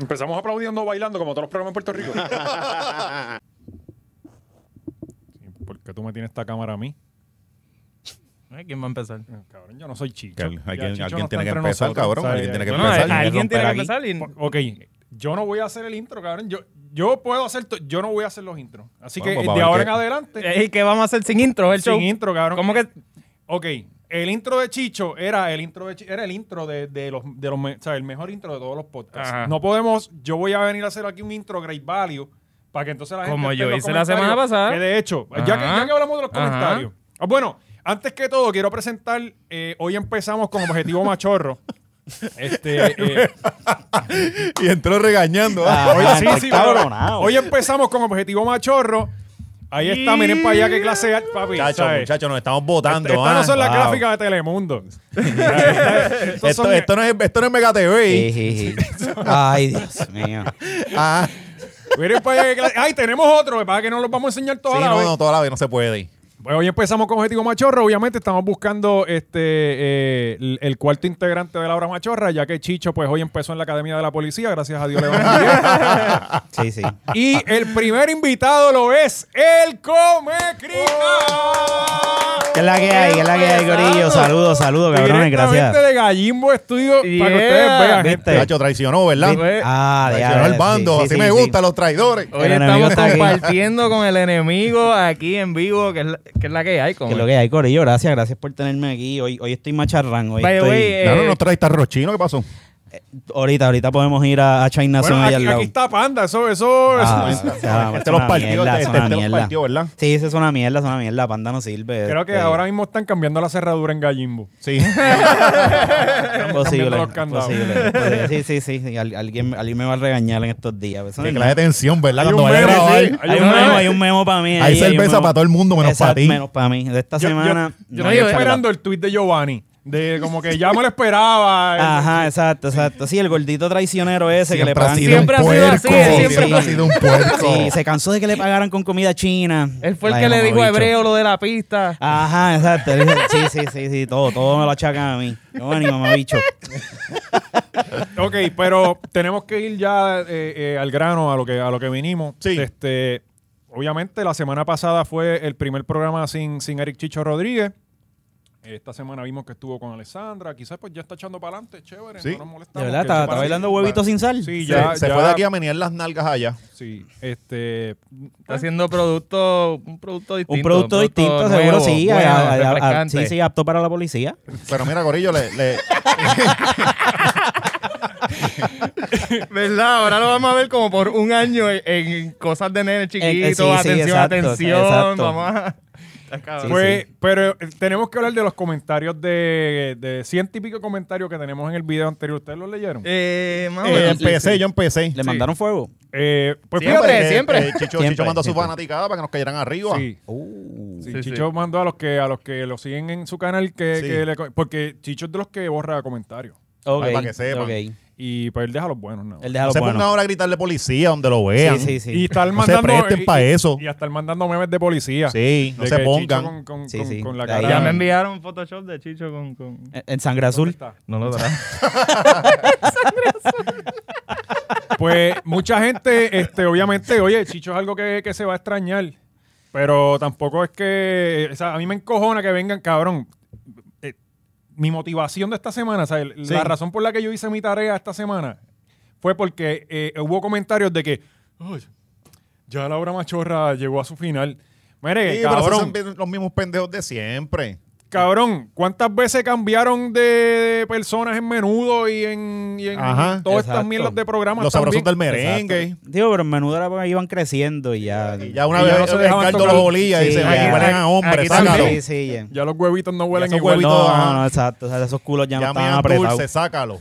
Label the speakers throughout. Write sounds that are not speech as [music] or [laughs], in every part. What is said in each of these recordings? Speaker 1: Empezamos aplaudiendo, bailando, como todos los programas en Puerto Rico. Sí, ¿Por qué tú me tienes esta cámara a mí?
Speaker 2: Ay, Eh, ¿Quién va a empezar?
Speaker 1: Cabrón, yo no soy chica.
Speaker 3: Cal- alguien alguien tiene que empezar, cabrón. Alguien tiene que
Speaker 2: Bueno, eh,
Speaker 3: empezar.
Speaker 2: alguien tiene que
Speaker 3: Romper
Speaker 2: empezar y...
Speaker 1: Ok, yo no voy a hacer el intro, cabrón. Yo, yo puedo hacer, to- yo no voy a hacer los intros. Así
Speaker 3: Bueno,
Speaker 1: que
Speaker 3: pues, va a
Speaker 1: de
Speaker 3: ver
Speaker 1: ahora
Speaker 3: qué-
Speaker 1: en adelante,
Speaker 2: Ey, eh, ¿Qué vamos a hacer sin intro? El
Speaker 1: sin
Speaker 2: show.
Speaker 1: intro, cabrón.
Speaker 2: ¿Cómo que...?
Speaker 1: Ok, el intro de Chicho era el intro de Chi- era el intro de, de los de los me- o sea, el mejor intro de todos los podcasts.
Speaker 2: Ajá.
Speaker 1: No podemos, yo voy a venir a hacer aquí un intro Great Value para que entonces la gente
Speaker 2: Como
Speaker 1: esté
Speaker 2: yo
Speaker 1: en los
Speaker 2: hice la
Speaker 1: comentarios,
Speaker 2: semana pasada.
Speaker 1: Que de hecho, ya que,
Speaker 2: Ajá.
Speaker 1: ya que hablamos de los
Speaker 2: Ajá.
Speaker 1: comentarios. Ah, Bueno, antes que todo quiero presentar eh, hoy empezamos con
Speaker 2: [laughs]
Speaker 1: objetivo machorro. Este, eh,
Speaker 3: Y entró regañando.
Speaker 4: [laughs] Ah,
Speaker 1: Oye, sí,
Speaker 4: está
Speaker 1: sí, pero
Speaker 4: cabronado.
Speaker 1: hoy empezamos con objetivo machorro. Ahí está, miren para allá qué clase de arte, papi.
Speaker 3: Muchachos,
Speaker 1: ¿sabes?
Speaker 3: muchachos, nos estamos votando.
Speaker 1: Estas no son las
Speaker 3: ah.
Speaker 1: gráficas de Telemundo. [laughs] Estos
Speaker 3: Esto,
Speaker 1: son-
Speaker 3: esto no es, esto no es Mega
Speaker 4: Sí,
Speaker 3: TV.
Speaker 4: sí, [laughs] sí. Ay, Dios mío.
Speaker 3: Ah,
Speaker 1: Miren para allá qué clase- Ay, tenemos otro. Lo que pasa es que no los vamos a enseñar
Speaker 3: sí,
Speaker 1: toda la
Speaker 3: no,
Speaker 1: vez.
Speaker 3: no, toda la vez no se puede.
Speaker 1: Pues hoy empezamos con Objetivo Machorro. Obviamente estamos buscando este eh, el, el cuarto integrante de la obra machorra, ya que Chicho pues hoy empezó en la Academia de la Policía. Gracias a Dios le va muy bien.
Speaker 4: [laughs] Sí, sí.
Speaker 1: Y el primer invitado lo es el Come Crica.
Speaker 4: ¿Qué es la que hay? ¿Qué es la que hay, Corillo? Saludos, saludos, cabrones, gracias.
Speaker 1: Directamente de Gallimbo Estudio para que ustedes
Speaker 2: Yeah,
Speaker 1: vean.
Speaker 4: ¿viste?
Speaker 1: gente.
Speaker 3: Muchacho traicionó, ¿verdad?
Speaker 2: ¿Viste?
Speaker 4: Ah, de
Speaker 3: Traicionó el bando. Así me gustan los traidores.
Speaker 2: Hoy
Speaker 4: El enemigo
Speaker 2: estamos
Speaker 4: está aquí.
Speaker 2: compartiendo con el enemigo aquí en vivo, que es la que, es la que hay. Como.
Speaker 4: Que lo que hay, Corillo, gracias, gracias por tenerme aquí. Hoy, hoy estoy macharrán, hoy
Speaker 2: By the
Speaker 4: estoy...
Speaker 2: way, eh,
Speaker 3: No, no, nos trae tarro chino. ¿Qué pasó?
Speaker 4: Ahorita, ahorita podemos ir a, a China
Speaker 1: Bueno,
Speaker 4: Zone allá al
Speaker 1: aquí,
Speaker 4: lado.
Speaker 1: aquí está Panda. Eso, eso,
Speaker 4: Ah,
Speaker 1: eso-
Speaker 4: o sea,
Speaker 3: Este
Speaker 4: es
Speaker 3: los
Speaker 4: una
Speaker 3: partió, este-
Speaker 4: mierda, es
Speaker 3: este
Speaker 4: una
Speaker 3: los
Speaker 4: mierda.
Speaker 3: partió, ¿verdad?
Speaker 4: Sí, eso es una mierda, es una mierda. Panda no sirve.
Speaker 1: Creo que
Speaker 4: este,
Speaker 1: ahora mismo están cambiando la cerradura en Gallimbo.
Speaker 3: Sí. [laughs]
Speaker 4: es
Speaker 1: cambiando
Speaker 4: posible.
Speaker 1: los
Speaker 4: es
Speaker 1: candados.
Speaker 4: posible, es posible. Sí, sí, sí. sí, al- alguien, alguien me va a regañar en estos días. Eso
Speaker 3: Qué
Speaker 4: no-
Speaker 3: clase de tensión, ¿verdad?
Speaker 1: Hay un
Speaker 3: Cuando vaya a
Speaker 1: meme,
Speaker 3: grabar.
Speaker 1: sí.
Speaker 4: Hay un memo, hay un memo para mí.
Speaker 3: Hay
Speaker 4: ahí, un
Speaker 3: cerveza
Speaker 4: memo.
Speaker 3: para todo el mundo, menos
Speaker 4: Exacto,
Speaker 3: para ti.
Speaker 4: Menos para mí. De esta
Speaker 1: Yo- yo-
Speaker 4: semana.
Speaker 1: Yo,
Speaker 4: no
Speaker 1: estoy
Speaker 4: hay charla.
Speaker 1: esperando el tuit de Giovanni. De como que ya me lo esperaba. eh.
Speaker 4: [laughs] Ajá, exacto, exacto. Sí, el gordito traicionero ese que le
Speaker 3: Siempre ha
Speaker 4: pagan.
Speaker 3: sido un
Speaker 2: Siempre ha sido así,
Speaker 3: puerco.
Speaker 2: siempre-
Speaker 3: Siempre ha sido un puerco.
Speaker 4: Sí, se cansó de que le pagaran con comida china.
Speaker 2: Él fue el
Speaker 4: Ay,
Speaker 2: que le dijo a
Speaker 4: mamabicho.
Speaker 2: Hebreo lo de la pista.
Speaker 4: Ajá, exacto. Él dice, Sí, sí, sí, sí, todo, todo me lo achacan a mí. No, ni mamabicho.
Speaker 1: Ok, pero tenemos que ir ya eh, eh, al grano, a lo que, a lo que vinimos.
Speaker 3: Sí.
Speaker 1: Este, obviamente, la semana pasada fue el primer programa sin, sin Eric Chicho Rodríguez. Esta semana vimos que estuvo con Alessandra. Quizás pues ya está echando para adelante, chévere.
Speaker 3: Sí.
Speaker 1: No nos molestamos.
Speaker 4: De
Speaker 1: que
Speaker 4: verdad,
Speaker 1: eso
Speaker 4: está, está
Speaker 1: pasa.
Speaker 4: bailando huevitos sin sal.
Speaker 1: Sí,
Speaker 3: Se-
Speaker 1: ya.
Speaker 3: se
Speaker 1: ya-
Speaker 3: fue de aquí a menear las nalgas allá.
Speaker 1: Sí, este.
Speaker 2: Está haciendo producto, un producto distinto.
Speaker 4: Un producto distinto, seguro
Speaker 2: nuevo,
Speaker 4: sí.
Speaker 2: bueno,
Speaker 4: a- a- a-
Speaker 2: refrescante. Ah,
Speaker 4: sí, sí, apto para la policía.
Speaker 3: Pero mira, Corillo, le, le-
Speaker 2: ¿Verdad? Ahora lo vamos a ver como por un año en, en cosas de nene chiquito.
Speaker 4: Eh, eh, sí, sí,
Speaker 2: atención,
Speaker 4: exacto,
Speaker 2: atención.
Speaker 4: exacto.
Speaker 2: Vamos a... Está cabrón.
Speaker 4: Sí,
Speaker 1: Pues, pero eh, tenemos que hablar de los comentarios de, de ciento y pico comentarios que tenemos en el video anterior. ¿Ustedes los leyeron?
Speaker 2: Eh, más o
Speaker 3: eh,
Speaker 2: menos.
Speaker 3: empecé, yo empecé.
Speaker 4: Le mandaron fuego.
Speaker 1: Eh, pues
Speaker 2: Siempre,
Speaker 1: fíjate.
Speaker 3: Eh,
Speaker 2: siempre.
Speaker 3: eh, Chicho,
Speaker 4: Siempre,
Speaker 3: Chicho mandó a su
Speaker 4: siempre.
Speaker 3: fanaticada para que nos cayeran arriba.
Speaker 1: Sí.
Speaker 4: Uh.
Speaker 1: Sí,
Speaker 2: Sí,
Speaker 1: Chicho
Speaker 2: sí.
Speaker 1: mandó a los que a los que lo siguen en su canal que,
Speaker 3: Sí.
Speaker 1: que le co- porque Chicho es de los que borra comentarios
Speaker 4: Ok,
Speaker 3: Para que sepan.
Speaker 4: ok. Él
Speaker 1: y pues él deja los buenos nada más.
Speaker 4: deja
Speaker 3: No
Speaker 4: lo
Speaker 3: se pongan
Speaker 4: bueno.
Speaker 3: ahora a gritarle policía donde lo
Speaker 4: Sí,
Speaker 3: vean.
Speaker 4: sí, sí.
Speaker 1: y estar
Speaker 3: No se
Speaker 1: mandando
Speaker 3: presten
Speaker 1: y-
Speaker 3: pa'
Speaker 1: y-
Speaker 3: eso.
Speaker 1: y estar mandando memes de policía
Speaker 3: Sí, no
Speaker 1: De
Speaker 3: se
Speaker 1: que Chicho
Speaker 3: pongan.
Speaker 1: con, con-
Speaker 4: Sí,
Speaker 1: con-
Speaker 4: sí.
Speaker 1: con la
Speaker 4: Ahí
Speaker 1: cara
Speaker 2: Ya
Speaker 4: Ah.
Speaker 2: me enviaron Photoshop de Chicho con... con-
Speaker 4: En- En sangre
Speaker 1: ¿Dónde
Speaker 4: azul.
Speaker 1: está?
Speaker 2: No lo trajo.
Speaker 1: pues mucha gente este obviamente oye Chicho es algo que, que se va a extrañar pero tampoco es que o sea, a mí me encojona que vengan cabrón Eh, mi motivación de esta semana, o sea, el-
Speaker 3: Sí.
Speaker 1: la razón por la que yo hice mi tarea esta semana fue porque eh, hubo comentarios de que "Ay, ya la obra machorra llegó a su final. Mire,
Speaker 3: Sí, pero esos
Speaker 1: cabrón,
Speaker 3: son bien- los mismos pendejos de siempre.
Speaker 1: cabrón, ¿cuántas veces cambiaron de personas en menudo y en, y en
Speaker 3: Ajá,
Speaker 1: todas estas
Speaker 4: exacto.
Speaker 1: mierdas de programas?
Speaker 3: Los sabrosos del
Speaker 1: también?
Speaker 3: merengue.
Speaker 4: Exacto. Digo, pero en menudo era porque iban creciendo y ya.
Speaker 3: Y Ya una
Speaker 1: Y ya
Speaker 3: vez
Speaker 1: no se dejaban
Speaker 3: Ricardo
Speaker 1: tocar.
Speaker 3: los olía y
Speaker 4: Sí,
Speaker 3: dice,
Speaker 4: ya.
Speaker 3: "Ay, huelen a hombre,
Speaker 2: Aquí
Speaker 3: sácalo.
Speaker 2: también.
Speaker 4: Sí, sí, ya.
Speaker 1: Ya los huevitos no huelen
Speaker 3: esos
Speaker 1: igual.
Speaker 3: huevitos-
Speaker 4: No,
Speaker 3: ajá.
Speaker 4: no, no, exacto. O sea, esos culos ya no
Speaker 3: Llame
Speaker 4: estaban
Speaker 3: a
Speaker 4: apretados.
Speaker 3: dulce, sácalo.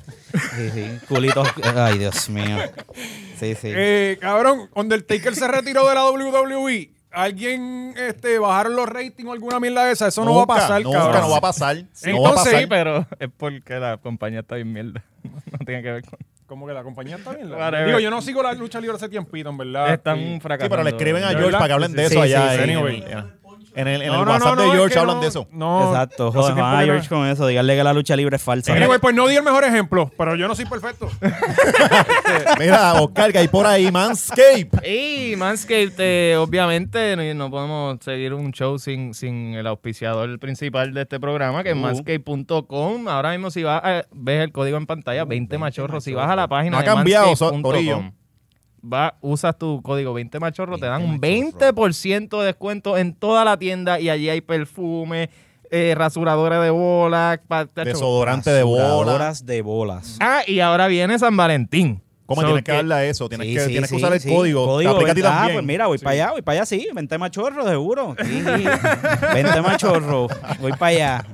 Speaker 4: Sí, sí. Culitos. Ay, Dios mío. Sí, sí.
Speaker 1: Eh, cabrón, Undertaker se retiró de la WWE. ¿Alguien este, bajaron los ratings o alguna mierda de esa? Eso no va a
Speaker 3: Nunca,
Speaker 1: pasar,
Speaker 3: nunca,
Speaker 1: cabrón.
Speaker 3: no va a pasar. no va a
Speaker 1: Entonces,
Speaker 3: pasar.
Speaker 2: Sí, pero es porque la compañía está bien mierda. [laughs] No tiene que ver con...
Speaker 1: Como que la compañía está bien. la-
Speaker 2: Whatever.
Speaker 1: Digo, yo no sigo la lucha libre hace tiempito, en verdad.
Speaker 2: Están
Speaker 1: Sí.
Speaker 2: fracasando.
Speaker 3: Ah, Sí, pero le escriben a
Speaker 1: ¿De
Speaker 3: George
Speaker 1: verdad?
Speaker 3: para que hablen
Speaker 1: Sí,
Speaker 3: de
Speaker 4: sí,
Speaker 3: eso
Speaker 4: sí,
Speaker 3: allá.
Speaker 4: sí,
Speaker 3: en-
Speaker 1: anyway.
Speaker 3: en- En el, en
Speaker 1: No,
Speaker 3: el
Speaker 1: no,
Speaker 3: WhatsApp
Speaker 1: no,
Speaker 3: de
Speaker 1: no, es
Speaker 3: George
Speaker 1: que
Speaker 3: hablan
Speaker 1: no-
Speaker 3: de eso.
Speaker 1: No.
Speaker 4: Exacto,
Speaker 1: no sé
Speaker 4: joder,
Speaker 1: quién
Speaker 4: ah,
Speaker 1: primero.
Speaker 4: George con eso, díganle que la lucha libre es falsa.
Speaker 1: Anyway, pues no di el mejor ejemplo, pero yo no soy
Speaker 3: [laughs]
Speaker 1: perfecto.
Speaker 3: Mira, Oscar, que hay
Speaker 1: [laughs]
Speaker 3: por ahí Manscape.
Speaker 2: Y Manscaped, eh, obviamente, no, no podemos seguir un show sin, sin el auspiciador principal de este programa,
Speaker 3: Uh.
Speaker 2: que es manscaped.com. Ahora mismo, si vas, a- ves el código en pantalla, 20 machorros. Si vas a la página
Speaker 3: Uh, No ha
Speaker 2: de
Speaker 3: cambiado, so-
Speaker 2: manscaped.com,
Speaker 3: Corillo.
Speaker 2: va, usas tu código 20 machorros, te dan un 20% de descuento en toda la tienda y allí hay perfume, eh, rasuradora de bolas, pa-
Speaker 3: Desodorante de bola.
Speaker 4: Horas de bolas.
Speaker 2: Ah, y ahora viene San Valentín.
Speaker 3: ¿Cómo
Speaker 2: So
Speaker 3: tienes que
Speaker 2: que-
Speaker 3: darle a eso? Tienes
Speaker 4: Sí,
Speaker 3: que,
Speaker 4: sí,
Speaker 3: tienes que
Speaker 4: sí,
Speaker 3: usar el
Speaker 4: sí.
Speaker 3: código. Te aplica a ti
Speaker 4: ¿verdad?
Speaker 3: también.
Speaker 4: pues mira, voy para allá, voy para allá, sí. Vente machorro, seguro. Sí, sí. [laughs] Vente machorro, voy para allá.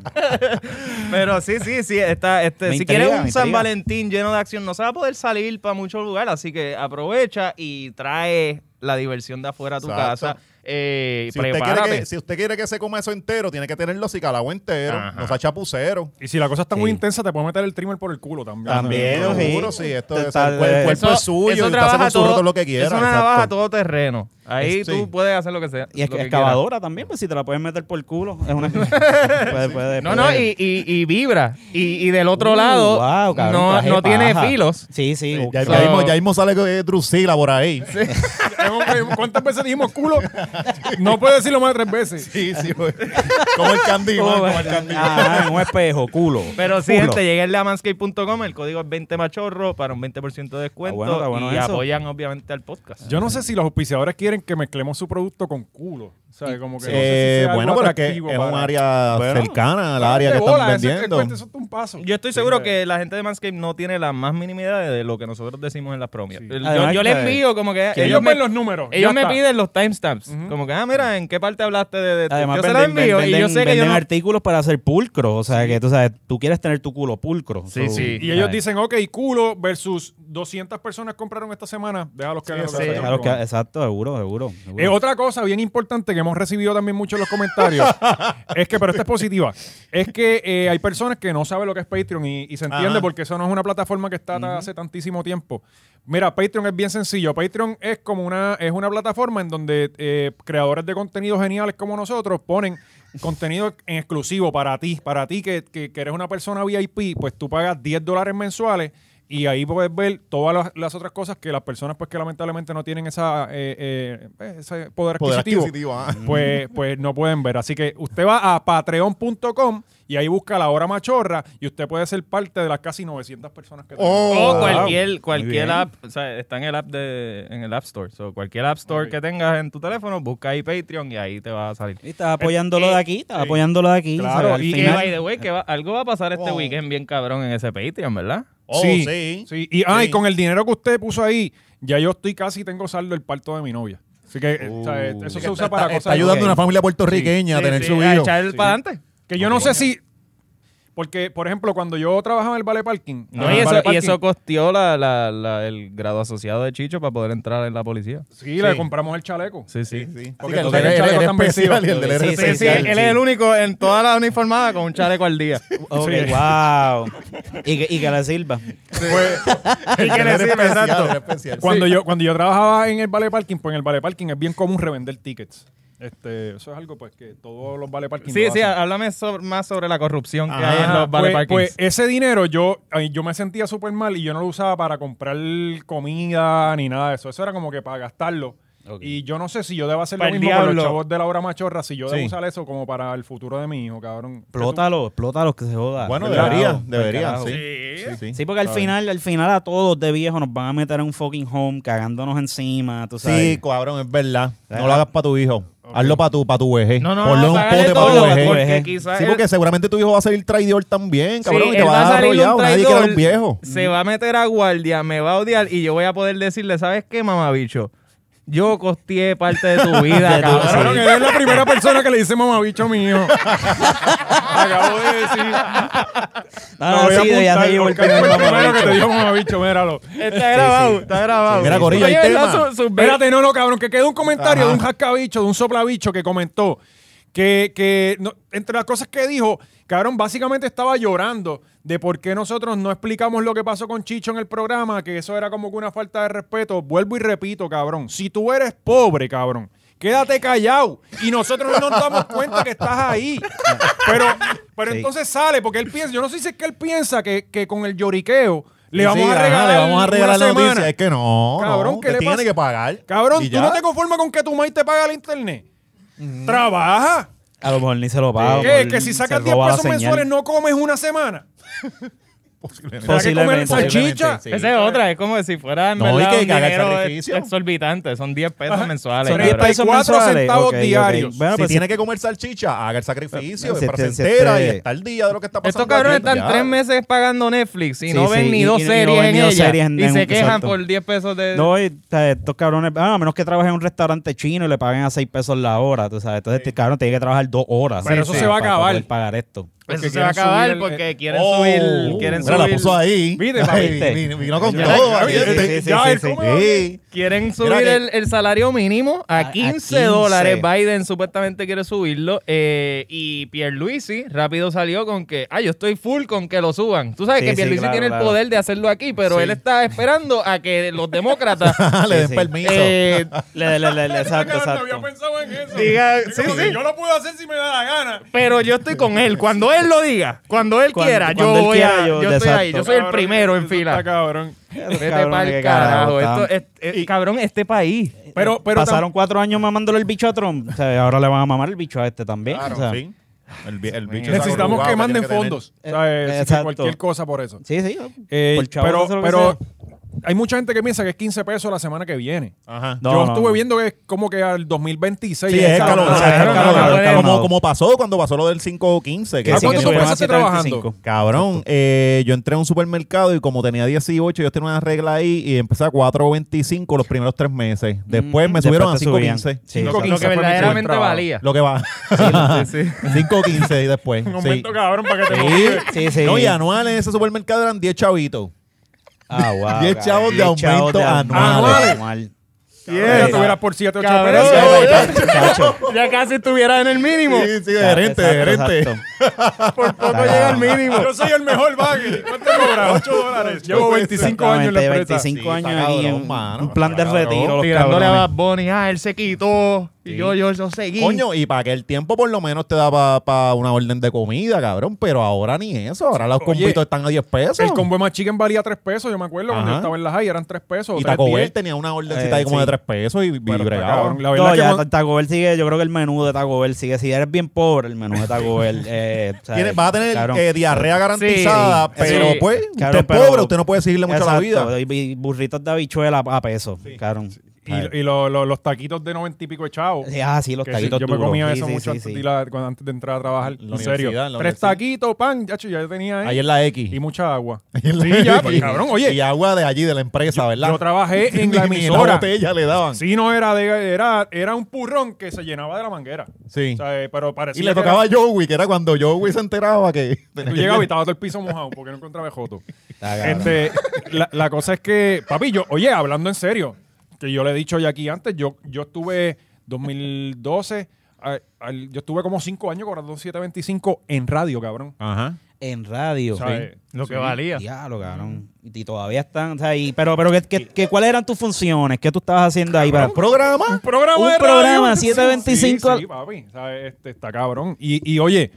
Speaker 2: Pero sí, sí, sí. Está, este,
Speaker 4: Me
Speaker 2: si
Speaker 4: intriga,
Speaker 2: quieres
Speaker 4: me
Speaker 2: un San
Speaker 4: intriga.
Speaker 2: Valentín lleno de acción, no se va a poder salir para muchos lugares. Así que aprovecha y trae la diversión de afuera a tu
Speaker 3: Exacto.
Speaker 2: casa. Eh,
Speaker 3: Si usted, quiere
Speaker 2: prepárate.
Speaker 3: que, si usted quiere que se coma eso entero, tiene que tenerlo así calado entero,
Speaker 2: Ajá.
Speaker 3: no sea chapucero.
Speaker 1: Y si la cosa está muy
Speaker 4: Sí.
Speaker 1: intensa, te puedo meter el trimmer por el culo también.
Speaker 4: También,
Speaker 1: Seguro. [laughs]
Speaker 4: sí.
Speaker 3: Seguro, sí. Esto es,
Speaker 4: Está-
Speaker 3: el, cuer- el cuerpo es suyo y usted hace con su roto lo que quiera.
Speaker 2: es una
Speaker 3: Exacto.
Speaker 2: navaja todo terreno. Ahí
Speaker 3: Es-
Speaker 2: tú
Speaker 3: sí.
Speaker 2: puedes hacer lo que sea.
Speaker 4: Y es
Speaker 2: lo
Speaker 4: que
Speaker 2: que
Speaker 4: excavadora también, pues si te la puedes meter por el culo. Es
Speaker 3: [laughs]
Speaker 4: una. [laughs] puede, puede,
Speaker 2: quieras. No, no,
Speaker 4: puede.
Speaker 2: y, y, y vibra. Y, y del otro
Speaker 4: pues. Uh,
Speaker 2: lado,
Speaker 4: wow, cabrón,
Speaker 2: no,
Speaker 4: traje
Speaker 2: no tiene
Speaker 4: paja.
Speaker 2: filos.
Speaker 4: Sí, sí.
Speaker 3: Ya,
Speaker 4: so-
Speaker 3: ya mismo, ya mismo sale eh, Drusila
Speaker 1: [laughs]
Speaker 3: por ahí.
Speaker 1: ¿Cuántas veces dijimos
Speaker 3: [laughs]
Speaker 1: culo? No puedes decirlo más de tres veces.
Speaker 3: Sí, sí, güey.
Speaker 1: pues.
Speaker 3: [laughs] Como el candy, man, como el
Speaker 4: [laughs]
Speaker 3: candy.
Speaker 4: Ajá, Ah, en un espejo, culo.
Speaker 2: Pero sí,
Speaker 4: Culo.
Speaker 2: gente, lleguen a manscape.com, el código es 20 machorro para un 20% de descuento
Speaker 4: Ah, bueno, está bueno
Speaker 2: y
Speaker 4: eso.
Speaker 2: apoyan obviamente al podcast.
Speaker 1: Yo no sé si los auspiciadores quieren que mezclemos su producto con culo. O sea, como que no sé si
Speaker 3: Eh,
Speaker 1: sea algo
Speaker 3: bueno, pero es que es
Speaker 1: atractivo
Speaker 3: un
Speaker 1: para-
Speaker 3: área
Speaker 4: Bueno,
Speaker 3: cercana al área que
Speaker 1: de bola,
Speaker 3: están
Speaker 1: ese-
Speaker 3: vendiendo.
Speaker 1: cuenta, eso es un paso.
Speaker 2: Yo estoy seguro
Speaker 1: Sí,
Speaker 2: que la gente de Manscape no tiene la más mínima idea de lo que nosotros decimos en las promos.
Speaker 1: Sí.
Speaker 2: Yo,
Speaker 4: Además
Speaker 2: yo le
Speaker 4: que-
Speaker 2: envío como que...
Speaker 1: que ellos
Speaker 2: ellos me,
Speaker 1: ven los números.
Speaker 2: ellos
Speaker 1: ya
Speaker 2: me
Speaker 1: está.
Speaker 2: piden los timestamps.
Speaker 1: Ujú.
Speaker 2: Como que, ah, mira, ¿en qué parte hablaste de, de-
Speaker 4: Además,
Speaker 2: yo se
Speaker 4: venden,
Speaker 2: los envío
Speaker 4: venden-
Speaker 2: y yo sé que yo
Speaker 4: venden
Speaker 2: no...
Speaker 4: artículos para hacer pulcro. O sea, que tú sabes, tú quieres tener tu culo pulcro.
Speaker 2: Sí, sí.
Speaker 1: Y ellos
Speaker 4: ¿sabes?
Speaker 1: dicen, ok, culo versus 200 personas compraron esta semana. Déjalos que hagan lo que
Speaker 3: sí,
Speaker 1: hacen.
Speaker 4: Claro que- exacto, seguro, seguro. seguro.
Speaker 1: Eh, otra cosa bien importante que hemos recibido también mucho en los comentarios
Speaker 3: [laughs]
Speaker 1: es que, pero esta es positiva, es que eh, hay personas que no saben lo que es Patreon y, y se entiende
Speaker 3: Ajá.
Speaker 1: porque eso no es una plataforma que está hace tantísimo tiempo. Mira, Patreon es bien sencillo. Patreon es como una, es una plataforma en donde eh, creadores de contenidos geniales como nosotros ponen contenido en exclusivo para ti, para ti que, que- que eres una persona VIP, pues tú pagas 10 dólares mensuales y ahí puedes ver todas las, las otras cosas que las personas pues que lamentablemente no tienen esa, eh, eh, eh, ese poder
Speaker 3: Poder
Speaker 1: adquisitivo,
Speaker 3: adquisitivo, ah.
Speaker 1: Pues, pues no pueden ver. Así que usted va a patreon.com y ahí busca la hora machorra y usted puede ser parte de las casi 900 personas que tenemos.
Speaker 3: Oh,
Speaker 2: O
Speaker 3: wow.
Speaker 2: cualquier, cualquier
Speaker 4: bien.
Speaker 2: app, o sea, está en el app de, en el App Store. So, cualquier App Store
Speaker 1: Ok.
Speaker 2: que tengas en tu teléfono, busca ahí Patreon y ahí te va a salir.
Speaker 4: Y estás apoyándolo de aquí, estás apoyándolo de aquí.
Speaker 1: Eh, Claro,
Speaker 4: ¿sabes? Al
Speaker 1: y- y
Speaker 2: Que
Speaker 4: final-
Speaker 2: by the way, que va- algo va a pasar este
Speaker 3: Oh.
Speaker 2: weekend bien cabrón en ese Patreon, ¿verdad?
Speaker 3: Oh, sí.
Speaker 1: sí. Y, ah, y
Speaker 3: Sí.
Speaker 1: con el dinero que usted puso ahí, ya yo estoy casi tengo saldo el parto de mi novia. Así que eh, o sea, eso se usa
Speaker 3: Uh. Está,
Speaker 1: para
Speaker 3: está
Speaker 1: cosas.
Speaker 3: ayudando
Speaker 4: Ok.
Speaker 3: a una familia puertorriqueña a tener su
Speaker 2: a
Speaker 3: hijo.
Speaker 2: echar para adelante.
Speaker 1: Que yo no sé si. Porque, por ejemplo, cuando yo trabajaba en el Vale Parking.
Speaker 2: No,
Speaker 1: en el
Speaker 2: y, eso,
Speaker 1: Vale
Speaker 2: y
Speaker 1: Parking,
Speaker 2: eso costeó la, la- la- el grado asociado de Chicho para poder entrar en la policía.
Speaker 1: Sí, le
Speaker 3: Sí.
Speaker 1: compramos el chaleco.
Speaker 2: Sí, sí.
Speaker 3: Sí,
Speaker 1: Porque
Speaker 3: que el
Speaker 1: tú
Speaker 3: del-
Speaker 1: eres
Speaker 3: el- el
Speaker 1: chaleco tan
Speaker 3: especial y
Speaker 1: vencido.
Speaker 3: el del
Speaker 4: Sí,
Speaker 3: RC.
Speaker 4: sí, sí, él- él es el
Speaker 2: único en toda la uniformada con un chaleco al día.
Speaker 4: Ok,
Speaker 1: Sí. [laughs]
Speaker 4: wow. Y que, y que le sirva.
Speaker 3: Fue-
Speaker 2: ¿Y qué
Speaker 3: el
Speaker 2: le
Speaker 3: del
Speaker 2: sirve?
Speaker 3: especial,
Speaker 2: Exacto.
Speaker 3: el
Speaker 1: [laughs]
Speaker 3: especial.
Speaker 1: Cuando, yo, cuando yo trabajaba en el Vale Parking, pues en el Vale Parking es bien común revender tickets. Este, eso es algo pues que todos los Vale Parking.
Speaker 2: Sí,
Speaker 1: lo
Speaker 2: sí,
Speaker 1: hacen.
Speaker 2: háblame sobre- más sobre la corrupción que
Speaker 3: Ajá,
Speaker 2: hay en los
Speaker 1: pues,
Speaker 2: vale parkings.
Speaker 1: pues ese dinero yo, ay, yo me sentía súper mal y yo no lo usaba para comprar comida ni nada de eso. Eso era como que para gastarlo.
Speaker 4: Ok.
Speaker 1: Y yo no sé si yo debo hacer
Speaker 2: Para
Speaker 1: lo
Speaker 2: el
Speaker 1: mismo con los
Speaker 2: diablo.
Speaker 1: chavos de la hora machorra, si yo
Speaker 3: Sí.
Speaker 1: debo usar eso como para el futuro de mi hijo, cabrón.
Speaker 4: Explótalo, explótalo que se joda.
Speaker 3: Bueno,
Speaker 4: Claro,
Speaker 3: debería,
Speaker 4: por
Speaker 3: debería,
Speaker 4: carajo.
Speaker 3: sí. Sí, sí.
Speaker 4: Sí, porque al final, al final a todos de viejo nos van a meter en un fucking home cagándonos encima, tú sabes.
Speaker 3: Sí, cabrón, es verdad. No lo hagas para tu hijo. Hazlo para tu, para tu vejez.
Speaker 2: No, no,
Speaker 3: Ponle un
Speaker 2: págale
Speaker 3: pote para
Speaker 2: todo,
Speaker 3: tu vejez.
Speaker 2: porque
Speaker 4: vejez.
Speaker 2: quizás
Speaker 3: Sí,
Speaker 2: él-
Speaker 3: porque seguramente tu hijo va a salir traidor también, cabrón,
Speaker 2: Sí,
Speaker 3: y te
Speaker 2: él
Speaker 3: va a dar
Speaker 2: salir un
Speaker 3: arrollado. Nadie
Speaker 2: traidor,
Speaker 3: quiere a un viejo.
Speaker 2: Se va a meter a guardia, me va a odiar y yo voy a poder decirle, ¿sabes qué, mamabicho? Yo costeé parte de tu vida,
Speaker 4: De tu-
Speaker 2: cabrón.
Speaker 1: Cabrón, eres la primera persona que le dice mamabicho a mi hijo.
Speaker 2: [laughs]
Speaker 1: Acabo de decir.
Speaker 4: Ah,
Speaker 1: Lo voy a
Speaker 4: sí, ya
Speaker 1: apuntar,
Speaker 4: se llevó el
Speaker 1: Oscar,
Speaker 4: primer
Speaker 1: fue
Speaker 4: mamabicho.
Speaker 1: primero que te dijo mamabicho, míralo.
Speaker 2: Está grabado, está grabado.
Speaker 3: Mira, Corillo,
Speaker 2: Oye,
Speaker 3: hay
Speaker 2: ¿verdad?
Speaker 3: tema.
Speaker 2: Su- su-
Speaker 1: Espérate, no, no, cabrón, que quedó un comentario
Speaker 3: Ajá.
Speaker 1: de un jascabicho, de un soplabicho que comentó que, que no- entre las cosas que dijo, cabrón, básicamente estaba llorando de por qué nosotros no explicamos lo que pasó con Chicho en el programa, que eso era como que una falta de respeto. Vuelvo y repito, cabrón, si tú eres pobre, cabrón, quédate callado. Y nosotros no nos damos cuenta que estás ahí. Pero, pero
Speaker 4: Sí.
Speaker 1: entonces sale, porque él piensa, yo no sé si es que él piensa que, que con el lloriqueo le
Speaker 3: Sí,
Speaker 1: vamos a
Speaker 3: ajá,
Speaker 1: regalar.
Speaker 3: le vamos a regalar
Speaker 1: una
Speaker 3: la noticia.
Speaker 1: semana.
Speaker 3: Es que no,
Speaker 1: Cabrón,
Speaker 3: no,
Speaker 1: ¿qué le
Speaker 3: te tiene
Speaker 1: pasa?
Speaker 3: que pagar.
Speaker 1: Cabrón,
Speaker 3: Y
Speaker 1: tú
Speaker 3: ya.
Speaker 1: no
Speaker 3: [laughs]
Speaker 1: te conformas con que tu maíz te paga el internet. Trabaja.
Speaker 4: A lo mejor ni se lo paga. a lo
Speaker 1: ¿Qué?
Speaker 4: mejor
Speaker 1: Que si sacas
Speaker 4: se
Speaker 1: 10
Speaker 4: roba la
Speaker 1: pesos
Speaker 4: señal.
Speaker 1: mensuales no comes una semana. Pues
Speaker 3: Posiblemente.
Speaker 1: ¿Para qué comer
Speaker 4: Posiblemente,
Speaker 1: salchicha?
Speaker 3: posiblemente, sí.
Speaker 2: Esa es otra, es como si fuera en
Speaker 3: No,
Speaker 2: verdad,
Speaker 3: y que
Speaker 2: un
Speaker 3: haga el
Speaker 2: dinero ex-
Speaker 3: sacrificio.
Speaker 2: exorbitante, son 10 pesos
Speaker 1: Ajá.
Speaker 2: mensuales.
Speaker 4: Son
Speaker 2: cabrón.
Speaker 4: 10 pesos
Speaker 1: 34
Speaker 4: mensuales.
Speaker 1: centavos
Speaker 4: Ok, pues ok.
Speaker 1: diarios.
Speaker 4: Bueno,
Speaker 3: si
Speaker 4: pues
Speaker 3: Ah, tiene que Ah, este comer salchicha, haga el sacrificio
Speaker 4: Pero,
Speaker 3: para
Speaker 4: se-
Speaker 3: se
Speaker 4: se-
Speaker 3: entera
Speaker 4: se-
Speaker 3: y está al día de lo que está pasando.
Speaker 2: Estos cabrones
Speaker 3: aquí,
Speaker 2: están
Speaker 3: ya.
Speaker 2: tres meses pagando Netflix y
Speaker 4: Sí,
Speaker 2: no ven
Speaker 4: sí,
Speaker 2: ni
Speaker 4: y-
Speaker 2: dos
Speaker 4: y- y no
Speaker 2: series
Speaker 4: ven
Speaker 2: en
Speaker 4: ni dos
Speaker 2: ella.
Speaker 4: series en-
Speaker 2: y
Speaker 4: en-
Speaker 2: se quejan
Speaker 4: exacto.
Speaker 2: por 10 pesos de...
Speaker 4: No, y, o sea, estos cabrones, ah, a menos que trabajes en un restaurante chino y le paguen a 6 pesos la hora, tú sabes. Entonces, este cabrón tiene que trabajar dos horas.
Speaker 1: Pero
Speaker 4: Sí,
Speaker 1: eso
Speaker 4: sí,
Speaker 1: se va a
Speaker 4: para-
Speaker 1: acabar.
Speaker 4: Para poder pagar esto.
Speaker 1: porque
Speaker 2: Eso se va a
Speaker 1: quieren
Speaker 2: acabar
Speaker 1: subir el-
Speaker 2: porque quieren
Speaker 3: Oh,
Speaker 2: subir... Quieren
Speaker 3: mira, la
Speaker 2: subir...
Speaker 3: puso ahí.
Speaker 1: Viste,
Speaker 3: Ay,
Speaker 1: papi,
Speaker 4: viste.
Speaker 3: vino- Vino con
Speaker 1: Ya,
Speaker 3: todo.
Speaker 1: ya,
Speaker 3: ahí,
Speaker 1: ya,
Speaker 3: este.
Speaker 1: ya,
Speaker 3: Sí,
Speaker 1: él
Speaker 3: sí,
Speaker 1: come-
Speaker 3: sí.
Speaker 2: Quieren
Speaker 3: Mira
Speaker 2: subir
Speaker 3: que-
Speaker 2: el, el salario mínimo a 15,
Speaker 4: 15.
Speaker 2: dólares. Biden supuestamente quiere subirlo. eh, y Pierluisi rápido salió con que, ah, yo estoy full con que lo suban. Tú sabes
Speaker 4: Sí,
Speaker 2: que
Speaker 4: sí,
Speaker 2: Pierluisi
Speaker 4: claro,
Speaker 2: tiene
Speaker 4: claro.
Speaker 2: el poder de hacerlo aquí, pero él está esperando a que los demócratas
Speaker 3: Ah, Le den
Speaker 4: sí.
Speaker 3: permiso.
Speaker 2: eh,
Speaker 4: Le, le, le, le,
Speaker 1: Cabrón,
Speaker 4: exacto,
Speaker 1: no
Speaker 4: exacto.
Speaker 1: había pensado en eso.
Speaker 2: Diga,
Speaker 1: Es
Speaker 2: sí,
Speaker 1: como que
Speaker 2: sí.
Speaker 1: Yo lo puedo hacer si me da la gana.
Speaker 2: Pero yo estoy con él. Cuando él lo diga, cuando él
Speaker 4: Cuando-
Speaker 2: quiera,
Speaker 4: cuando
Speaker 2: yo
Speaker 4: él
Speaker 2: voy
Speaker 4: quiera,
Speaker 2: a.
Speaker 4: yo-
Speaker 2: Yo, estoy ahí. Yo
Speaker 4: exacto.
Speaker 2: soy el
Speaker 1: Cabrón,
Speaker 2: primero en
Speaker 1: eso está
Speaker 2: fila.
Speaker 1: cabrón.
Speaker 2: Vete
Speaker 4: Cabrón,
Speaker 2: pa'l
Speaker 4: qué
Speaker 2: carajo.
Speaker 4: están.
Speaker 2: Esto, es, es- cabrón, este país.
Speaker 1: Pero, pero
Speaker 4: Pasaron cuatro años mamándole el bicho a Trump. O sea, ahora le van a mamar el bicho a este también.
Speaker 3: Claro,
Speaker 4: o sea.
Speaker 3: sí. El, bi- el bicho
Speaker 1: necesitamos
Speaker 3: está
Speaker 1: que
Speaker 3: arrugado,
Speaker 1: manden
Speaker 3: tiene que tener-
Speaker 1: fondos. O sea,
Speaker 4: Eh,
Speaker 1: eh,
Speaker 4: exacto.
Speaker 1: cualquier cosa por eso.
Speaker 4: Sí, sí.
Speaker 1: Eh,
Speaker 4: por chavos,
Speaker 1: pero
Speaker 4: eso es lo que
Speaker 1: pero
Speaker 4: sea.
Speaker 1: hay mucha gente que piensa que es 15 pesos la semana que viene.
Speaker 3: Ajá.
Speaker 4: No,
Speaker 1: Yo
Speaker 4: no,
Speaker 1: estuve
Speaker 4: no.
Speaker 1: viendo que es como que al 2026.
Speaker 3: Sí,
Speaker 1: es
Speaker 3: es
Speaker 1: escalonado.
Speaker 3: escalonado,
Speaker 4: escalonado,
Speaker 3: es escalonado,
Speaker 4: escalonado,
Speaker 3: es
Speaker 4: escalonado.
Speaker 3: Como, como pasó cuando pasó lo del 515. Que
Speaker 1: ¿A
Speaker 4: Que sí,
Speaker 3: sí,
Speaker 1: cuánto
Speaker 4: que
Speaker 1: tú
Speaker 4: subieron a
Speaker 1: empezaste
Speaker 4: 725.
Speaker 1: trabajando?
Speaker 3: Cabrón, eh, yo entré a un supermercado y como tenía 18, yo tenía una regla ahí y empecé a 4.25 los primeros tres meses. Después me
Speaker 4: Después
Speaker 3: subieron a
Speaker 4: te subían.
Speaker 3: 5.15.
Speaker 4: Sí,
Speaker 1: Lo
Speaker 4: exacto.
Speaker 2: Lo que
Speaker 1: fue mi primer
Speaker 2: verdaderamente
Speaker 1: trabajo.
Speaker 2: valía.
Speaker 3: Lo que va. [laughs]
Speaker 2: sí, sí.
Speaker 3: 5.15 y después.
Speaker 1: Un
Speaker 3: sí.
Speaker 1: momento, cabrón, para que te
Speaker 3: Sí,
Speaker 1: motive.
Speaker 4: Sí, sí.
Speaker 3: No, y anuales en ese supermercado eran 10 chavitos.
Speaker 4: Ah, wow.
Speaker 3: 10
Speaker 4: cabrón.
Speaker 3: chavos de
Speaker 4: 10 chavos de
Speaker 3: aumento
Speaker 1: anuales.
Speaker 4: Anual.
Speaker 1: Ya tuviera por 7, 8
Speaker 2: Cabrón,
Speaker 1: pesos.
Speaker 4: Oh,
Speaker 2: ya-
Speaker 4: Chacho.
Speaker 2: Ya casi estuviera en el mínimo.
Speaker 3: sí,
Speaker 4: Exacto, exacto.
Speaker 2: Por poco
Speaker 4: Claro.
Speaker 2: llega al mínimo.
Speaker 1: Yo soy el mejor bagger. ¿Cuánto cobra? 8 dólares. Llevo 25 años en la
Speaker 4: Exactamente,
Speaker 1: empresa.
Speaker 4: 25
Speaker 3: Sí, está
Speaker 4: años ahí en
Speaker 3: cabrón,
Speaker 4: un-
Speaker 3: mano,
Speaker 4: un plan de
Speaker 3: está cabrón.
Speaker 4: retiro. los
Speaker 2: Tirándole a
Speaker 4: cabrones.
Speaker 2: Bad Bunny. Ah, él se quitó. Y yo, yo, yo seguí.
Speaker 3: Coño, y para aquel tiempo por lo menos te daba para una orden de comida, cabrón, pero ahora ni eso. Ahora los
Speaker 1: Oye,
Speaker 3: compitos están a 10 pesos.
Speaker 1: El combo de más chicken valía 3 pesos, yo me acuerdo cuando
Speaker 3: Ajá.
Speaker 1: yo estaba en la high, eran 3 pesos.
Speaker 3: y
Speaker 1: tres,
Speaker 3: Taco Bell
Speaker 1: diez.
Speaker 3: tenía una ordencita
Speaker 4: Eh,
Speaker 3: ahí como
Speaker 4: sí.
Speaker 3: de 3 pesos y, y
Speaker 1: Pero está
Speaker 3: bregaba.
Speaker 1: cabrón. La verdad
Speaker 4: No,
Speaker 1: es que
Speaker 4: ya
Speaker 1: mon-
Speaker 4: Taco Bell sigue, yo creo que el menú de Taco Bell sigue. Si eres bien pobre, el menú de Taco [laughs] Bell. Eh, o sea,
Speaker 3: Tiene- vas a tener
Speaker 4: cabrón.
Speaker 3: eh, diarrea garantizada,
Speaker 2: sí,
Speaker 3: pero
Speaker 2: sí.
Speaker 3: pues, usted
Speaker 4: Cabrón,
Speaker 3: es
Speaker 4: pero-
Speaker 3: pobre, usted no puede seguirle mucho a la
Speaker 4: Exacto,
Speaker 3: vida.
Speaker 4: Y y burritos de habichuela a peso, cabrón.
Speaker 1: Y, y lo- lo- los taquitos de 90 y pico de chavo.
Speaker 4: Sí, Ah, sí, los
Speaker 1: Que
Speaker 4: taquitos
Speaker 1: sí, yo me comía
Speaker 4: duros.
Speaker 1: eso
Speaker 4: Sí, sí,
Speaker 1: mucho
Speaker 4: sí,
Speaker 1: antes,
Speaker 4: sí.
Speaker 1: De la- cuando- antes de entrar a trabajar. en
Speaker 3: universidad,
Speaker 1: serio.
Speaker 3: en la
Speaker 1: Tres
Speaker 3: universidad.
Speaker 1: taquitos, pan, ya, ya tenía ahí.
Speaker 3: Ahí en la X.
Speaker 1: Y mucha agua.
Speaker 3: [laughs] Ahí en la
Speaker 1: Sí,
Speaker 3: X.
Speaker 1: ya, pues, cabrón, oye.
Speaker 3: Y agua de allí, de la empresa, ¿verdad?
Speaker 1: Yo
Speaker 3: [laughs]
Speaker 1: trabajé en la
Speaker 3: Ni- ni
Speaker 1: emisora.
Speaker 3: botella le daban.
Speaker 1: Sí, no era de era, era un purrón que se llenaba de la manguera.
Speaker 3: Sí.
Speaker 1: O sea, eh, pero parecía
Speaker 3: Y le
Speaker 1: que
Speaker 3: tocaba
Speaker 1: era-
Speaker 3: a Joey, que era cuando Joey se enteraba que...
Speaker 1: Yo llegaba y estaba todo el piso mojado porque no encontraba Joto.
Speaker 3: [laughs]
Speaker 4: Está cabrón.
Speaker 1: Este, la, la cosa es que, papi, yo, oye, hablando en serio, que yo le he dicho ya aquí antes, yo, yo estuve 2012, a- al- yo estuve como 5 años cobrando 725 en radio, cabrón.
Speaker 3: Ajá.
Speaker 4: En radio.
Speaker 1: O sea, eh,
Speaker 2: Lo que
Speaker 1: sí.
Speaker 2: valía.
Speaker 4: Diablo, cabrón. Y todavía están. o sea, y- pero, pero ¿qué, qué- qué- cuáles eran tus funciones? ¿Qué tú estabas haciendo ahí? para-
Speaker 3: Programa.
Speaker 1: programa
Speaker 4: Un
Speaker 1: de radio.
Speaker 4: programa, 725
Speaker 1: Sí, sí, papi. O sea, este, está cabrón. Y, y, oye,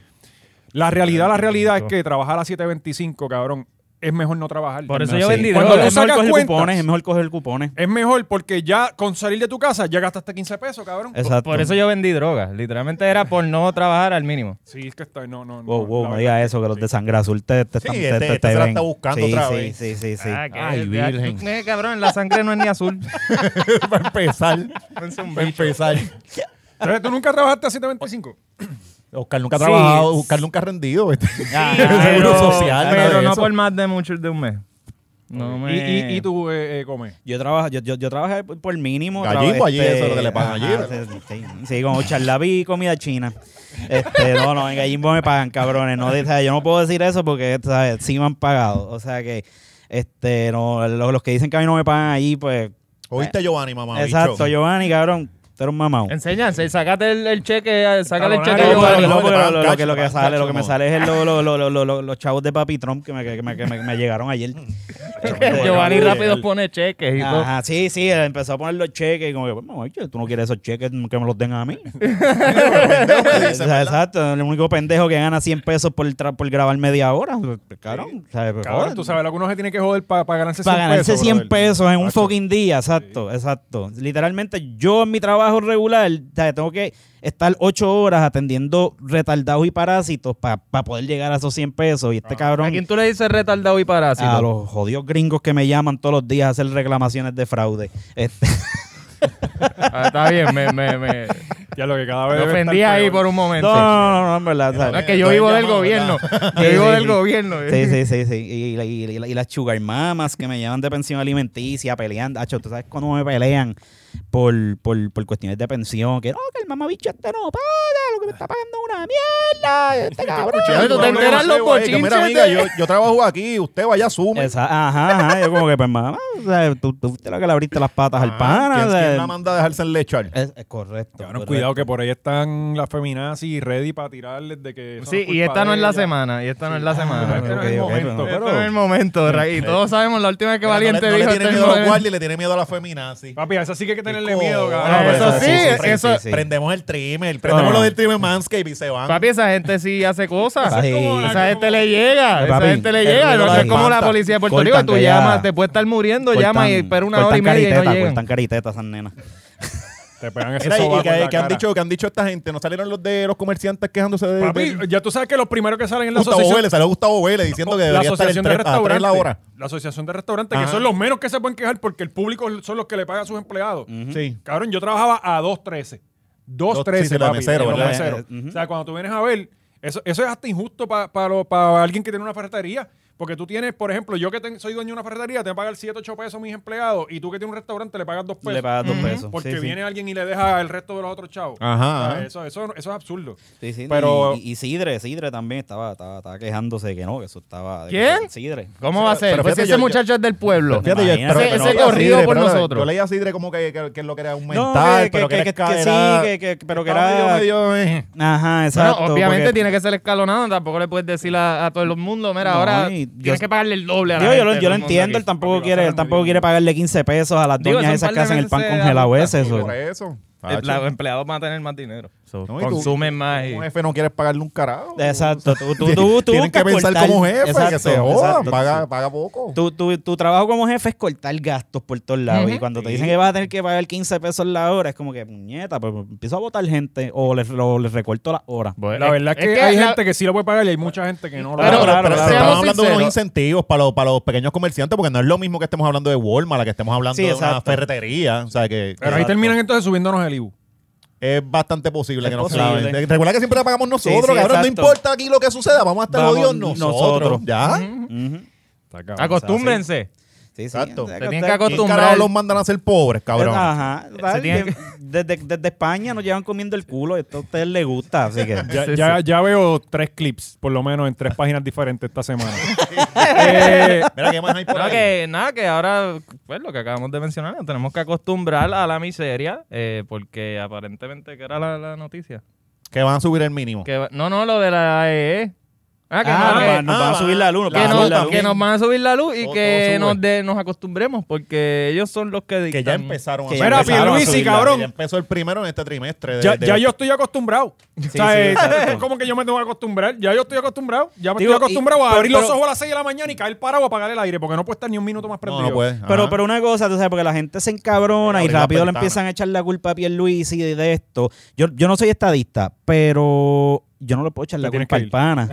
Speaker 1: la realidad, la realidad es que trabajar a 725, cabrón, es mejor no trabajar.
Speaker 2: Por eso
Speaker 1: es
Speaker 2: yo
Speaker 1: mejor-
Speaker 2: vendí
Speaker 1: Cuando
Speaker 2: droga.
Speaker 1: tú
Speaker 4: es mejor
Speaker 1: sacas
Speaker 4: coger
Speaker 1: cuentas,
Speaker 4: cupones, es mejor coger cupones.
Speaker 1: es mejor porque ya con salir de tu casa ya gastaste 15 pesos, cabrón.
Speaker 4: Exacto.
Speaker 2: Por eso yo vendí drogas. Literalmente era por no trabajar al mínimo.
Speaker 1: Sí, es que está, no, no, no.
Speaker 4: Wow, wow,
Speaker 1: la
Speaker 4: no
Speaker 1: verdad.
Speaker 4: digas eso, que los de sangre azul te, te están.
Speaker 3: Sí,
Speaker 4: te,
Speaker 3: este-
Speaker 4: te-
Speaker 3: este
Speaker 4: te
Speaker 3: se la
Speaker 4: ven.
Speaker 3: está buscando
Speaker 4: Sí,
Speaker 3: otra
Speaker 4: sí,
Speaker 3: vez.
Speaker 4: Sí, sí, sí.
Speaker 2: Ah, que-
Speaker 3: Ay,
Speaker 2: ya-
Speaker 3: virgen.
Speaker 2: tú- eh, cabrón, la sangre no es ni azul.
Speaker 3: [laughs] Para empezar.
Speaker 2: Ponse un
Speaker 3: Para
Speaker 2: bicho.
Speaker 3: empezar.
Speaker 1: Entonces, ¿Tú nunca trabajaste a 725?
Speaker 3: Oscar nunca ha
Speaker 2: Sí.
Speaker 3: trabajado, Oscar nunca ha rendido. este. [laughs]
Speaker 2: Ah,
Speaker 3: [laughs] El seguro social, nada
Speaker 2: pero
Speaker 3: de
Speaker 2: no
Speaker 3: eso.
Speaker 2: por más de mucho de un mes. No me...
Speaker 1: ¿Y, y, y tú eh, eh, comes?
Speaker 4: Yo trabajo, yo, yo, yo trabajé por por mínimo.
Speaker 3: Gallimbo
Speaker 4: traba-
Speaker 3: allí, eso es lo que le pagan allí,
Speaker 4: Sí, sí, sí, como charlaví y comida china. Este, no, no, en Gallimbo me pagan, cabrones. No, o sea, yo no puedo decir eso porque ¿sabes? sí me han pagado. O sea que, este, no, lo- los que dicen que a mí no me pagan allí, pues.
Speaker 3: Oíste, Giovanni, mamá.
Speaker 4: exacto, Giovanni, cabrón, tú eres un mamado.
Speaker 2: Enséñanse, sácate el, el cheque, sácale el
Speaker 1: Cabronario,
Speaker 2: cheque.
Speaker 4: No,
Speaker 2: yo-
Speaker 4: porque-
Speaker 3: no,
Speaker 4: no, porque
Speaker 3: no, no,
Speaker 4: lo- lo que- lo que
Speaker 3: no,
Speaker 4: sale, lo que
Speaker 1: [laughs]
Speaker 3: no.
Speaker 4: me sale es el- lo- lo- lo- lo- lo- los chavos de Papi Trump que me, que me- que me- que me llegaron ayer. Este,
Speaker 2: Giovanni
Speaker 1: Oye,
Speaker 2: rápido
Speaker 1: el-
Speaker 2: pone cheques y todo.
Speaker 4: Ajá, sí, sí, él empezó a poner los cheques y como que, pues, mamá, oye, tú no quieres esos cheques, que me los den
Speaker 1: [laughs]
Speaker 4: a mí. [laughs] O sea, exacto, el único pendejo que gana 100 pesos por, tra- por grabar media hora. Cabrón, ¿sabes? Pues,
Speaker 1: Cabrón,
Speaker 4: joder.
Speaker 1: tú sabes lo que uno se tiene que joder para ganarse 100
Speaker 4: Para ganarse
Speaker 1: pesos.
Speaker 4: 100
Speaker 1: brother.
Speaker 4: pesos en un
Speaker 1: Macho.
Speaker 4: fucking día, exacto, exacto. Literalmente, yo en mi trabajo regular, o sea, tengo que estar 8 horas atendiendo retardados y parásitos para poder llegar a esos 100 pesos. Y
Speaker 1: Ah,
Speaker 4: este cabrón.
Speaker 2: ¿A quién tú le dices retardado y
Speaker 4: A
Speaker 2: parásito?
Speaker 4: los jodidos gringos que me llaman todos los días a hacer reclamaciones de fraude. Este,
Speaker 2: Ah, está bien, me, me, me,
Speaker 1: [laughs] Ya lo que cada
Speaker 2: me
Speaker 1: vez. debe
Speaker 2: ofendí
Speaker 1: estar
Speaker 2: ahí
Speaker 1: peor.
Speaker 2: por un
Speaker 4: no,
Speaker 2: momento.
Speaker 4: no, no, no, en verdad.
Speaker 2: No,
Speaker 4: ¿sabes?
Speaker 2: es que yo
Speaker 3: Estoy
Speaker 2: vivo del
Speaker 3: llamado,
Speaker 2: gobierno.
Speaker 4: Sí,
Speaker 2: Yo vivo
Speaker 4: sí,
Speaker 2: del
Speaker 4: sí.
Speaker 2: gobierno. [laughs]
Speaker 4: Sí, sí, sí, sí. Y, la- y la- y las sugar mamas que me llaman de pensión alimenticia, peleando. Acho, tú sabes cuando me pelean por, por, por cuestiones de pensión, que no, que el mamabicho este no paga, lo que me está pagando es una mierda, este
Speaker 3: Ah,
Speaker 2: [laughs]
Speaker 4: cabrón.
Speaker 2: Escuché, tú te enteras los
Speaker 3: Que,
Speaker 2: bochinches
Speaker 3: Mira, amiga,
Speaker 2: de-
Speaker 3: yo, yo trabajo aquí, usted vaya a Zoom.
Speaker 4: Esa- ajá, ajá, yo como que, pues mamá, o sea, tú, tú fuiste la que le abriste las patas
Speaker 2: Ah,
Speaker 4: al pana.
Speaker 3: Ah, ¿Quién,
Speaker 4: o sea,
Speaker 3: quién la manda a dejarse en lechar?
Speaker 4: es, es correcto.
Speaker 1: Cabrón,
Speaker 4: correcto.
Speaker 1: cuidado que por ahí están las feminazis ready para tirarles de que. eso
Speaker 2: Sí,
Speaker 1: culpa
Speaker 2: y esta no
Speaker 1: de
Speaker 2: es la
Speaker 1: ella.
Speaker 2: semana. Y esta no es la
Speaker 1: Ah,
Speaker 2: semana.
Speaker 1: este no es el
Speaker 4: ok, ok,
Speaker 1: momento.
Speaker 4: pero-
Speaker 2: Este no es el momento, Ray. Y todos sabemos, la última vez que
Speaker 3: Mira,
Speaker 2: Valiente
Speaker 3: eh, no le, no
Speaker 2: dijo
Speaker 3: le
Speaker 2: este es el
Speaker 3: tiene miedo a los
Speaker 2: momento.
Speaker 3: guardias, le tiene miedo a la feminazi.
Speaker 1: Papi, a esa sí que hay que tenerle
Speaker 3: Cojones,
Speaker 1: miedo,
Speaker 2: Ah,
Speaker 1: cabrón.
Speaker 2: eso
Speaker 4: pero-
Speaker 2: sí, eso-
Speaker 3: Prendemos el trimmer, prendemos
Speaker 2: Ah.
Speaker 3: los del trimmer Manscape y se van.
Speaker 2: Papi, esa gente sí hace cosas.
Speaker 4: Sí.
Speaker 2: Esa gente le llega,
Speaker 4: Papi,
Speaker 2: esa gente le
Speaker 3: el
Speaker 2: llega.
Speaker 3: ruido
Speaker 2: No
Speaker 3: de
Speaker 2: es como la
Speaker 3: espanta.
Speaker 2: policía de Puerto
Speaker 4: Cortan
Speaker 2: Rico, tú
Speaker 4: que ya-
Speaker 2: llamas, te puede estar muriendo,
Speaker 4: Cortan-
Speaker 2: llamas y espera una hora y
Speaker 4: cortan
Speaker 2: media y no
Speaker 4: caritetas,
Speaker 2: llegan.
Speaker 4: Cortan caritetas, esas nenas.
Speaker 1: Te pegan ese
Speaker 3: Mira, y-
Speaker 1: sobaco
Speaker 3: y
Speaker 1: en la
Speaker 3: que, que han
Speaker 1: cara.
Speaker 3: dicho, que han dicho esta gente, no salieron los de los comerciantes quejándose de,
Speaker 1: Papi,
Speaker 3: del-
Speaker 1: ya tú sabes que los primeros que salen en la
Speaker 3: Gustavo
Speaker 1: asociación.
Speaker 3: Vélez, salió Gustavo Vélez diciendo que
Speaker 1: la
Speaker 3: debería estar el
Speaker 1: asociación de
Speaker 3: 3 a 3
Speaker 1: restaurantes.
Speaker 3: la hora.
Speaker 1: La asociación de restaurantes,
Speaker 3: Ajá.
Speaker 1: que son los menos que se pueden quejar porque el público son los que le paga a sus empleados.
Speaker 3: Sí.
Speaker 1: Cabrón, yo trabajaba a 2.13. 2.13,
Speaker 3: sí, de los
Speaker 1: papi,
Speaker 3: meseros,
Speaker 1: de los
Speaker 3: ¿verdad?
Speaker 1: meseros.
Speaker 4: Eh, ujú.
Speaker 1: O sea, cuando tú vienes a ver, eso, eso es hasta injusto para alguien que tiene una ferretería. Porque tú tienes, por ejemplo, yo que ten- soy dueño de una ferretería, te pagan 7, 8 pesos mis empleados y tú que tienes un restaurante le pagas 2
Speaker 2: Pues,
Speaker 1: pesos.
Speaker 4: Le pagas dos pesos.
Speaker 1: Porque
Speaker 4: sí, sí.
Speaker 1: viene alguien y le deja el resto de los otros chavos.
Speaker 3: Ajá,
Speaker 1: O sea,
Speaker 3: ajá.
Speaker 1: eso, eso, eso es absurdo.
Speaker 4: Sí, sí,
Speaker 1: Pero-
Speaker 4: y, y- y Sidre, Sidre también estaba, estaba, estaba quejándose que no, que eso estaba... de que
Speaker 2: ¿Quién?
Speaker 4: Sidre.
Speaker 2: ¿Cómo va a ser?
Speaker 3: pero
Speaker 2: Pues si
Speaker 3: fíjate,
Speaker 2: ese
Speaker 3: yo- yo-
Speaker 2: muchacho es del pueblo.
Speaker 3: Fíjate, yo-
Speaker 4: Imagínate,
Speaker 2: ese-
Speaker 3: no
Speaker 2: ese
Speaker 3: leía
Speaker 2: corrido
Speaker 3: Sidre,
Speaker 2: por
Speaker 3: pero-
Speaker 2: nosotros.
Speaker 3: Yo leía a Sidre como que, que, que lo que era un
Speaker 4: No,
Speaker 3: mental,
Speaker 4: que-
Speaker 3: pero que,
Speaker 4: que-
Speaker 3: era
Speaker 4: que- que
Speaker 3: escalera-
Speaker 4: sí, que- que- pero que
Speaker 3: Estaba
Speaker 4: era-
Speaker 3: medio- medio, eh.
Speaker 4: Ajá,
Speaker 2: Bueno,
Speaker 4: exacto.
Speaker 2: obviamente
Speaker 4: porque-
Speaker 2: tiene que ser escalonado, tampoco le puedes decir a, a todo el mundo, mira,
Speaker 4: No,
Speaker 2: ahora
Speaker 4: y
Speaker 2: tienes
Speaker 4: yo-
Speaker 2: que pagarle el doble a la
Speaker 4: Digo, yo
Speaker 2: gente,
Speaker 4: lo,
Speaker 2: todo
Speaker 4: yo lo
Speaker 2: el mundo
Speaker 4: entiendo, él
Speaker 2: aquí.
Speaker 4: tampoco
Speaker 1: Papi,
Speaker 4: quiere,
Speaker 1: pasaron
Speaker 4: él tampoco
Speaker 1: de
Speaker 4: quiere
Speaker 1: bien.
Speaker 4: pagarle 15 pesos a las
Speaker 2: Digo,
Speaker 4: doñas
Speaker 2: son
Speaker 4: esas
Speaker 2: par
Speaker 4: que
Speaker 2: de
Speaker 4: hacen el
Speaker 2: veces
Speaker 4: pan
Speaker 2: se
Speaker 4: congelado
Speaker 2: adapta,
Speaker 4: ese. eso.
Speaker 3: Por eso.
Speaker 2: Eh,
Speaker 3: tacho.
Speaker 2: Los empleados van a tener más dinero. So,
Speaker 3: No, y tú-
Speaker 2: consumen más. y-
Speaker 3: Un jefe no quiere pagarle un carajo.
Speaker 4: Exacto, tú, tú, tú,
Speaker 3: [laughs]
Speaker 4: tú
Speaker 3: Tienen que
Speaker 4: buscas
Speaker 3: pensar
Speaker 4: cortar-
Speaker 3: como jefe, que
Speaker 4: exacto,
Speaker 3: se jodan,
Speaker 4: exacto.
Speaker 3: paga, paga
Speaker 2: Oh.
Speaker 3: poco.
Speaker 4: Tu, tu- tu trabajo como jefe es cortar gastos por todos lados.
Speaker 2: Ujú.
Speaker 4: Y cuando te dicen que vas a tener que pagar 15 pesos la hora, es como que, puñeta, pues empiezo a votar gente o les, lo- les recorto las horas.
Speaker 2: Bueno,
Speaker 1: La verdad es, que, hay gente que sí lo puede pagar y hay mucha gente que no lo
Speaker 2: Claro,
Speaker 1: puede pagar.
Speaker 2: claro,
Speaker 3: pero
Speaker 2: claro.
Speaker 3: estamos
Speaker 2: Seamos
Speaker 3: hablando de unos
Speaker 2: sinceros.
Speaker 3: incentivos para los, para los pequeños comerciantes, porque no es lo mismo que estemos hablando de Walmart, a que estemos hablando
Speaker 4: Sí,
Speaker 3: de una
Speaker 4: exacto.
Speaker 3: ferretería. O sea, que,
Speaker 1: Pero ahí
Speaker 3: que
Speaker 1: terminan entonces subiéndonos el IBU.
Speaker 3: es bastante posible
Speaker 4: Es
Speaker 3: que nos
Speaker 4: posible.
Speaker 3: claven. Eh, Recuerda que siempre la pagamos nosotros,
Speaker 4: Sí, sí,
Speaker 3: cabrón. No
Speaker 4: exacto.
Speaker 3: importa aquí lo que suceda, vamos a estar
Speaker 4: Vamos
Speaker 3: jodidos nosotros.
Speaker 4: nosotros.
Speaker 3: ¿Ya?
Speaker 4: Ujú.
Speaker 2: Acostúmbrense. [laughs]
Speaker 4: Sí, sí,
Speaker 3: Exacto.
Speaker 4: hay
Speaker 2: Se
Speaker 4: que
Speaker 2: tienen
Speaker 4: estar-
Speaker 2: que
Speaker 3: ¿Quién
Speaker 2: acostumbrar.
Speaker 3: carajo los mandan a ser pobres, cabrón?
Speaker 4: Ajá, tal,
Speaker 2: tiene
Speaker 4: que- desde, desde España nos llevan comiendo el culo, esto a ustedes les gusta, así que...
Speaker 1: Ya,
Speaker 2: Sí,
Speaker 1: ya, ya veo tres clips, por lo menos, en tres páginas diferentes esta
Speaker 3: [laughs]
Speaker 1: semana.
Speaker 2: [laughs]
Speaker 1: Eh,
Speaker 3: [laughs] Mira, ¿qué más hay por
Speaker 2: No,
Speaker 3: ahí?
Speaker 2: que, nada, que ahora, pues lo que acabamos de mencionar, nos tenemos que acostumbrar a la miseria, eh, porque aparentemente que era la, la noticia.
Speaker 3: Que van a subir el mínimo.
Speaker 2: Que, va- no, no, lo de la AEE. Ah, que,
Speaker 4: Ah,
Speaker 2: no,
Speaker 4: va-
Speaker 2: que-
Speaker 4: nos
Speaker 3: ah,
Speaker 4: van a
Speaker 3: va.
Speaker 4: subir la luz. nos
Speaker 2: que
Speaker 4: van a
Speaker 2: no-
Speaker 4: subir la
Speaker 3: también.
Speaker 2: que nos van a subir la luz y
Speaker 3: Todo-
Speaker 2: que
Speaker 3: todo sube.
Speaker 2: nos, de- nos acostumbremos, porque ellos son los que
Speaker 3: Que
Speaker 2: dictan.
Speaker 3: ya empezaron
Speaker 4: Que
Speaker 3: a
Speaker 4: ya
Speaker 3: subir.
Speaker 1: Mira,
Speaker 4: empezaron a
Speaker 1: Pierluisi,
Speaker 4: subirla.
Speaker 1: cabrón.
Speaker 3: Ya empezó el primero en este trimestre. de-
Speaker 1: ya,
Speaker 3: de-
Speaker 1: ya yo estoy acostumbrado. o sea,
Speaker 4: sí,
Speaker 1: eh,
Speaker 4: exacto.
Speaker 1: es como que yo me tengo que acostumbrar. Ya yo estoy acostumbrado. Ya me
Speaker 4: Digo,
Speaker 1: estoy acostumbrado
Speaker 4: y-
Speaker 1: a
Speaker 4: pero-
Speaker 1: abrir los
Speaker 4: pero-
Speaker 1: ojos a las 6 de la mañana y caer parado a apagar el aire, porque no puede estar ni un minuto más
Speaker 3: No,
Speaker 1: prendido.
Speaker 3: no puede.
Speaker 4: Pero,
Speaker 3: Ajá.
Speaker 4: pero una cosa, tú sabes, porque la gente se encabrona y
Speaker 3: Abrir la
Speaker 4: rápido le
Speaker 3: ventana.
Speaker 4: empiezan a echar la culpa a Pierluisi y de esto. Yo, yo no soy estadista, pero yo no le puedo echar la
Speaker 1: Te tienes
Speaker 4: culpa
Speaker 1: que
Speaker 4: al
Speaker 1: ir.
Speaker 4: pana.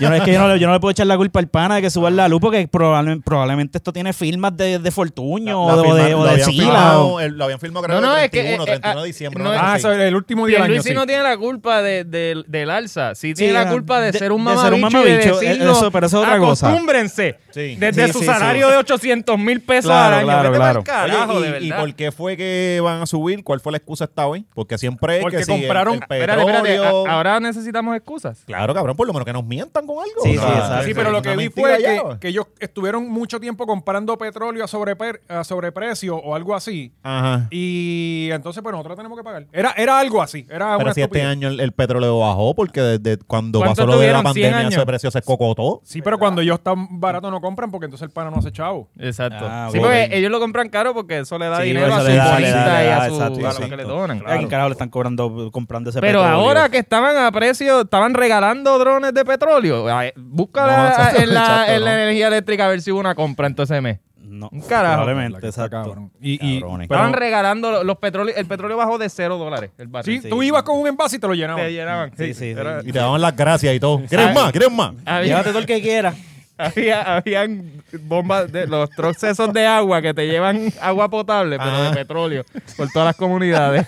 Speaker 4: Yo no, es que yo no, le- yo no le puedo echar la culpa al pana de que suba la luz porque probable- probablemente esto tiene firmas de, de Fortuño
Speaker 3: La- la
Speaker 4: o de, o de,
Speaker 3: firma-
Speaker 4: o
Speaker 3: lo
Speaker 4: de
Speaker 3: habían
Speaker 4: Sila,
Speaker 3: firmado,
Speaker 4: o-
Speaker 3: el- Lo habían firmado creo
Speaker 2: No, no,
Speaker 3: que
Speaker 2: es
Speaker 3: el
Speaker 2: que,
Speaker 3: 31,
Speaker 2: eh,
Speaker 3: 31
Speaker 2: eh,
Speaker 3: de diciembre.
Speaker 2: no
Speaker 3: una
Speaker 2: es-
Speaker 3: cosa
Speaker 1: Ah,
Speaker 3: así.
Speaker 1: eso es el último día del año.
Speaker 2: Pierluisi
Speaker 1: sí.
Speaker 2: no tiene la culpa de, de- del alza. Sí, tiene
Speaker 4: Sí,
Speaker 2: la culpa de
Speaker 4: de-
Speaker 2: ser un
Speaker 4: de ser un
Speaker 2: mamabicho,
Speaker 4: mamabicho,
Speaker 2: y
Speaker 4: eh,
Speaker 2: decirnos,
Speaker 4: eso, pero eso es otra cosa.
Speaker 2: acostúmbrense.
Speaker 3: Sí.
Speaker 2: Desde
Speaker 4: Sí,
Speaker 2: su
Speaker 4: sí,
Speaker 2: salario
Speaker 4: sí.
Speaker 2: de 800 mil pesos
Speaker 4: Claro,
Speaker 2: al año.
Speaker 4: claro,
Speaker 2: Vete pa'l
Speaker 4: claro.
Speaker 3: Oye,
Speaker 2: carajo,
Speaker 3: y,
Speaker 2: de
Speaker 3: y
Speaker 2: verdad.
Speaker 3: por qué fue que van a subir? ¿Cuál fue la excusa esta hoy? Porque siempre es
Speaker 1: Porque
Speaker 3: que si el-
Speaker 1: compraron-
Speaker 3: el
Speaker 2: Espérate, espérate.
Speaker 3: petróleo-
Speaker 2: A- Ahora buscamos excusas.
Speaker 3: Claro, cabrón, por lo menos que nos mientan con algo.
Speaker 4: Sí, sí,
Speaker 3: sea,
Speaker 4: exacto.
Speaker 1: Ah, Sí, pero lo
Speaker 3: una
Speaker 1: que vi
Speaker 3: mentira
Speaker 1: fue
Speaker 3: ya.
Speaker 1: que, que ellos estuvieron mucho tiempo comprando petróleo a, sobreper- a sobreprecio o algo así.
Speaker 3: Ajá.
Speaker 1: Y entonces, pues nosotros tenemos que pagar. Era, era algo así. Era
Speaker 3: Pero
Speaker 1: una
Speaker 3: si este
Speaker 1: estupidez.
Speaker 3: año el, el petróleo bajó, porque desde cuando
Speaker 2: ¿Cuánto
Speaker 3: pasó lo de la
Speaker 2: tuvieron? ¿Cien
Speaker 3: pandemia, ese
Speaker 2: años?
Speaker 3: precio se cocotó.
Speaker 1: Sí, pero cuando ellos tan barato no compran porque entonces el pana no hace chavo.
Speaker 2: Exacto.
Speaker 4: Ah,
Speaker 2: sí,
Speaker 4: ok.
Speaker 2: porque ellos lo compran caro porque eso le da
Speaker 4: Sí,
Speaker 2: dinero
Speaker 4: eso
Speaker 2: a sus
Speaker 4: le da-
Speaker 2: bonistas
Speaker 4: le da- le
Speaker 2: y
Speaker 4: da,
Speaker 2: a, su-
Speaker 4: exacto,
Speaker 2: a los
Speaker 4: exacto.
Speaker 2: que le donan.
Speaker 4: ¿A quién carajo le están cobrando, comprando ese
Speaker 2: Pero
Speaker 4: petróleo?
Speaker 2: ahora que estaban a precio, estaban regalando drones de petróleo. a- Busca
Speaker 3: No,
Speaker 2: la-
Speaker 3: exacto,
Speaker 2: en, la,
Speaker 3: exacto,
Speaker 2: en la
Speaker 3: no.
Speaker 2: energía eléctrica a ver si hubo una compra entonces mes.
Speaker 4: No,
Speaker 2: Un carajo.
Speaker 1: La
Speaker 4: probablemente,
Speaker 1: que está
Speaker 4: exacto.
Speaker 1: cabrón. Y, y-
Speaker 3: Cabrones.
Speaker 1: pero-
Speaker 2: Estaban regalando los, los petróleos. El petróleo bajó de cero dólares el barril.
Speaker 1: sí, tú ibas con un envase y te lo
Speaker 2: Te
Speaker 1: llenaban.
Speaker 2: llenaban.
Speaker 4: Sí, sí, sí.
Speaker 2: Era-
Speaker 3: Y te daban las gracias y todo. ¿Quieres
Speaker 2: Ah.
Speaker 3: más? ¿Quieres más?
Speaker 2: había,
Speaker 4: Llévate todo el que quiera.
Speaker 2: había- habían bombas, de, los trucks esos de agua que te llevan agua potable, pero
Speaker 3: Ajá.
Speaker 2: de petróleo, por todas las
Speaker 3: [laughs]
Speaker 2: comunidades.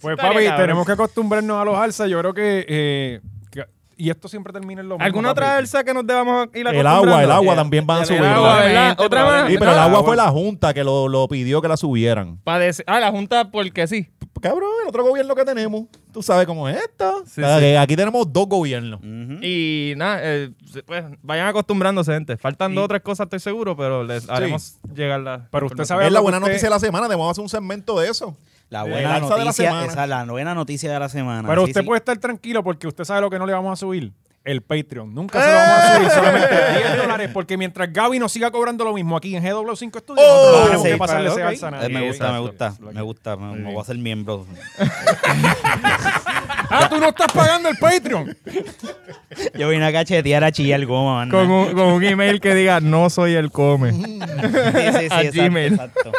Speaker 1: Pues
Speaker 2: Estaría
Speaker 1: papi,
Speaker 2: cabrón.
Speaker 1: tenemos que acostumbrarnos a los alzas. Yo creo que, eh, que- y esto siempre termina en lo mismo.
Speaker 2: ¿Alguna
Speaker 1: papi.
Speaker 2: otra alza que nos debamos ir
Speaker 3: El agua, el
Speaker 2: acostumbrando?
Speaker 3: agua también van a
Speaker 2: El
Speaker 3: subir.
Speaker 2: agua, ¿verdad? Otra más.
Speaker 3: Sí, pero
Speaker 2: No,
Speaker 3: el
Speaker 2: el
Speaker 3: agua
Speaker 2: agua.
Speaker 3: fue la Junta que lo, lo pidió que la subieran.
Speaker 2: Pa' dec- Ah, la Junta porque sí.
Speaker 3: Cabrón, el otro gobierno que tenemos, tú sabes cómo es esto.
Speaker 2: Sí,
Speaker 3: O sea,
Speaker 2: sí.
Speaker 3: que Aquí tenemos dos gobiernos.
Speaker 4: Ujú.
Speaker 2: Y nada, eh, se- pues vayan acostumbrándose, gente. Faltan dos o tres cosas, estoy seguro, pero les haremos llegar la.
Speaker 1: Pero usted sabe-
Speaker 3: Es la
Speaker 1: hablando
Speaker 3: buena
Speaker 1: usted-
Speaker 3: noticia de la semana, debemos hacer un segmento de eso.
Speaker 4: La
Speaker 3: El
Speaker 4: buena
Speaker 3: alza de la
Speaker 4: noticia,
Speaker 3: semana.
Speaker 4: esa es la buena noticia de la semana.
Speaker 1: Pero
Speaker 4: Sí,
Speaker 1: usted
Speaker 4: sí.
Speaker 1: puede estar tranquilo porque usted sabe lo que no le vamos a subir. El Patreon. Nunca se lo vamos a subir. Solamente 10 dólares. Porque mientras Gaby nos siga cobrando lo mismo aquí en GW5 Studios,
Speaker 3: Oh,
Speaker 1: nosotros
Speaker 2: Ah,
Speaker 1: no
Speaker 4: sí,
Speaker 1: tenemos que pasarle
Speaker 4: pero-
Speaker 1: ese
Speaker 4: ok.
Speaker 1: alza a nadie.
Speaker 4: Eh, me gusta, me
Speaker 2: Exacto.
Speaker 4: gusta, me gusta, me, me voy a
Speaker 2: [laughs]
Speaker 4: hacer miembro.
Speaker 1: Ah, tú no estás pagando el Patreon.
Speaker 4: Yo vine a cachetear a chillar goma, man.
Speaker 2: Con un, con un email que diga, no soy el
Speaker 1: [laughs]
Speaker 2: come.
Speaker 4: Sí, sí,
Speaker 2: [laughs]
Speaker 4: sí,
Speaker 2: a
Speaker 4: exacto,
Speaker 2: Gmail. [laughs]
Speaker 4: exacto.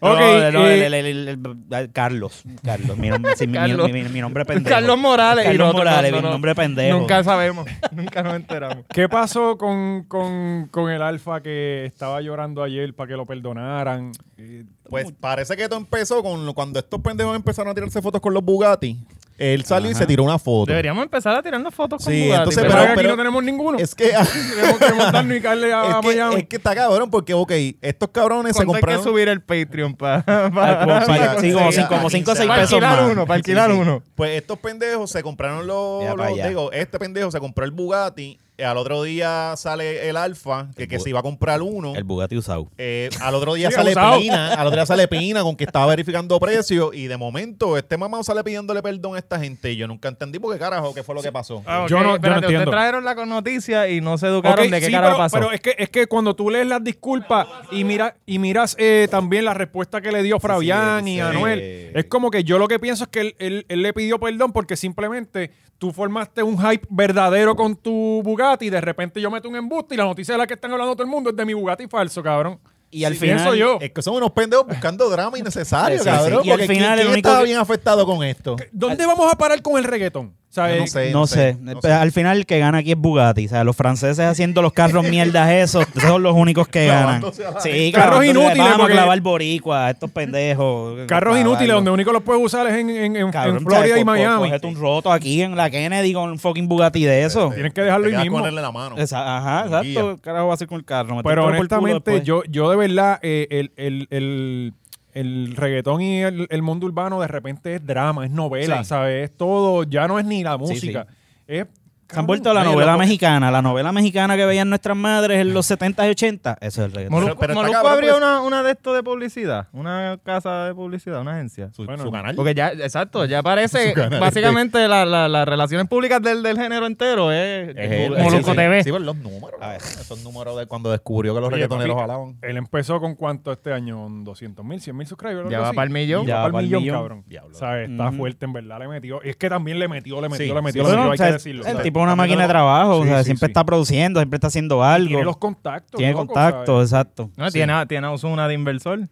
Speaker 1: Ok,
Speaker 4: No, no,
Speaker 1: eh,
Speaker 4: el- el- el- el- el- Carlos, Carlos, mi, nom- sí, mi- mi-
Speaker 2: Carlos.
Speaker 4: mi- mi nombre es
Speaker 2: [laughs]
Speaker 4: pendejo.
Speaker 2: Carlos Morales. y
Speaker 4: Carlos
Speaker 2: nosotros,
Speaker 4: Morales,
Speaker 2: no, no,
Speaker 4: mi nombre es pendejo.
Speaker 2: Nunca sabemos, [laughs] nunca nos enteramos.
Speaker 1: ¿Qué pasó con, con, con el alfa que estaba llorando ayer para que lo perdonaran? Eh,
Speaker 3: Pues parece que todo empezó con lo- cuando estos pendejos empezaron a tirarse fotos con los Bugatti. Él salió y se tiró una foto.
Speaker 2: Deberíamos empezar a tirarnos fotos con
Speaker 3: Sí,
Speaker 2: Bugatti,
Speaker 3: entonces,
Speaker 1: Pero,
Speaker 3: pero-
Speaker 1: aquí
Speaker 3: pero-
Speaker 1: no tenemos ninguno.
Speaker 3: Es que, [laughs] es,
Speaker 1: Tenemos que montarnos y caerle a,
Speaker 3: que,
Speaker 1: Miami.
Speaker 3: [laughs] es que está cabrón porque, ok, estos cabrones se
Speaker 2: ¿cuánto hay que
Speaker 3: compraron...
Speaker 2: subir el Patreon [laughs] para
Speaker 4: Ah, como- sí, como cinco- como cinco o seis pesos
Speaker 2: alquilar
Speaker 4: más.
Speaker 2: uno, para
Speaker 4: Sí,
Speaker 2: alquilar
Speaker 4: sí, sí.
Speaker 2: uno.
Speaker 3: Pues estos pendejos se compraron los,
Speaker 4: Ya pa'
Speaker 3: los-
Speaker 4: allá.
Speaker 3: digo, este pendejo se compró el Bugatti, eh, al otro día sale el Alfa, que,
Speaker 4: El
Speaker 3: que
Speaker 4: Bu-
Speaker 3: se iba a comprar uno.
Speaker 4: El Bugatti usado.
Speaker 3: eh, al otro día
Speaker 1: Sí,
Speaker 3: sale
Speaker 1: abusado.
Speaker 3: Pina, al otro día sale Pina con que estaba verificando precios y de momento este mamá sale pidiéndole perdón a esta gente y yo nunca entendí por qué carajo, qué fue lo que pasó.
Speaker 2: Ah, ok,
Speaker 1: Yo no- yo no
Speaker 2: espérate,
Speaker 1: entiendo.
Speaker 2: Ustedes trajeron la noticia y no se educaron
Speaker 1: Ok,
Speaker 2: de qué
Speaker 1: sí,
Speaker 2: carajo
Speaker 1: pero,
Speaker 2: pasó.
Speaker 1: pero es que, es que cuando tú lees las disculpas y, mira, y miras eh, también la respuesta que le dio Fabián y
Speaker 3: sí.
Speaker 1: Anuel, es como que yo lo que pienso es que él, él- él le pidió perdón porque simplemente tú formaste un hype verdadero con tu Bugatti y de repente yo meto un embuste y la noticia de la que están hablando todo el mundo es de mi Bugatti falso, cabrón.
Speaker 4: Y al
Speaker 1: Sí,
Speaker 4: final.
Speaker 1: pienso yo.
Speaker 3: Es que son unos pendejos buscando drama innecesario,
Speaker 4: Sí, sí, sí.
Speaker 3: cabrón.
Speaker 4: Y al
Speaker 3: porque
Speaker 4: final
Speaker 3: ¿quién,
Speaker 4: el
Speaker 3: quién
Speaker 4: único
Speaker 3: estaba
Speaker 4: que-
Speaker 3: bien afectado con esto?
Speaker 1: ¿Dónde vamos a parar con el reggaetón? O sea,
Speaker 3: Yo
Speaker 1: eh,
Speaker 4: No sé,
Speaker 3: no
Speaker 4: pero al final el que gana aquí es Bugatti. O sea, los franceses haciendo los carros
Speaker 3: [laughs]
Speaker 4: mierdas esos, son los únicos que ganan.
Speaker 3: Clavándose a la-
Speaker 4: Sí,
Speaker 1: Carros
Speaker 4: clavándose,
Speaker 1: inútiles,
Speaker 4: Vamos a
Speaker 1: porque-
Speaker 4: clavar boricua, estos pendejos.
Speaker 1: Carros
Speaker 4: Clavarlo.
Speaker 1: inútiles, donde único los puedes usar es en, en- en-
Speaker 4: Cabrón,
Speaker 1: en Florida
Speaker 4: ¿sabes?
Speaker 1: y
Speaker 4: Co- co-
Speaker 1: Miami.
Speaker 4: Cógete un roto aquí en la Kennedy con un fucking Bugatti de eso.
Speaker 1: Tienes que dejarlo ahí mismo.
Speaker 3: ponerle la mano.
Speaker 4: Esa- ajá, exacto.
Speaker 3: Guía.
Speaker 4: ¿Qué carajo va a hacer con el carro? Meter
Speaker 1: Pero
Speaker 4: todo por el culo
Speaker 1: honestamente,
Speaker 4: después.
Speaker 1: yo, yo de verdad, eh, el, el, el, el reggaetón y el, el mundo urbano de repente es drama, es novela,
Speaker 3: Sí.
Speaker 1: ¿sabes? Es todo, ya no es ni la
Speaker 4: Sí, sí.
Speaker 1: música. Es,
Speaker 4: Se han vuelto a la
Speaker 1: Oye,
Speaker 4: novela
Speaker 1: loco,
Speaker 4: mexicana, la novela mexicana que veían nuestras madres en los 70 y 80. Eso es el reggaetón.
Speaker 2: Molusco,
Speaker 3: pero está
Speaker 2: Molusco
Speaker 3: cabrón,
Speaker 2: abrió
Speaker 3: pues.
Speaker 2: una, una de esto de publicidad, una casa de publicidad, una agencia.
Speaker 3: Su,
Speaker 1: Bueno,
Speaker 3: su canal.
Speaker 2: Porque ya, exacto, ya parece,
Speaker 3: Su canal.
Speaker 2: básicamente la- la- las relaciones públicas del, del género entero es,
Speaker 3: Es
Speaker 2: es
Speaker 3: él,
Speaker 2: Molusco
Speaker 3: sí, sí.
Speaker 2: TV.
Speaker 3: Sí, por los números.
Speaker 4: A ver.
Speaker 3: Esos números de cuando descubrió que los
Speaker 1: Oye,
Speaker 3: reggaetoneros
Speaker 1: papi,
Speaker 3: jalaban.
Speaker 1: Él empezó con cuánto este año, 200 mil, 100 mil subscribers.
Speaker 2: Ya va para el millón.
Speaker 1: Ya va para el millón, cabrón.
Speaker 3: Diablo.
Speaker 1: O sea, está
Speaker 4: Ujú.
Speaker 1: fuerte, en verdad, le metió. Y es que también le metió, le metió,
Speaker 3: Sí,
Speaker 1: le metió,
Speaker 3: sí.
Speaker 1: le
Speaker 4: Bueno,
Speaker 1: metió, hay
Speaker 4: o sea,
Speaker 1: que decirlo.
Speaker 4: el
Speaker 1: ¿sabes?
Speaker 4: tipo es una máquina de trabajo, o
Speaker 1: Sí,
Speaker 4: sea,
Speaker 1: sí,
Speaker 4: siempre
Speaker 1: sí.
Speaker 4: está produciendo, siempre está haciendo algo.
Speaker 1: Tiene
Speaker 4: Tiene,
Speaker 1: los contactos. loco,
Speaker 4: contacto, exacto.
Speaker 2: No,
Speaker 1: Sí.
Speaker 2: tiene, a- tiene a Ozuna de inversor.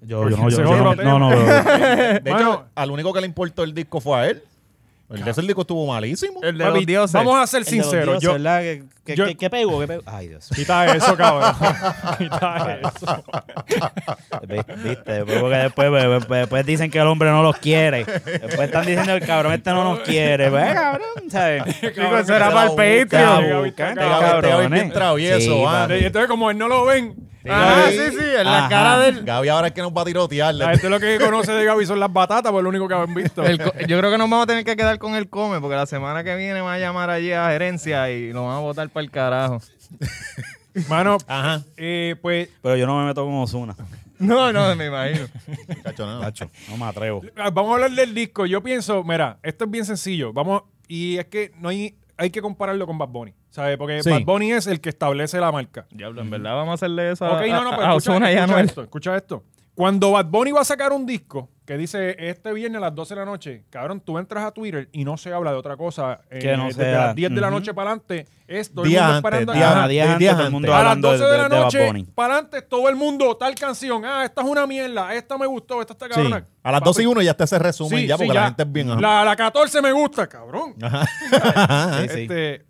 Speaker 4: Yo,
Speaker 1: Ese
Speaker 4: yo no,
Speaker 1: es
Speaker 4: yo, yo
Speaker 1: otro
Speaker 4: no,
Speaker 1: tema.
Speaker 4: no, no, [laughs] bro.
Speaker 3: De hecho,
Speaker 1: Bueno.
Speaker 3: al único que le importó el disco fue a él. El de ese disco estuvo malísimo.
Speaker 2: El
Speaker 1: ¿sabes?
Speaker 2: de los
Speaker 1: Papi,
Speaker 2: dioses.
Speaker 1: Vamos a [laughs] ser
Speaker 4: El de los
Speaker 1: sinceros.
Speaker 4: dioses,
Speaker 1: Yo,
Speaker 4: ¿verdad? ¿Qué, qué,
Speaker 1: yo-
Speaker 4: qué- qué pego? ¿Qué pego? Ay, Dios.
Speaker 1: quita
Speaker 4: [laughs]
Speaker 1: eso, cabrón. quita eso.
Speaker 4: Viste, viste, porque después, después, después dicen que el hombre no los quiere. Después están diciendo el cabrón este no nos quiere. Pues, cabrón,
Speaker 1: [laughs]
Speaker 4: ¿sabes?
Speaker 2: Chico, eso era
Speaker 3: se la
Speaker 2: para el Patreon.
Speaker 3: busca,
Speaker 1: busca.
Speaker 4: Buscando,
Speaker 1: Pegado,
Speaker 3: Pegado, este hoy bien
Speaker 4: cabrones.
Speaker 3: travieso,
Speaker 4: Sí,
Speaker 3: ah.
Speaker 4: papi.
Speaker 1: Entonces, como él no lo ven,
Speaker 2: Ah,
Speaker 3: Gaby.
Speaker 2: sí, sí, en la
Speaker 4: Ajá.
Speaker 2: cara del...
Speaker 3: Gaby ahora es que nos va a tirotear.
Speaker 1: La gente lo que conoce de Gaby son las batatas, pues lo único que han visto.
Speaker 2: el co- yo creo que nos vamos a tener que quedar con el come, porque la semana que viene va a llamar allí a gerencia y nos van a votar para el carajo.
Speaker 1: Mano,
Speaker 3: [laughs] Ajá.
Speaker 1: eh, pues
Speaker 4: Pero yo no me meto con Osuna.
Speaker 2: No, no, me imagino.
Speaker 3: Cacho, no.
Speaker 4: No me atrevo.
Speaker 1: [laughs] Ah, Vamos a hablar del disco. Yo pienso, mira, esto es bien sencillo. Vamos, y es que no hay, hay que compararlo con Bad Bunny, ¿sabes? Porque
Speaker 3: Sí.
Speaker 1: Bad Bunny es el que establece la marca.
Speaker 2: Diablo, en verdad vamos a hacerle eso a,
Speaker 1: ok, no, no, pues
Speaker 2: a-
Speaker 4: Ah,
Speaker 2: a
Speaker 1: escucha,
Speaker 2: Ozuna y a
Speaker 1: escucha
Speaker 2: Anuel.
Speaker 1: esto, escucha esto. Cuando Bad Bunny va a sacar un disco que dice este viernes a las 12 de la noche, cabrón, tú entras a Twitter y no se habla de otra cosa. eh,
Speaker 4: Que no
Speaker 1: desde
Speaker 4: sea.
Speaker 1: las 10 de la
Speaker 4: Ujú.
Speaker 1: noche para adelante, es todo el
Speaker 3: Días
Speaker 1: mundo
Speaker 3: antes,
Speaker 1: esperando
Speaker 3: días
Speaker 1: Ajá.
Speaker 4: Ajá, días
Speaker 3: antes,
Speaker 4: antes,
Speaker 3: días
Speaker 4: todo el mundo
Speaker 3: antes.
Speaker 1: A las
Speaker 4: hablando
Speaker 1: 12 de,
Speaker 4: de-
Speaker 1: la
Speaker 4: de Bad
Speaker 1: noche,
Speaker 4: Bunny.
Speaker 1: para adelante, todo el mundo, tal canción. Ah, esta es una mierda, esta me gustó, esta está
Speaker 3: Sí.
Speaker 1: cabrona.
Speaker 3: A las
Speaker 1: Papi,
Speaker 3: 12 y 1 ya está ese resumen,
Speaker 1: Sí,
Speaker 3: ya,
Speaker 1: sí,
Speaker 3: porque la gente es bien. ajá.
Speaker 1: La, la 14 me gusta, cabrón. [laughs]
Speaker 4: Sí, sí.
Speaker 1: Este,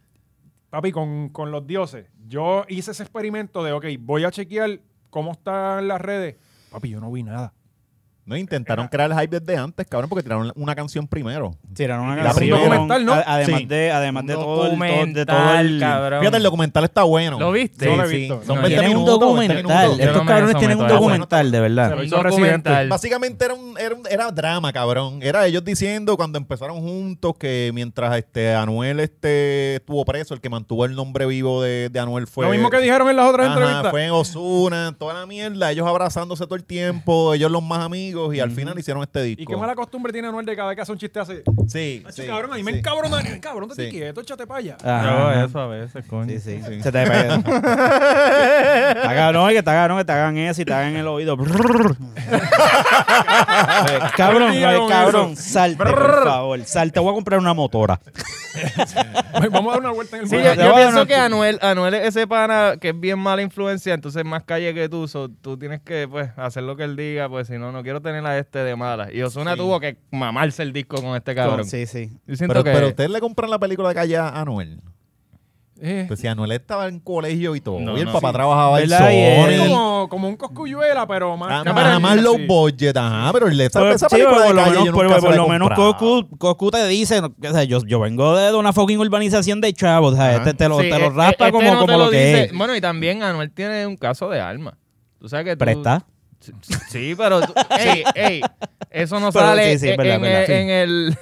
Speaker 1: papi, con, con los dioses, yo hice ese experimento de, ok, voy a chequear cómo están las redes. Papi, yo no vi nada.
Speaker 3: No intentaron crear el hype desde antes, cabrón, porque tiraron una canción primero.
Speaker 4: Sí, era una
Speaker 3: La
Speaker 4: canción.
Speaker 3: primera.
Speaker 1: documental, ¿no?
Speaker 4: a- Además
Speaker 3: Sí.
Speaker 4: de, además de
Speaker 2: Un
Speaker 4: todo el, todo- de todo
Speaker 2: documental,
Speaker 4: el-
Speaker 2: cabrón.
Speaker 3: Fíjate, el documental está bueno.
Speaker 2: ¿Lo viste?
Speaker 3: Sí,
Speaker 1: No lo he
Speaker 3: sí.
Speaker 1: visto.
Speaker 3: Son
Speaker 2: No,
Speaker 3: 20
Speaker 4: Tienen un
Speaker 3: minutos. 20
Speaker 4: documental.
Speaker 3: minutos.
Speaker 2: Yo no
Speaker 4: Estos
Speaker 2: me
Speaker 4: cabrones tienen un
Speaker 2: someto a eso.
Speaker 4: documental, de verdad.
Speaker 1: Pero
Speaker 2: Un
Speaker 1: hizo Residente.
Speaker 2: documental.
Speaker 3: Básicamente era, un, era, un- era drama, cabrón. Era ellos diciendo cuando empezaron juntos que mientras este Anuel este, estuvo preso, el que mantuvo el nombre vivo de, de Anuel fue.
Speaker 1: Lo mismo que dijeron en las otras
Speaker 3: Ajá,
Speaker 1: entrevistas.
Speaker 3: fue en Osuna, toda la mierda, ellos abrazándose todo el tiempo, ellos los más amigos y al final hicieron este disco.
Speaker 1: Y qué mala costumbre tiene Anuel de cada vez que hace un chiste hace.
Speaker 3: Sí, sí,
Speaker 1: cabrón, ahí me
Speaker 3: sí.
Speaker 1: encabrona. Anuel, Cabrón, te
Speaker 3: Sí.
Speaker 1: quieto, échate para allá.
Speaker 4: Ajá.
Speaker 2: eso a veces, coño.
Speaker 4: Sí, sí.
Speaker 3: Sí.
Speaker 4: Se
Speaker 2: [laughs]
Speaker 4: te pega. está cabrón, que está cabrón que te hagan eso y te hagan el oído.
Speaker 2: [laughs]
Speaker 4: Brrr. Eh, cabrón,
Speaker 1: Diga
Speaker 4: eh,
Speaker 1: con
Speaker 4: cabrón, salte, por favor. Salte, voy a comprar una motora.
Speaker 1: Vamos a dar una vuelta en el
Speaker 2: Sí,
Speaker 1: mundo.
Speaker 2: yo, yo
Speaker 4: Bueno,
Speaker 2: pienso
Speaker 4: no,
Speaker 2: que
Speaker 4: tú-
Speaker 2: Anuel, Anuel es ese pana que es bien mala influencia, entonces más calle que tú, so, tú tienes que pues hacer lo que él diga, pues si no, no quiero tener a este de mala. Y Osuna tuvo que mamarse el disco con este cabrón.
Speaker 4: Sí, sí.
Speaker 2: Yo siento
Speaker 3: Pero,
Speaker 2: que...
Speaker 3: pero ustedes le compran la película de calle a Anuel.
Speaker 1: Eh,
Speaker 3: Pues si Anuel estaba en colegio y todo,
Speaker 2: No,
Speaker 3: y el
Speaker 2: no,
Speaker 3: papá
Speaker 2: sí.
Speaker 3: trabajaba en
Speaker 4: ¿Verdad? Y
Speaker 1: es
Speaker 3: Sony.
Speaker 1: como, como un coscuyuela, pero más.
Speaker 3: Ah,
Speaker 1: caro.
Speaker 3: más- más low
Speaker 1: Sí.
Speaker 3: budget, ajá, pero el de esa,
Speaker 4: Pero,
Speaker 3: esa
Speaker 4: Pues, sí,
Speaker 3: película
Speaker 4: pero
Speaker 3: de
Speaker 4: por lo
Speaker 3: calle
Speaker 4: menos,
Speaker 3: yo
Speaker 4: por-
Speaker 3: nunca se
Speaker 4: por
Speaker 3: la he
Speaker 4: lo menos
Speaker 3: comprado.
Speaker 4: Goku, Goku te dice, no, o sea, yo, yo vengo de, de una fucking urbanización de chavos, o sea,
Speaker 3: Ajá.
Speaker 4: este te lo,
Speaker 2: Sí,
Speaker 4: te lo
Speaker 2: eh,
Speaker 4: raspa
Speaker 2: eh, este
Speaker 4: como,
Speaker 2: no te
Speaker 4: como lo, que
Speaker 2: dice.
Speaker 4: es.
Speaker 2: Bueno, y también Anuel tiene un caso de alma. Tú sabes que tú-
Speaker 4: Presta.
Speaker 2: Sí, Sí, pero...
Speaker 4: [laughs]
Speaker 2: tú- ey, ey, eso no
Speaker 4: Pero
Speaker 2: sale
Speaker 4: sí, sí,
Speaker 2: en,
Speaker 4: verdad,
Speaker 2: en
Speaker 4: verdad,
Speaker 2: el,
Speaker 4: sí.
Speaker 2: en el-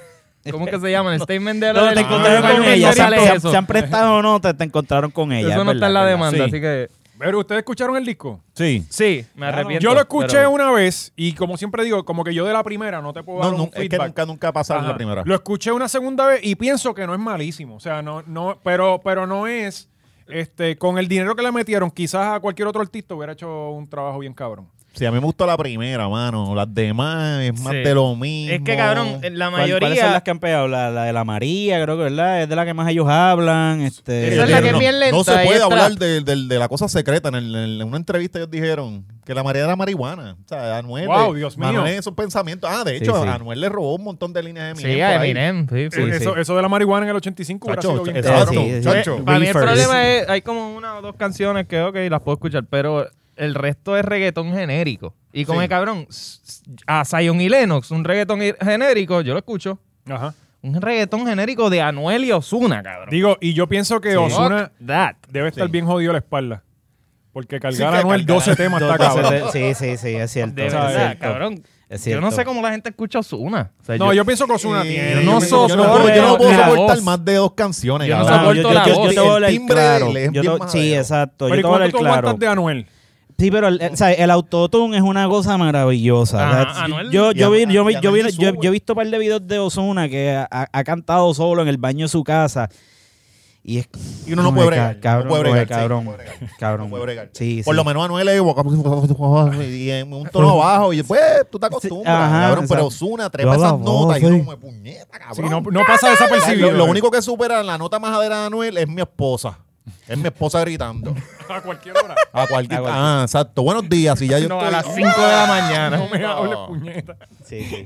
Speaker 2: ¿Cómo que se llama? En el statement de la
Speaker 4: No,
Speaker 2: del
Speaker 4: te encontraron
Speaker 2: encontré
Speaker 4: con
Speaker 2: con
Speaker 4: ella,
Speaker 2: no
Speaker 4: se han,
Speaker 2: sale
Speaker 4: se han-
Speaker 2: eso.
Speaker 4: se han prestado o no, te, te encontraron con ella.
Speaker 2: Eso no
Speaker 4: es
Speaker 2: está en la
Speaker 4: verdad, es
Speaker 2: demanda,
Speaker 4: verdad.
Speaker 2: así que...
Speaker 1: Pero ustedes escucharon el disco.
Speaker 3: Sí.
Speaker 2: Sí, me arrepiento.
Speaker 1: Yo lo escuché
Speaker 2: pero-
Speaker 1: una vez y como siempre digo, como que yo de la primera no te puedo
Speaker 3: No,
Speaker 1: dar un
Speaker 3: nu- es que
Speaker 1: feedback.
Speaker 3: nunca, nunca pasaron
Speaker 1: Ajá.
Speaker 3: la primera.
Speaker 1: Lo escuché una segunda vez y pienso que no es malísimo. O sea, no, no, pero, pero no es. Este, con el dinero que le metieron, quizás a cualquier otro artista hubiera hecho un trabajo bien cabrón.
Speaker 3: Sí, a mí me gustó la primera, mano. Las demás es más
Speaker 2: Sí.
Speaker 3: de lo mismo.
Speaker 2: Es que, cabrón, la
Speaker 4: ¿Cuál- ¿Cuáles son
Speaker 2: mayoría.
Speaker 4: las que han pegado? La, la de la María, creo que ¿verdad? es de la que más ellos hablan. Este,
Speaker 2: Esa es la
Speaker 3: Eh, Pero
Speaker 2: que es
Speaker 3: no,
Speaker 2: bien lenta
Speaker 3: No se
Speaker 2: y
Speaker 3: puede
Speaker 2: es
Speaker 3: hablar
Speaker 2: trap.
Speaker 3: de, de- de la cosa secreta. En, el- en una entrevista ellos dijeron que la María era marihuana. O sea, Anuel.
Speaker 1: Wow, Dios mío.
Speaker 3: Anuel esos pensamientos. Ah, de hecho,
Speaker 4: sí.
Speaker 3: Anuel le robó un montón de líneas de
Speaker 2: Sí,
Speaker 3: por
Speaker 2: a
Speaker 3: ahí.
Speaker 2: Eminem. Sí,
Speaker 1: Eh,
Speaker 2: sí. Pues,
Speaker 4: sí.
Speaker 1: Eso, eso de la marihuana en el 85 hubiera
Speaker 3: Chacho,
Speaker 1: sido bien
Speaker 3: exacto,
Speaker 1: cabrón.
Speaker 4: Sí, sí.
Speaker 3: chacho.
Speaker 2: Para mí el
Speaker 4: Reefers.
Speaker 2: problema es, hay como una o dos canciones que, ok, las puedo escuchar, pero el resto es reggaetón genérico. Y como
Speaker 3: Sí.
Speaker 2: el cabrón, s- s- a Zion y Lennox, un reggaetón i- genérico, yo lo escucho.
Speaker 1: Ajá.
Speaker 2: Un reggaetón genérico de Anuel y Osuna, cabrón.
Speaker 1: Digo, y yo pienso que Osuna
Speaker 2: Fuck that.
Speaker 1: debe estar
Speaker 3: Sí.
Speaker 1: bien jodido la espalda. Porque
Speaker 3: Sí, que
Speaker 1: cargar a Anuel
Speaker 3: cargar a-
Speaker 1: 12 temas está
Speaker 4: Entonces,
Speaker 1: cabrón.
Speaker 4: Sí, sí, sí, es cierto.
Speaker 2: De
Speaker 4: es
Speaker 2: verdad,
Speaker 4: cierto.
Speaker 2: cabrón.
Speaker 4: Es
Speaker 2: Yo no
Speaker 4: cierto.
Speaker 2: sé cómo la gente escucha Osuna. O sea,
Speaker 1: No, yo pienso que Osuna
Speaker 3: Sí,
Speaker 1: tiene.
Speaker 2: no
Speaker 3: yo-
Speaker 1: pienso que
Speaker 3: yo no
Speaker 1: Ozuna-
Speaker 3: puedo, yo no
Speaker 2: soporto
Speaker 3: puedo
Speaker 2: la
Speaker 3: soportar
Speaker 2: voz.
Speaker 3: más de dos canciones.
Speaker 2: Yo no
Speaker 3: cabrón.
Speaker 2: soporto la
Speaker 4: Ah, yo,
Speaker 2: voz.
Speaker 4: te voy a
Speaker 3: El
Speaker 4: hablar
Speaker 3: timbre
Speaker 4: claro.
Speaker 3: de él es
Speaker 4: Yo
Speaker 3: bien
Speaker 4: te- sí,
Speaker 3: majadero.
Speaker 4: exacto.
Speaker 1: Pero ¿y
Speaker 4: yo te voy
Speaker 1: cuánto
Speaker 4: a hablar
Speaker 1: tú
Speaker 4: claro.
Speaker 1: aguantas de Anuel?
Speaker 4: Sí, pero el, el- o sea, el autotune es una cosa maravillosa.
Speaker 2: Ajá,
Speaker 4: O sea,
Speaker 2: Anuel-
Speaker 4: yo, yo,
Speaker 3: y
Speaker 4: vi-
Speaker 3: Anuel-
Speaker 4: yo, vi-
Speaker 3: y
Speaker 4: yo, vi-
Speaker 3: Anuel
Speaker 4: yo-
Speaker 3: sube.
Speaker 4: yo he visto un par de videos de Ozuna que ha, ha- ha cantado solo en el baño de su casa. Y, es,
Speaker 3: Y uno no puede
Speaker 4: me ca-
Speaker 3: bregar, no
Speaker 4: Cabrón,
Speaker 3: puede bregar, sí,
Speaker 4: cabrón,
Speaker 3: no puede bregar,
Speaker 4: cabrón.
Speaker 3: No puede bregar.
Speaker 4: Sí,
Speaker 3: Por
Speaker 4: sí.
Speaker 3: lo menos Anuel es y en un tono bajo. Y pues, tú te acostumbras,
Speaker 4: Sí, ajá,
Speaker 3: cabrón. Pero
Speaker 4: exacto.
Speaker 3: Osuna
Speaker 4: Yo
Speaker 3: trepa esas
Speaker 4: hago,
Speaker 3: notas y
Speaker 4: sí.
Speaker 3: uno me puñeta, cabrón.
Speaker 1: Si no, no pasa desapercibido.
Speaker 3: lo, lo
Speaker 1: [laughs]
Speaker 3: único que supera la nota majadera de Anuel es mi esposa. Es mi esposa gritando.
Speaker 1: A cualquier [laughs] hora.
Speaker 3: A cualquier.
Speaker 4: A cualquier-
Speaker 3: Ah, exacto. Buenos días. Y ya yo
Speaker 2: No,
Speaker 3: estoy-
Speaker 2: a las 5 de la mañana.
Speaker 1: No me hables,
Speaker 3: No.
Speaker 1: puñeta.
Speaker 4: Sí, sí.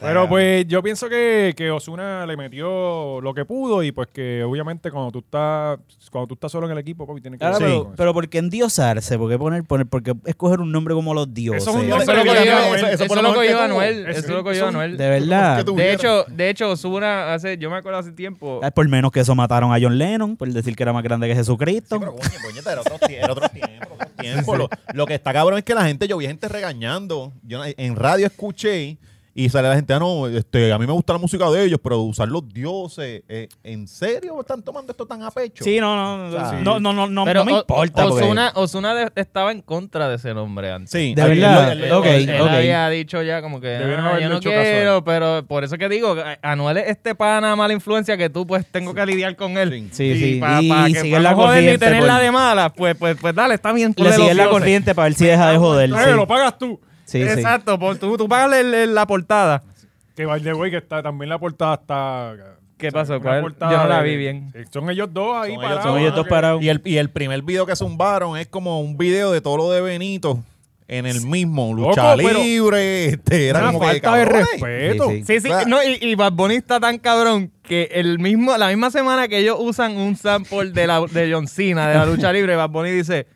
Speaker 1: Pero pues yo pienso que, que Osuna le metió lo que pudo y pues que obviamente cuando tú estás cuando tú estás solo en el equipo, papi, tienes que
Speaker 4: Ahora,
Speaker 1: Sí.
Speaker 4: pero, pero ¿por qué endiosarse? ¿Por qué poner, poner, por qué escoger un nombre como los dioses?
Speaker 1: Eso es un
Speaker 3: Eso
Speaker 1: nombre
Speaker 3: es lo
Speaker 1: que llama
Speaker 3: que yo-
Speaker 1: Anuel.
Speaker 3: eso- eso fue
Speaker 2: Eso lo
Speaker 3: mejor que
Speaker 2: cogió
Speaker 3: tuvo.
Speaker 2: Anuel.
Speaker 1: Eso-
Speaker 2: Eso lo cogió Anuel.
Speaker 4: de verdad.
Speaker 3: que tú-
Speaker 2: De
Speaker 3: Tuvieron.
Speaker 2: hecho, de hecho, Osuna hace, yo me acuerdo hace tiempo.
Speaker 4: Ah, Por menos que eso mataron a John Lennon, por decir que era más grande que
Speaker 3: Sí,
Speaker 4: Jesucristo.
Speaker 3: pero, coño, puñeta, era otros tie- era otro tiempo, otro tiempo. Lo, lo que está cabrón es que la gente, yo vi gente regañando. Yo na- en radio escuché y sale la gente, ah, no, este, a mí me gusta la música de ellos, pero usar los dioses. eh, ¿En serio están tomando esto tan a pecho?
Speaker 4: Sí, no, no,
Speaker 3: Sí.
Speaker 4: no, no, no, no,
Speaker 2: Pero
Speaker 4: no me
Speaker 2: O-
Speaker 4: importa. porque-
Speaker 2: Ozuna, Ozuna de- estaba en contra de ese nombre antes.
Speaker 3: Sí,
Speaker 4: De
Speaker 3: aquí-
Speaker 4: verdad,
Speaker 3: lo-
Speaker 4: ok.
Speaker 2: él había dicho ya como que
Speaker 1: Debieron
Speaker 2: "Ah,
Speaker 1: haberlo
Speaker 2: yo no
Speaker 1: hecho
Speaker 2: quiero, pero por eso que digo, a- Anuel es este pana mala influencia que tú pues tengo que lidiar con él.
Speaker 4: Sí,
Speaker 2: y
Speaker 4: sí,
Speaker 2: Para
Speaker 4: y
Speaker 2: que
Speaker 4: sigue
Speaker 2: pa'
Speaker 4: la
Speaker 2: no joder ni
Speaker 4: corriente,
Speaker 2: tenerla
Speaker 4: por-
Speaker 2: de mala, pues, pues, pues dale, está bien.
Speaker 4: Le
Speaker 2: ponle
Speaker 4: sigues la
Speaker 2: los dioses.
Speaker 4: corriente para ver si deja de joder.
Speaker 1: Eh,
Speaker 4: Sí,
Speaker 1: Lo pagas tú.
Speaker 4: sí. sí.
Speaker 2: Exacto, por- tú, tú pagas el- el- la portada.
Speaker 1: Que by the way, que está, también la portada está.
Speaker 2: ¿Qué
Speaker 1: o sea,
Speaker 2: pasó?
Speaker 1: una
Speaker 2: ¿Cuál?
Speaker 1: portada
Speaker 2: Yo no la
Speaker 1: de-
Speaker 2: vi bien.
Speaker 1: eh, Son ellos dos ahí
Speaker 3: Son ellos-
Speaker 1: parados.
Speaker 4: Son ellos dos
Speaker 1: que-
Speaker 4: parados.
Speaker 3: Y el, y el primer video que zumbaron es como un video de todo lo de Benito en el mismo, lucha
Speaker 1: Loco, pero-
Speaker 3: libre, este, era
Speaker 1: Una
Speaker 3: como que,
Speaker 1: falta de
Speaker 3: cabrones.
Speaker 1: respeto.
Speaker 4: Sí, sí.
Speaker 2: Sí, sí,
Speaker 3: O sea-
Speaker 2: no, y, y Bad Bunny está tan cabrón que el mismo, la misma semana que ellos usan un sample de, la, de John Cena, de la lucha libre, Bad Bunny dice,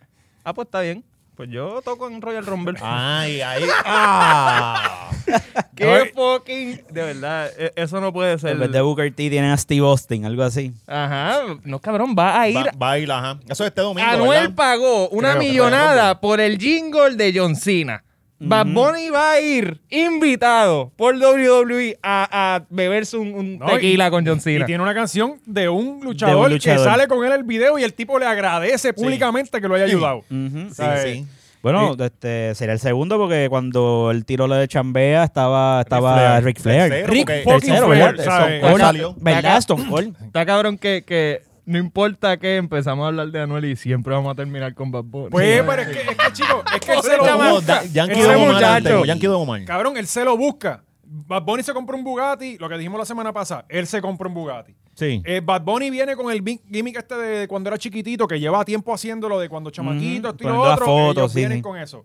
Speaker 2: ah, pues está bien, pues yo toco en Royal Rumble.
Speaker 3: Ay, ay, ah.
Speaker 2: [laughs] Qué
Speaker 1: Ay.
Speaker 2: fucking. De verdad, e- eso no puede ser.
Speaker 4: eh. En vez de Booker T tienen a Steve Austin, algo así.
Speaker 2: Ajá. No, cabrón, va a ir.
Speaker 3: Ba- baila, ajá. Eso es este domingo,
Speaker 2: Anuel
Speaker 3: ¿verdad?
Speaker 2: pagó una
Speaker 1: Creo que
Speaker 2: millonada por el jingle de John Cena. Bad Bunny va a ir invitado por WWE a, a beberse un, un
Speaker 1: No, y-
Speaker 2: tequila con John Cena.
Speaker 1: Y tiene una canción de un, luchador
Speaker 4: luchador.
Speaker 1: que sale con él el video y el tipo le agradece públicamente que lo haya ayudado.
Speaker 4: Ujú.
Speaker 3: Sí,
Speaker 1: Ay.
Speaker 3: sí.
Speaker 4: Bueno, este sería el segundo porque cuando el tiro le de Chambea estaba, estaba Ric Flair.
Speaker 3: Tercero,
Speaker 1: Ric
Speaker 3: porque-
Speaker 1: fucking
Speaker 4: Tercero,
Speaker 1: Flair,
Speaker 4: ¿verdad?
Speaker 1: ¿sabes?
Speaker 3: Stone Cold
Speaker 4: Bueno,
Speaker 3: eh, salió.
Speaker 4: ¿Verdad, Stone Cold?
Speaker 2: Está cabrón que, que no importa que empezamos a hablar de Anuel y siempre vamos a terminar con Bad Bunny.
Speaker 1: Pues, pero es que, es que, chico, es que él se
Speaker 2: Pobre
Speaker 1: lo
Speaker 2: chamaco.
Speaker 3: Como
Speaker 1: busca.
Speaker 3: Da- Yankee
Speaker 1: Ese
Speaker 3: Don Omar
Speaker 1: muchacho.
Speaker 3: antes, como Yankee Don Omar.
Speaker 1: Cabrón, él se lo busca. Bad Bunny se compró un Bugatti, lo que dijimos la semana pasada, él se compró un Bugatti.
Speaker 3: Sí.
Speaker 1: Eh, Bad Bunny viene con el big gimmick este de cuando era chiquitito, que lleva tiempo haciéndolo de cuando chamaquito, esto y lo
Speaker 4: poniendo las
Speaker 1: otro.
Speaker 4: fotos,
Speaker 1: ellos
Speaker 4: sí,
Speaker 1: vienen
Speaker 4: sí.
Speaker 1: con eso.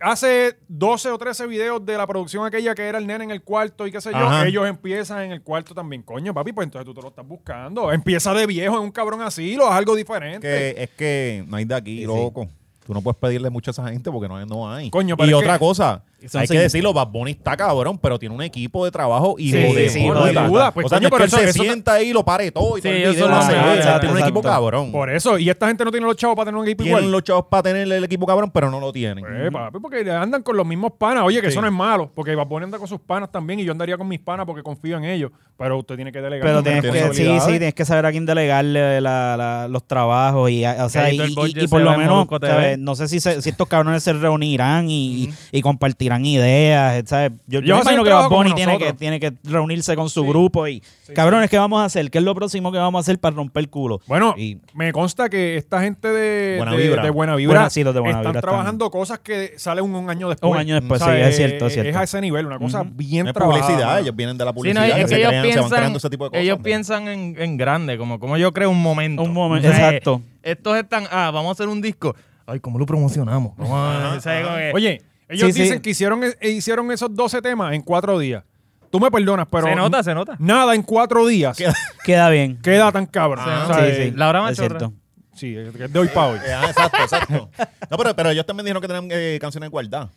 Speaker 1: Hace 12 o 13 videos de la producción aquella que era el nene en el cuarto y qué sé yo.
Speaker 3: Ajá.
Speaker 1: Ellos empiezan en el cuarto también. Coño, papi, pues entonces tú te lo estás buscando. Empieza de viejo en un cabrón así, lo haz algo diferente.
Speaker 3: que, es que no hay de aquí,
Speaker 4: Sí, sí.
Speaker 3: loco. Tú no puedes pedirle mucho a esa gente porque no, hay- no hay.
Speaker 1: Coño, pero
Speaker 3: y
Speaker 1: es
Speaker 3: otra
Speaker 1: que-
Speaker 3: cosa,
Speaker 4: Son
Speaker 3: hay que
Speaker 4: sin-
Speaker 3: decirlo, Bad Bunny está cabrón, pero tiene un equipo de trabajo y
Speaker 4: Sí,
Speaker 3: de
Speaker 4: sí,
Speaker 3: puta.
Speaker 4: hijo de
Speaker 1: puta. Pues,
Speaker 3: o sea,
Speaker 1: coño,
Speaker 3: no
Speaker 1: pero
Speaker 3: es que él
Speaker 1: eso-
Speaker 3: se
Speaker 1: eso-
Speaker 3: sienta ahí y lo pare todo y
Speaker 2: Sí,
Speaker 3: todo el
Speaker 2: ellos
Speaker 3: video
Speaker 2: son
Speaker 3: lo
Speaker 2: los
Speaker 3: hace él. O sea,
Speaker 4: mejores,
Speaker 3: tiene un
Speaker 4: exacto.
Speaker 3: equipo cabrón.
Speaker 1: Por eso, y esta gente no tiene los chavos para tener un equipo
Speaker 3: Tienen
Speaker 1: igual.
Speaker 3: los chavos para tener el equipo cabrón, pero no lo tienen.
Speaker 1: Pues, papi, porque andan con los mismos panas. Oye, que eso no es malo, porque Bad Bunny anda con sus panas también y yo andaría con mis panas porque confío en ellos. Pero usted tiene que delegar.
Speaker 4: Pero
Speaker 1: sus
Speaker 4: tienes que, sí,
Speaker 1: responsabilidades.
Speaker 4: sí, tienes que saber a quién delegarle la- la- los trabajos y, a- o sea,
Speaker 2: ahí
Speaker 4: y,
Speaker 2: todo el
Speaker 4: y-
Speaker 2: budget
Speaker 4: y por
Speaker 2: se
Speaker 4: lo
Speaker 2: va en
Speaker 4: menos,
Speaker 2: Molusco TV.
Speaker 4: ¿sabes? no sé si, se- si estos cabrones se reunirán y, y- y compartirán ideas, ¿sabes? Yo, yo
Speaker 1: Ellos hacen
Speaker 4: me imagino
Speaker 1: el
Speaker 4: que Bad
Speaker 1: trabajo
Speaker 4: Bunny
Speaker 1: como
Speaker 4: tiene que,
Speaker 1: nosotros.
Speaker 4: tiene que reunirse con su grupo y, cabrones, ¿qué vamos a hacer? ¿Qué es lo próximo que vamos a hacer para romper el culo?
Speaker 1: Bueno,
Speaker 4: Y-
Speaker 1: me consta que esta gente de
Speaker 3: Buena
Speaker 1: de-
Speaker 3: Vibra.
Speaker 1: de Buena Vibra,
Speaker 4: Buena- sí, los de Buena
Speaker 1: están
Speaker 4: Vibra están-
Speaker 1: trabajando cosas que salen un, un año después.
Speaker 4: Un año después, sí, es cierto, es cierto.
Speaker 1: a ese nivel, una cosa bien
Speaker 3: No es
Speaker 1: trabajada.
Speaker 3: publicidad,
Speaker 1: mano.
Speaker 3: ellos vienen de la
Speaker 2: Sí, no,
Speaker 3: publicidad.
Speaker 2: es
Speaker 3: que
Speaker 2: que
Speaker 3: se
Speaker 2: ellos
Speaker 3: crean, se van
Speaker 2: piensan,
Speaker 3: creando ese tipo de cosas.
Speaker 2: ellos
Speaker 3: [laughs]
Speaker 2: piensan en, en grande, como, como yo creo un momento.
Speaker 4: Un momento,
Speaker 2: O sea,
Speaker 4: exacto.
Speaker 2: Estos están, ah, vamos a hacer un disco. Ay, ¿cómo lo promocionamos? Vamos a- o sea, como que-
Speaker 1: Oye, ellos
Speaker 4: Sí, sí.
Speaker 1: dicen que hicieron, e- hicieron esos 12 temas en cuatro días. Tú me perdonas, pero.
Speaker 2: se nota, se nota.
Speaker 1: Nada en cuatro días
Speaker 3: Queda-
Speaker 4: Queda bien.
Speaker 1: queda tan cabrón.
Speaker 2: Ah,
Speaker 1: O sea,
Speaker 4: sí,
Speaker 1: eh,
Speaker 4: sí. Eh,
Speaker 2: la hora
Speaker 4: es
Speaker 2: machorra.
Speaker 4: cierto.
Speaker 1: sí, es de hoy para hoy.
Speaker 3: Ah, exacto, exacto. No, pero, pero ellos también dijeron que tenían eh, canciones de igualdad.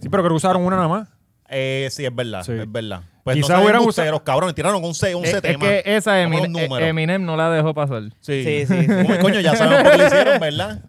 Speaker 1: Sí, pero creo que usaron una nada más.
Speaker 3: Eh, sí, es verdad,
Speaker 1: Sí.
Speaker 3: es verdad. Pues
Speaker 1: Quizá
Speaker 3: no saben
Speaker 1: hubieran
Speaker 3: ustedes,
Speaker 1: usado-
Speaker 3: los cabrones, tiraron 11, 11
Speaker 2: Es, es eh,
Speaker 3: temas.
Speaker 2: que esa Eminem,
Speaker 3: Como
Speaker 2: e,
Speaker 3: los números.
Speaker 2: Eminem no la dejó pasar.
Speaker 3: Sí,
Speaker 4: Sí, sí, sí.
Speaker 3: Uy, coño, ya
Speaker 2: [laughs]
Speaker 3: sabemos por qué lo hicieron, ¿verdad? Sí,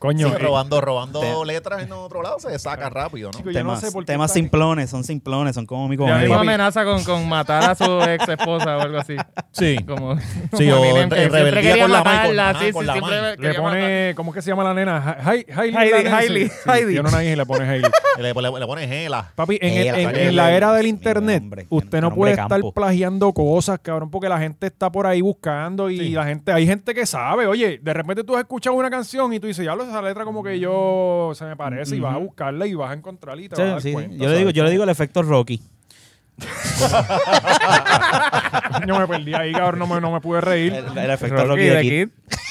Speaker 1: Coño. eh,
Speaker 3: robando, robando letras en otro lado se saca rápido, ¿no?
Speaker 1: Chico, yo no
Speaker 4: Temas,
Speaker 1: sé por qué
Speaker 4: temas
Speaker 1: está-
Speaker 4: simplones, son simplones, son como mi
Speaker 1: Ya,
Speaker 2: La misma
Speaker 1: papi.
Speaker 4: comedia.
Speaker 2: amenaza con, con matar a su ex esposa o algo así.
Speaker 4: [laughs]
Speaker 3: Sí.
Speaker 2: Como, [laughs]
Speaker 3: Sí, o
Speaker 2: Eminem, que
Speaker 3: en
Speaker 2: siempre
Speaker 3: rebeldía
Speaker 2: quería
Speaker 3: con la
Speaker 2: matarla,
Speaker 3: Michael, ajá,
Speaker 2: sí,
Speaker 3: con
Speaker 2: sí,
Speaker 3: la
Speaker 2: siempre
Speaker 3: Michael.
Speaker 1: Le
Speaker 2: quería matar.
Speaker 1: pone, ¿cómo es que se llama la nena? Ha- Hi- Hailey.
Speaker 2: Hailey,
Speaker 1: la nena, sí.
Speaker 2: Hailey,
Speaker 1: Sí,
Speaker 2: Hailey.
Speaker 1: Tiene una hija y le pone
Speaker 4: [laughs]
Speaker 1: Hailey.
Speaker 3: Le, le- le pones gela.
Speaker 1: Papi, en, el-
Speaker 4: Ella,
Speaker 1: en-
Speaker 4: sale
Speaker 1: en
Speaker 4: el-
Speaker 1: la era del
Speaker 4: mi
Speaker 1: internet,
Speaker 4: nombre,
Speaker 1: usted no
Speaker 4: mi
Speaker 1: puede
Speaker 4: nombre
Speaker 1: estar
Speaker 4: campo.
Speaker 1: plagiando cosas, cabrón, porque la gente está por ahí buscando y la gente, hay gente que sabe. Oye, de repente tú has escuchado una canción y tú dices, ya lo esa letra como que yo se me parece y vas a buscarla y vas a encontrarla y te
Speaker 4: Sí,
Speaker 1: vas a dar
Speaker 4: sí, sí.
Speaker 1: cuenta.
Speaker 4: Yo le
Speaker 1: [laughs]
Speaker 4: digo, yo le digo el efecto Rocky.
Speaker 1: ¿sabes? Yo me perdí ahí, cabrón, no me, no me pude reír.
Speaker 4: El, el efecto
Speaker 2: Rocky
Speaker 4: Rocky,
Speaker 2: the
Speaker 4: de Kid.
Speaker 2: Kid.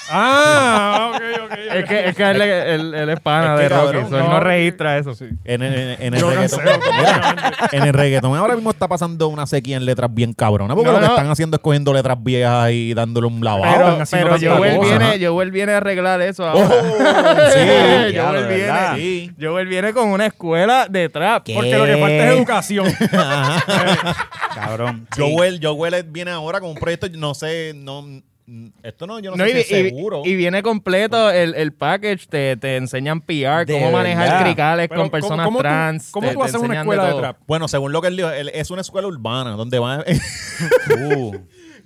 Speaker 1: Ah, ok, ok. ok.
Speaker 2: Es que, es que él, él- él es pana
Speaker 3: Es que,
Speaker 2: de Rocky,
Speaker 3: cabrón,
Speaker 2: so él
Speaker 1: no.
Speaker 2: no registra eso.
Speaker 3: En, el- en, en el
Speaker 1: Yo
Speaker 3: reggaetón.
Speaker 1: cancelo,
Speaker 3: Mira, en el reggaetón ahora mismo está pasando una sequía en letras bien cabronas. Porque
Speaker 2: No,
Speaker 3: lo que
Speaker 2: no.
Speaker 3: están haciendo es cogiendo letras viejas y dándole un lavado.
Speaker 1: están
Speaker 2: Pero,
Speaker 1: haciendo
Speaker 2: pero
Speaker 1: tanta
Speaker 2: Joel,
Speaker 1: cosa,
Speaker 2: viene,
Speaker 1: ajá.
Speaker 2: Joel viene a arreglar eso
Speaker 3: Oh,
Speaker 2: [laughs] ahora.
Speaker 3: sí,
Speaker 4: ya,
Speaker 2: Joel
Speaker 4: de verdad.
Speaker 2: viene. Joel viene con una escuela de trap.
Speaker 4: ¿Qué?
Speaker 1: Porque lo que falta es educación.
Speaker 4: Cabrón. Sí.
Speaker 3: Joel, Joel viene ahora con un proyecto, no sé, no, mm, esto no, yo no,
Speaker 2: No, y,
Speaker 3: sé si es
Speaker 2: y-
Speaker 3: seguro.
Speaker 2: y viene completo el, el package, te, te enseñan PR,
Speaker 4: De
Speaker 2: cómo manejar
Speaker 4: verdad.
Speaker 2: cricales
Speaker 1: Pero
Speaker 2: con personas
Speaker 1: ¿cómo, cómo tú-
Speaker 2: trans.
Speaker 1: ¿Cómo
Speaker 2: te-
Speaker 1: tú
Speaker 2: te
Speaker 1: haces una
Speaker 2: enseñan de
Speaker 1: escuela de,
Speaker 2: todo.
Speaker 1: trap?
Speaker 3: bueno, según lo que él dijo, él- es una escuela urbana donde va, [laughs]
Speaker 4: Uh.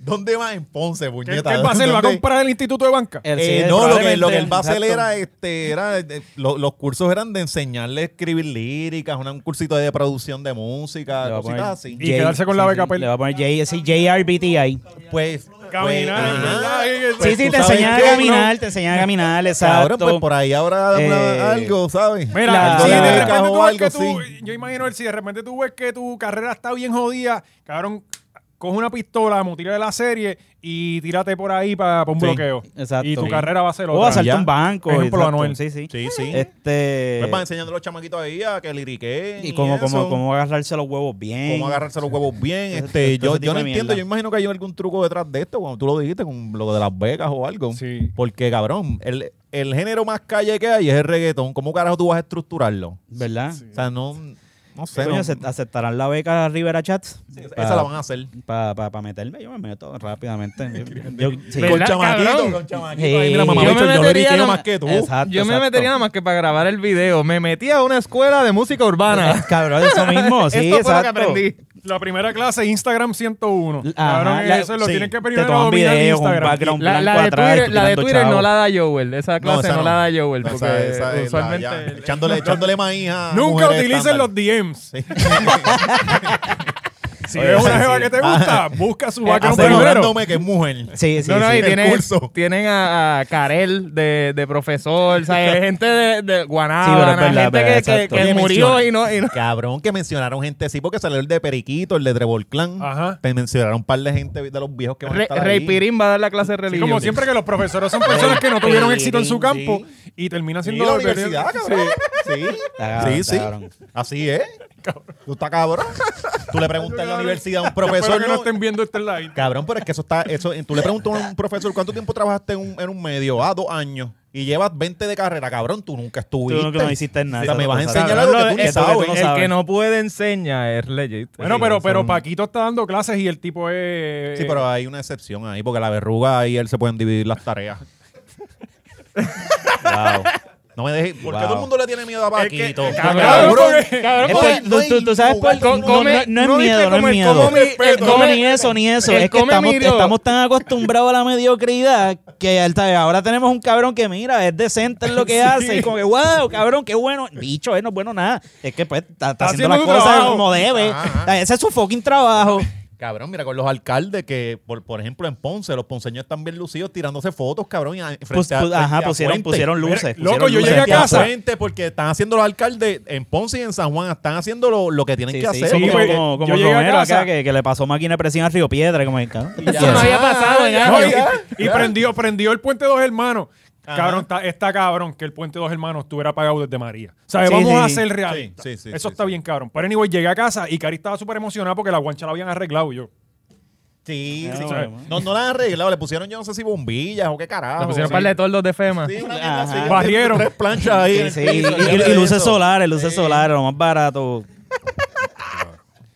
Speaker 3: donde va en Ponce,
Speaker 1: ¿Qué,
Speaker 3: puñeta.
Speaker 1: qué él va a hacer? ¿Lo ¿Va a
Speaker 3: ¿Dónde-
Speaker 1: comprar el instituto de banca?
Speaker 4: El-
Speaker 3: Eh,
Speaker 4: sí,
Speaker 3: no, lo que,
Speaker 4: probablemente,
Speaker 3: lo que él va a hacer
Speaker 4: exacto.
Speaker 3: era, este, era eh, lo- los cursos eran de enseñarle a escribir líricas, una- un cursito de producción de música,
Speaker 4: Le va a
Speaker 3: cositas
Speaker 4: poner
Speaker 3: así.
Speaker 1: Y quedarse con la beca pel-
Speaker 4: Le va a poner J, sí, JRBTI.
Speaker 3: pues,
Speaker 1: Caminar,
Speaker 3: pues,
Speaker 1: ¿verdad?
Speaker 3: ajá.
Speaker 1: Ahí que-
Speaker 3: Pues
Speaker 4: sí, sí,
Speaker 3: tú
Speaker 4: te
Speaker 3: sabes
Speaker 4: enseñan
Speaker 3: qué,
Speaker 4: a caminar, te enseñan a caminar, exacto.
Speaker 3: Cabrón, pues por ahí habrá
Speaker 4: Eh,
Speaker 3: algo, ¿sabes?
Speaker 1: Mira,
Speaker 4: La-
Speaker 1: si
Speaker 3: algo
Speaker 1: de
Speaker 4: la-
Speaker 1: repente
Speaker 3: becas
Speaker 1: tú
Speaker 3: o
Speaker 1: ves
Speaker 3: algo,
Speaker 1: que tú,
Speaker 3: sí.
Speaker 1: yo imagino él, si de repente tú ves que tu carrera está bien jodida, cabrón, coge una pistola, mutila de la serie y tírate por ahí para, un
Speaker 3: Sí,
Speaker 1: bloqueo.
Speaker 4: exacto.
Speaker 1: Y tu
Speaker 4: Sí.
Speaker 1: carrera va a ser otra.
Speaker 4: o asaltar
Speaker 3: ya.
Speaker 4: un banco.
Speaker 1: Por ejemplo,
Speaker 4: exacto.
Speaker 1: Anuel.
Speaker 4: Sí, sí.
Speaker 3: Sí, sí.
Speaker 4: Este,
Speaker 3: Pues va enseñando a los chamaquitos ahí a que liriquen.
Speaker 4: y cómo, cómo,
Speaker 3: eso.
Speaker 4: cómo agarrarse los huevos bien.
Speaker 3: cómo agarrarse los huevos bien.
Speaker 4: Ese-
Speaker 3: Este,
Speaker 4: ese
Speaker 3: yo,
Speaker 4: tipo
Speaker 3: yo no
Speaker 4: de
Speaker 3: entiendo,
Speaker 4: mierda.
Speaker 3: yo imagino que hay algún truco detrás de esto, cuando tú lo dijiste, con lo de las becas o algo.
Speaker 1: Sí.
Speaker 3: Porque, cabrón, el, el género más calle que hay es el reggaetón. ¿Cómo carajo tú vas a estructurarlo?
Speaker 4: ¿Verdad?
Speaker 3: O sea, no, no sé.
Speaker 4: Coño,
Speaker 3: no-
Speaker 4: ¿ace- ¿aceptarán la beca Rivera Chats?
Speaker 3: esa la van a hacer.
Speaker 4: Para meterme, yo me meto rápidamente.
Speaker 3: [laughs]
Speaker 4: Yo, yo- sí.
Speaker 2: ¿Verdad, cabrón?
Speaker 3: con chamaquito.
Speaker 4: Sí.
Speaker 3: Ahí, mira, mamá,
Speaker 4: Yo
Speaker 3: bicho,
Speaker 2: me
Speaker 3: yo,
Speaker 2: metería
Speaker 3: liriqueo
Speaker 2: nada-
Speaker 3: más que tú.
Speaker 4: Exacto,
Speaker 2: Yo me
Speaker 4: exacto.
Speaker 2: metería nada más que para grabar el video. Me metí a una escuela de música urbana.
Speaker 4: Cabrón, eso mismo, sí,
Speaker 2: Esto fue lo que
Speaker 4: exacto.
Speaker 2: aprendí.
Speaker 1: La primera clase, Instagram 101.
Speaker 4: Ajá,
Speaker 1: cabrón,
Speaker 4: la-
Speaker 1: eso lo
Speaker 3: sí.
Speaker 1: tienen que
Speaker 4: Te
Speaker 1: primero
Speaker 4: toman
Speaker 1: dominar
Speaker 4: videos, [laughs] un
Speaker 1: Instagram.
Speaker 4: background
Speaker 2: La,
Speaker 4: blanco
Speaker 2: la de
Speaker 4: atrás.
Speaker 2: Twitter, la de
Speaker 4: pitando
Speaker 2: Twitter
Speaker 4: chavo.
Speaker 2: no la da Joel. Esa clase
Speaker 3: esa
Speaker 2: no,
Speaker 3: no.
Speaker 2: la da Joel. Porque
Speaker 3: Esa- esa es la-
Speaker 2: usualmente.
Speaker 3: ya, echándole, echándole maíz a
Speaker 1: Nunca
Speaker 3: mujeres
Speaker 1: utilicen
Speaker 3: estándar.
Speaker 1: los DMs.
Speaker 3: Sí.
Speaker 1: [laughs] Si
Speaker 4: Oye,
Speaker 1: ves
Speaker 4: sí,
Speaker 1: una jeva
Speaker 4: sí.
Speaker 1: que te gusta, busca su background primero.
Speaker 3: Asegurándome que es mujer.
Speaker 4: Sí, sí,
Speaker 2: no, no,
Speaker 4: sí.
Speaker 2: y
Speaker 3: el
Speaker 2: tienen,
Speaker 3: curso.
Speaker 2: tienen a, a Karel de, de profesor, o sea, gente de, de
Speaker 4: Sí, pero es
Speaker 2: Guanábana,
Speaker 4: verdad,
Speaker 2: gente
Speaker 4: verdad,
Speaker 2: que- que,
Speaker 4: exacto.
Speaker 2: que
Speaker 3: Oye,
Speaker 2: murió
Speaker 3: menciona-
Speaker 2: y no, y no-
Speaker 3: Cabrón, que mencionaron gente así porque salió el de Periquito, el de Trevor Clan.
Speaker 1: Ajá.
Speaker 3: Te mencionaron un par de gente de los viejos que van a
Speaker 2: Re-
Speaker 3: estar
Speaker 2: Rey
Speaker 3: ahí.
Speaker 2: Pirín va a dar la clase de
Speaker 1: Sí,
Speaker 2: religión.
Speaker 1: como siempre que los profesores son personas que no tuvieron éxito en su campo y terminan
Speaker 3: Sí,
Speaker 1: siendo
Speaker 3: la universidad,
Speaker 1: [laughs] ah, Sí.
Speaker 3: cabrón. Sí,
Speaker 4: Cabrón,
Speaker 3: sí, sí.
Speaker 4: cabrón.
Speaker 3: Así es. Tú estás cabrón. Tú le preguntas en la universidad a un
Speaker 1: Espero
Speaker 3: profesor.
Speaker 1: que no
Speaker 3: ¿no?
Speaker 1: estén viendo este live.
Speaker 3: Cabrón, pero es que eso está. eso Tú le preguntas a un profesor cuánto tiempo trabajaste en un, en un medio. Ah, dos años. Y llevas 20 de carrera, cabrón. Tú nunca
Speaker 4: Tú
Speaker 3: estuviste.
Speaker 4: no, no hiciste nada.
Speaker 3: O sea,
Speaker 4: eso
Speaker 3: me
Speaker 4: no
Speaker 3: vas a
Speaker 4: pasa.
Speaker 3: enseñar
Speaker 4: Cabrón,
Speaker 3: algo que tú ni
Speaker 4: es porque
Speaker 3: sabes.
Speaker 4: no
Speaker 2: el que no puede enseñar es legit.
Speaker 1: Bueno,
Speaker 2: Sí,
Speaker 1: pero,
Speaker 2: son-
Speaker 1: pero Paquito está dando clases y el tipo es.
Speaker 3: Sí, pero hay una excepción ahí, porque la verruga y él se pueden dividir las tareas.
Speaker 4: Wow.
Speaker 3: No me dejes. ¿Por qué
Speaker 4: Wow.
Speaker 3: todo el mundo le tiene miedo a Paquito?
Speaker 2: Cabrón, porque- cabrón,
Speaker 4: Es
Speaker 2: porque-
Speaker 4: que tú, tú- tú sabes por
Speaker 2: Con-
Speaker 4: no,
Speaker 2: come-
Speaker 4: no- no
Speaker 2: no
Speaker 4: es miedo,
Speaker 2: viste
Speaker 4: no es
Speaker 2: como el
Speaker 4: miedo.
Speaker 2: come- el
Speaker 4: No,
Speaker 2: come-
Speaker 4: ni eso, ni eso.
Speaker 2: el
Speaker 4: Es que
Speaker 2: come
Speaker 4: estamos,
Speaker 2: miro.
Speaker 4: estamos tan acostumbrados a la mediocridad que hasta ahora tenemos un cabrón que mira, es decente en lo que hace. Y como que, wow, cabrón, qué bueno. Bicho, eh, no es bueno nada. Es que pues está, está
Speaker 1: Está
Speaker 4: haciendo
Speaker 1: haciendo
Speaker 4: las
Speaker 1: su
Speaker 4: cosas
Speaker 1: trabajo.
Speaker 4: como debe.
Speaker 3: Ajá.
Speaker 4: Ese es su fucking trabajo.
Speaker 3: Cabrón, mira, con los alcaldes que, por, por ejemplo, en Ponce, los ponceños están bien lucidos tirándose fotos, cabrón. y a- frente
Speaker 4: Pus-
Speaker 3: a-
Speaker 4: pus- ajá,
Speaker 3: frente a
Speaker 4: pusieron,
Speaker 3: Fuente.
Speaker 4: pusieron
Speaker 1: Mira,
Speaker 4: luces.
Speaker 1: loco,
Speaker 4: pusieron
Speaker 1: yo
Speaker 4: luces
Speaker 1: llegué a
Speaker 4: frente
Speaker 1: casa.
Speaker 4: Fuente.
Speaker 3: Fuente, porque están haciendo los alcaldes en Ponce y en San Juan, están haciendo lo, lo que tienen
Speaker 4: Sí,
Speaker 3: que
Speaker 4: sí,
Speaker 3: hacer.
Speaker 4: son
Speaker 1: Sí,
Speaker 4: como,
Speaker 1: porque
Speaker 4: como, como
Speaker 1: yo llegué a
Speaker 4: Romero
Speaker 1: casa-
Speaker 4: acá que, que le pasó máquina de presión a Río Piedra. Como
Speaker 1: [laughs]
Speaker 4: el cabrón.
Speaker 3: Y ya.
Speaker 2: Eso no había pasado en
Speaker 3: Ah,
Speaker 1: No,
Speaker 2: años.
Speaker 1: y- y prendió, prendió el puente dos hermanos.
Speaker 3: Ajá.
Speaker 1: Cabrón, está, está cabrón que el puente dos hermanos estuviera apagado desde María. O sea,
Speaker 4: Sí,
Speaker 1: vamos
Speaker 4: sí,
Speaker 1: a
Speaker 4: sí.
Speaker 1: ser realistas.
Speaker 3: Sí, sí, sí,
Speaker 1: Eso
Speaker 3: sí,
Speaker 1: está
Speaker 3: sí.
Speaker 1: bien, cabrón. Pero anyway, llegué a casa y Cari estaba súper emocionada porque la guancha la habían arreglado y yo.
Speaker 3: Sí,
Speaker 4: Ah,
Speaker 3: sí.
Speaker 4: bueno.
Speaker 3: No, no la han arreglado, le pusieron yo no sé si bombillas o qué carajo.
Speaker 2: Le pusieron
Speaker 3: Sí.
Speaker 2: un par de tordos de FEMA.
Speaker 3: Sí, una mierda
Speaker 4: Ajá.
Speaker 3: así,
Speaker 1: Barrieron.
Speaker 3: Tres planchas ahí. en
Speaker 4: Sí,
Speaker 3: el
Speaker 4: sí, y,
Speaker 3: piso,
Speaker 4: y-
Speaker 3: olvídate
Speaker 4: y
Speaker 3: de
Speaker 4: luces
Speaker 3: eso.
Speaker 4: solares, luces
Speaker 3: Sí.
Speaker 4: solares, lo más barato.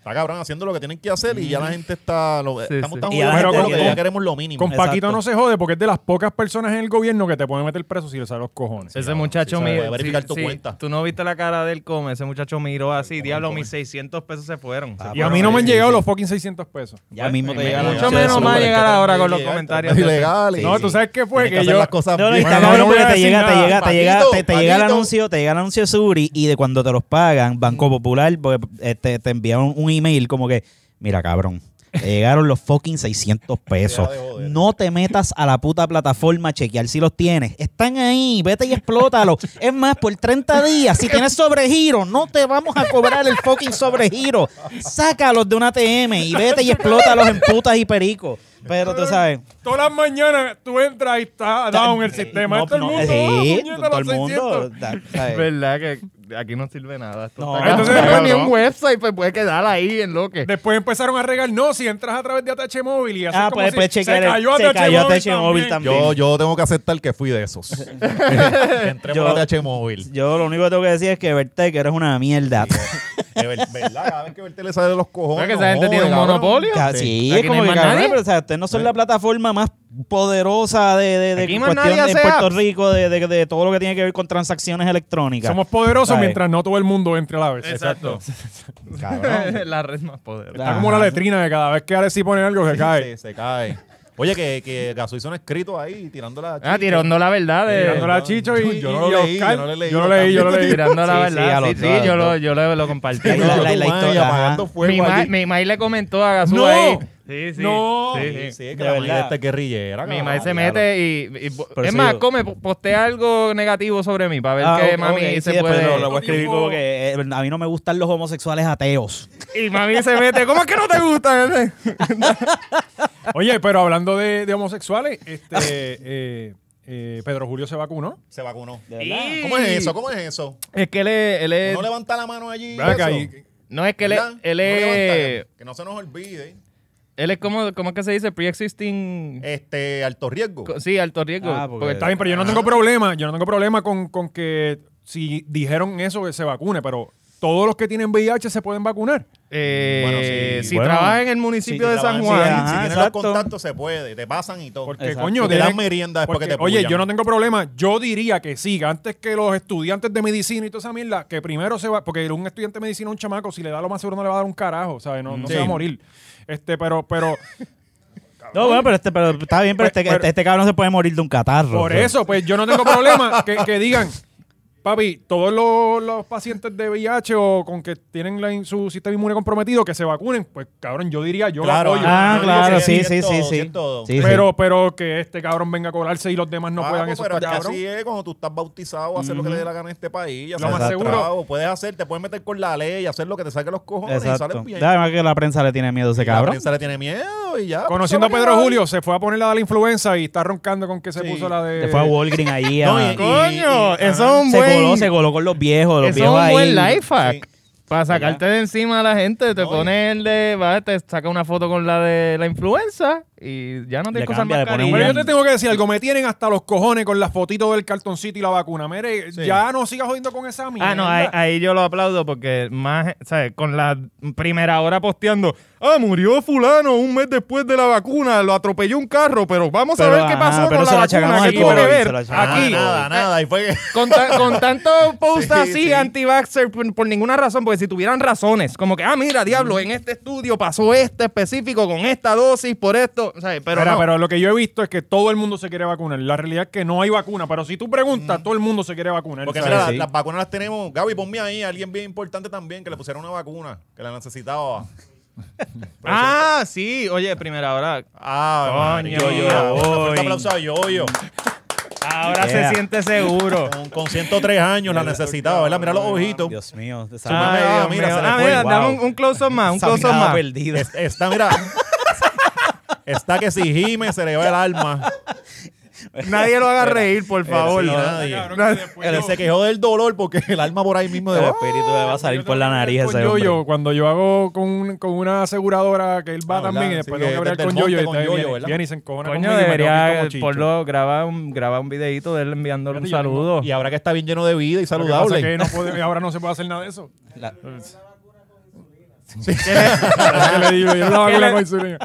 Speaker 3: Está cabrón haciendo lo que tienen que hacer y ya la gente está. lo-
Speaker 2: Sí,
Speaker 3: estamos
Speaker 2: sí.
Speaker 3: tan
Speaker 4: Y ya la
Speaker 1: gente
Speaker 3: jodidos con lo que
Speaker 1: quiere-
Speaker 3: ya queremos lo mínimo.
Speaker 1: Con Paquito
Speaker 4: Exacto.
Speaker 1: no se jode porque es de las pocas personas en el gobierno que te pueden meter preso si le salen los cojones.
Speaker 2: Ese muchacho
Speaker 3: sí, sabe,
Speaker 2: miró.
Speaker 3: voy a verificar tu cuenta.
Speaker 2: Tú no viste la cara del come. Ese muchacho miró así. Diablo, mis 600 pesos se fueron.
Speaker 4: Ah,
Speaker 1: Y a mí
Speaker 4: bueno,
Speaker 1: no me han
Speaker 4: sí,
Speaker 1: llegado
Speaker 4: sí.
Speaker 1: los fucking 600 pesos.
Speaker 4: Ya mismo te
Speaker 2: me-
Speaker 4: llega la
Speaker 2: mucho
Speaker 4: noche de
Speaker 2: menos
Speaker 4: seguro.
Speaker 2: va a llegar ahora con los
Speaker 3: Ilegal,
Speaker 2: comentarios.
Speaker 3: Ilegales.
Speaker 1: No, tú sabes qué fue
Speaker 3: Tienes
Speaker 1: que
Speaker 3: hacer
Speaker 1: yo-
Speaker 3: las cosas
Speaker 4: No, no, y
Speaker 3: bien.
Speaker 4: está
Speaker 1: Bueno,
Speaker 4: cabrón,
Speaker 1: no voy
Speaker 4: porque
Speaker 1: a
Speaker 4: te
Speaker 1: decir
Speaker 4: llega, te
Speaker 1: nada.
Speaker 4: llega, te llega,
Speaker 3: Paquito,
Speaker 4: te, te llega el
Speaker 3: Paquito.
Speaker 4: anuncio, te llega el anuncio de Suri y de cuando te los pagan, Banco Popular, porque eh, te, te envían un, un email como que, mira cabrón, te llegaron los fucking 600 pesos.
Speaker 3: Deja de joder.
Speaker 4: No te metas a la puta plataforma a chequear si los tienes. Están ahí, vete y explótalo. Es más, por 30 días, si tienes sobregiro, no te vamos a cobrar el fucking sobregiro. Sácalos de una TM y vete y explótalos en putas y pericos. Pero tú sabes.
Speaker 1: Todas las mañanas tú entras y está down el sistema.
Speaker 4: No,
Speaker 1: de todo el
Speaker 4: no,
Speaker 1: mundo.
Speaker 4: sí,
Speaker 1: ah, puñeta,
Speaker 4: todo el
Speaker 1: los 600.
Speaker 4: mundo.
Speaker 2: [laughs]
Speaker 4: da-
Speaker 2: Es
Speaker 4: ¿sabes?
Speaker 2: verdad que aquí no sirve nada. Esto
Speaker 4: No,
Speaker 2: está
Speaker 1: entonces
Speaker 2: cabrón.
Speaker 1: después
Speaker 2: ni
Speaker 1: no.
Speaker 2: un website pues puede quedar ahí en lo que.
Speaker 1: Después empezaron a regalar, no, si entras a través de ATH Móvil y así
Speaker 4: Ah,
Speaker 1: como
Speaker 4: pues,
Speaker 1: si-
Speaker 4: pues chequear
Speaker 1: se
Speaker 4: el-
Speaker 1: cayó
Speaker 4: se
Speaker 1: ATH,
Speaker 4: cayó
Speaker 1: Móvil
Speaker 4: ATH Móvil también.
Speaker 3: Yo, yo tengo que aceptar que fui de esos. Entré por
Speaker 4: Yo-
Speaker 3: ATH móvil.
Speaker 4: [laughs] Yo lo único que tengo que decir es que Vertec eres una mierda.
Speaker 3: De ver- verdad, cada vez que Bertel le sale de los cojones.
Speaker 2: que
Speaker 3: no
Speaker 2: esa gente
Speaker 3: jode,
Speaker 2: tiene un
Speaker 3: cabrón.
Speaker 2: monopolio?
Speaker 4: Ca-
Speaker 3: Sí.
Speaker 4: Sí,
Speaker 2: Aquí
Speaker 4: es
Speaker 2: no
Speaker 4: como
Speaker 2: hay
Speaker 4: que
Speaker 2: más
Speaker 4: cabrón,
Speaker 2: nadie.
Speaker 4: pero o sea, ustedes no son la plataforma más poderosa de, de, de
Speaker 2: Aquí más
Speaker 4: cuestión
Speaker 2: nadie
Speaker 4: en
Speaker 2: hace
Speaker 4: Puerto
Speaker 2: apps.
Speaker 4: Rico, de, de- de todo lo que tiene que ver con transacciones electrónicas.
Speaker 1: Somos poderosos
Speaker 4: ¿Sabes?
Speaker 1: mientras no todo el mundo entre a la vez.
Speaker 2: [laughs] [laughs] la red más poderosa.
Speaker 1: Está como una
Speaker 4: Ajá.
Speaker 1: letrina de cada vez que Alexis pone algo se cae.
Speaker 3: Sí, se cae. Oye, que, que Gasoy son escritos ahí, tirando la.
Speaker 2: Ah, tirando la verdad. de-
Speaker 1: Tirando Eh, la chicho y
Speaker 3: Yo no lo
Speaker 1: y
Speaker 3: leí,
Speaker 1: Oscar.
Speaker 3: yo no lo leí,
Speaker 1: Yo lo leí, yo lo leí.
Speaker 2: Tirando la
Speaker 4: Sí, sí, a
Speaker 2: verdad.
Speaker 4: los
Speaker 2: Sí, sí,
Speaker 4: dos, a
Speaker 2: yo
Speaker 4: los
Speaker 2: lo,
Speaker 4: dos.
Speaker 2: yo lo, lo compartí.
Speaker 4: Sí, la- la- la historia,
Speaker 3: apagando
Speaker 4: ajá.
Speaker 3: fuego
Speaker 2: mi,
Speaker 3: allí.
Speaker 2: ma- mi maíz le comentó a Gazú
Speaker 1: ¡No!
Speaker 2: ahí. Sí, sí.
Speaker 1: ¡No!
Speaker 2: Sí, sí.
Speaker 3: Sí, sí, es que la
Speaker 4: De verdad.
Speaker 3: verdad. esta es guerrillera.
Speaker 2: Mi
Speaker 3: cabrón,
Speaker 2: madre se
Speaker 3: diablo.
Speaker 2: mete y, y-
Speaker 4: Pero
Speaker 2: es
Speaker 4: sí,
Speaker 2: más,
Speaker 4: yo-
Speaker 2: come, po- postea algo negativo sobre mí para ver
Speaker 4: Ah,
Speaker 2: que
Speaker 4: ok,
Speaker 2: mami
Speaker 4: ok, sí,
Speaker 2: se
Speaker 4: después
Speaker 2: puede.
Speaker 4: lo- lo voy a escribir como que eh, a mí no me gustan los homosexuales ateos.
Speaker 2: Y mami se mete, ¿cómo es que no te gusta?
Speaker 1: [laughs] Oye, pero hablando de, de homosexuales,
Speaker 4: Ah.
Speaker 1: este, eh, eh, Pedro Julio se vacunó.
Speaker 3: Se vacunó.
Speaker 4: De verdad.
Speaker 2: Y-
Speaker 3: ¿Cómo es eso? ¿Cómo es eso?
Speaker 2: Es que él es, él es-
Speaker 3: No levanta la mano allí.
Speaker 1: Ven acá,
Speaker 3: eso.
Speaker 1: y-
Speaker 2: no es que él es,
Speaker 3: ¿Verdad?
Speaker 2: él
Speaker 3: No
Speaker 2: es,
Speaker 3: levanta, Que no se nos olvide.
Speaker 2: él es como, ¿cómo es que se dice? Pre-existing,
Speaker 3: Este, alto riesgo.
Speaker 2: co- sí, alto riesgo.
Speaker 4: Ah,
Speaker 2: porque
Speaker 4: porque-
Speaker 2: está-
Speaker 1: Está bien, pero yo no tengo problema. Yo no tengo problema con, con que si dijeron eso que se vacune, pero todos los que tienen VIH se pueden vacunar.
Speaker 2: eh,
Speaker 3: Bueno, sí,
Speaker 2: si
Speaker 3: bueno.
Speaker 2: trabaja en el municipio
Speaker 3: Si
Speaker 2: de
Speaker 3: trabajan,
Speaker 2: San
Speaker 3: si-
Speaker 2: Juan,
Speaker 3: Si,
Speaker 4: ajá,
Speaker 3: tienen
Speaker 4: exacto.
Speaker 3: los contactos, se puede. Te pasan y todo.
Speaker 1: Ah, Porque,
Speaker 4: Exacto.
Speaker 1: coño,
Speaker 3: Y te dan
Speaker 1: tienen-
Speaker 3: merienda después que te
Speaker 1: Oye,
Speaker 3: pullan.
Speaker 1: yo no tengo problema. Yo diría que sí, que antes que los estudiantes de medicina y toda esa mierda, que primero se va. Porque un estudiante de medicina a un chamaco, si le da lo más seguro, no le va a dar un carajo, ¿sabes? No, no
Speaker 3: Mm. Sí.
Speaker 1: se va a morir. Este, pero,
Speaker 3: [laughs]
Speaker 1: pero,
Speaker 4: No, bueno, pero, este, pero está bien,
Speaker 1: Pero-
Speaker 4: pero, este,
Speaker 1: Pues, pero-
Speaker 4: este, este cabrón se puede morir de un catarro.
Speaker 1: Por
Speaker 4: o sea.
Speaker 1: eso, pues yo no tengo problema que, que digan, papi, todos los, los pacientes de VIH o con que tienen la in- su sistema inmune comprometido, que se vacunen. Pues cabrón, yo diría, yo lo
Speaker 3: Claro,
Speaker 1: apoyo.
Speaker 4: Ah,
Speaker 3: Yo digo
Speaker 4: claro,
Speaker 3: que sí
Speaker 4: sí,
Speaker 3: es
Speaker 4: sí,
Speaker 3: todo,
Speaker 4: sí,
Speaker 3: sí
Speaker 4: sí.
Speaker 3: es todo.
Speaker 4: Sí, sí.
Speaker 1: Pero, pero que este cabrón venga a colarse y los demás no
Speaker 3: Paco,
Speaker 1: puedan. Eso
Speaker 3: Ah, pues, pero es
Speaker 1: está
Speaker 3: que
Speaker 1: cabrón.
Speaker 3: así es cuando tú estás bautizado, hacer lo que le dé la gana en este país.
Speaker 1: Lo más
Speaker 3: hacer
Speaker 1: seguro.
Speaker 3: trabajo, Puedes hacer, te puedes meter con la ley, hacer lo que te saque los cojones y
Speaker 4: Exacto.
Speaker 3: sales bien.
Speaker 4: Además que la prensa le tiene miedo a ese
Speaker 3: La
Speaker 4: cabrón.
Speaker 3: prensa le tiene miedo y ya.
Speaker 1: Conociendo a
Speaker 3: pues,
Speaker 1: Pedro
Speaker 3: vale.
Speaker 1: Julio, se fue a poner la de la influenza y está roncando con que se
Speaker 3: Sí.
Speaker 1: puso la de.
Speaker 4: Se fue a
Speaker 2: [laughs]
Speaker 4: Walgreens allí.
Speaker 3: No,
Speaker 4: a-
Speaker 3: y-
Speaker 2: coño,
Speaker 3: y- y-
Speaker 2: eso
Speaker 3: ajá.
Speaker 2: es un
Speaker 4: se
Speaker 2: buen,
Speaker 4: coló, se coló con los viejos,
Speaker 2: eso
Speaker 4: los
Speaker 2: es
Speaker 4: viejos
Speaker 2: un
Speaker 4: ahí.
Speaker 2: buen life ah. hack. Para
Speaker 3: ¿Verdad?
Speaker 2: sacarte de encima a la gente, te pones el de, va, te saca una foto con la de la influenza y ya no
Speaker 4: Le
Speaker 2: tienes cosas
Speaker 4: cambia,
Speaker 2: más
Speaker 4: le pone un
Speaker 1: Pero yo
Speaker 4: William.
Speaker 1: te tengo que decir algo, me tienen hasta los cojones con las fotitos del cartoncito y la vacuna. Mire,
Speaker 3: Sí.
Speaker 1: ya no sigas jodiendo con esa mierda.
Speaker 2: Ah, no, ahí, ahí yo lo aplaudo porque más, ¿sabes? Con la primera hora posteando, ah, murió fulano un mes después de la vacuna, lo atropelló un carro, pero vamos a
Speaker 4: Pero,
Speaker 2: ver qué
Speaker 4: ajá,
Speaker 2: pasó
Speaker 4: pero
Speaker 2: con
Speaker 4: se
Speaker 2: la
Speaker 4: lo
Speaker 2: vacuna.
Speaker 4: achacamos
Speaker 2: que
Speaker 4: al
Speaker 2: tiene que
Speaker 4: COVID,
Speaker 2: ver
Speaker 4: se lo
Speaker 3: Nada,
Speaker 4: achacamos Ah,
Speaker 2: aquí,
Speaker 3: Ah, Nada, nada. Y fue que.
Speaker 2: con, ta- con tanto post
Speaker 3: Sí,
Speaker 2: así
Speaker 3: sí.
Speaker 2: anti-vaxxer por, por ninguna razón, porque si tuvieran razones, como que, ah, mira, diablo, en este estudio pasó este específico con esta dosis, por esto, ¿sabes? Pero,
Speaker 1: Pero,
Speaker 2: no.
Speaker 1: pero lo que yo he visto es que todo el mundo se quiere vacunar. La realidad es que no hay vacuna, pero si tú preguntas, todo el mundo se quiere vacunar.
Speaker 3: Mm. Porque
Speaker 1: ¿sabes?
Speaker 3: mira, la-
Speaker 4: sí.
Speaker 3: las vacunas las tenemos. Gaby, ponme ahí a alguien bien importante también que le pusieron una vacuna, que la necesitaba.
Speaker 2: ah, sí, oye, primera hora.
Speaker 3: Ah,
Speaker 2: Coño.
Speaker 3: Un aplauso a Yoyo.
Speaker 2: Ahora
Speaker 4: Yeah.
Speaker 2: se siente
Speaker 3: [laughs]
Speaker 2: seguro.
Speaker 3: Con, con 103 años la necesitaba, ¿verdad? Mira los ojitos.
Speaker 4: Dios mío. esa-
Speaker 3: Ah,
Speaker 2: Ay,
Speaker 3: mira,
Speaker 2: Dios mío.
Speaker 3: mira, se le
Speaker 2: Ah,
Speaker 3: fue.
Speaker 2: mira,
Speaker 3: Wow.
Speaker 2: dame un, un close-up más,
Speaker 4: [laughs]
Speaker 2: un
Speaker 4: esa
Speaker 2: close-up
Speaker 4: mirada
Speaker 2: más.
Speaker 4: perdida.
Speaker 3: Es- Está, mira. Está que si gime se le va el alma.
Speaker 2: Nadie lo haga reír, por favor.
Speaker 3: Sí,
Speaker 1: Ay,
Speaker 3: nadie.
Speaker 1: cabrón, que después
Speaker 3: Pero
Speaker 1: yo-
Speaker 3: se quejó del dolor porque el alma por ahí mismo de
Speaker 4: El
Speaker 2: Oh,
Speaker 4: espíritu le va a salir
Speaker 1: yo
Speaker 4: por la
Speaker 1: tengo que
Speaker 4: nariz
Speaker 1: hablar
Speaker 4: ese
Speaker 1: con
Speaker 4: hombre.
Speaker 1: Yoyo, cuando yo hago con, un- con una aseguradora que él va
Speaker 3: Ah,
Speaker 1: también y
Speaker 3: ¿verdad?
Speaker 1: después
Speaker 3: Sí,
Speaker 1: tengo que hablar
Speaker 3: desde el
Speaker 1: con
Speaker 3: monte
Speaker 1: Yoyo,
Speaker 3: con
Speaker 1: entonces
Speaker 3: Yoyo,
Speaker 1: viene-
Speaker 3: ¿verdad?
Speaker 1: viene y se encojona
Speaker 2: Coño,
Speaker 1: conmigo y me toca
Speaker 2: debería eh,
Speaker 1: como chicho.
Speaker 2: porlo, graba un, graba un videito de él enviándole un
Speaker 1: Fíjate, yo no-
Speaker 2: saludo.
Speaker 3: Y ahora que está bien lleno de vida y
Speaker 1: Lo que pasa es que
Speaker 3: saludable.
Speaker 1: no puede- ahora no se puede hacer nada de eso.
Speaker 4: La-
Speaker 1: [laughs] Es que le digo, yo la vacuna con insulina.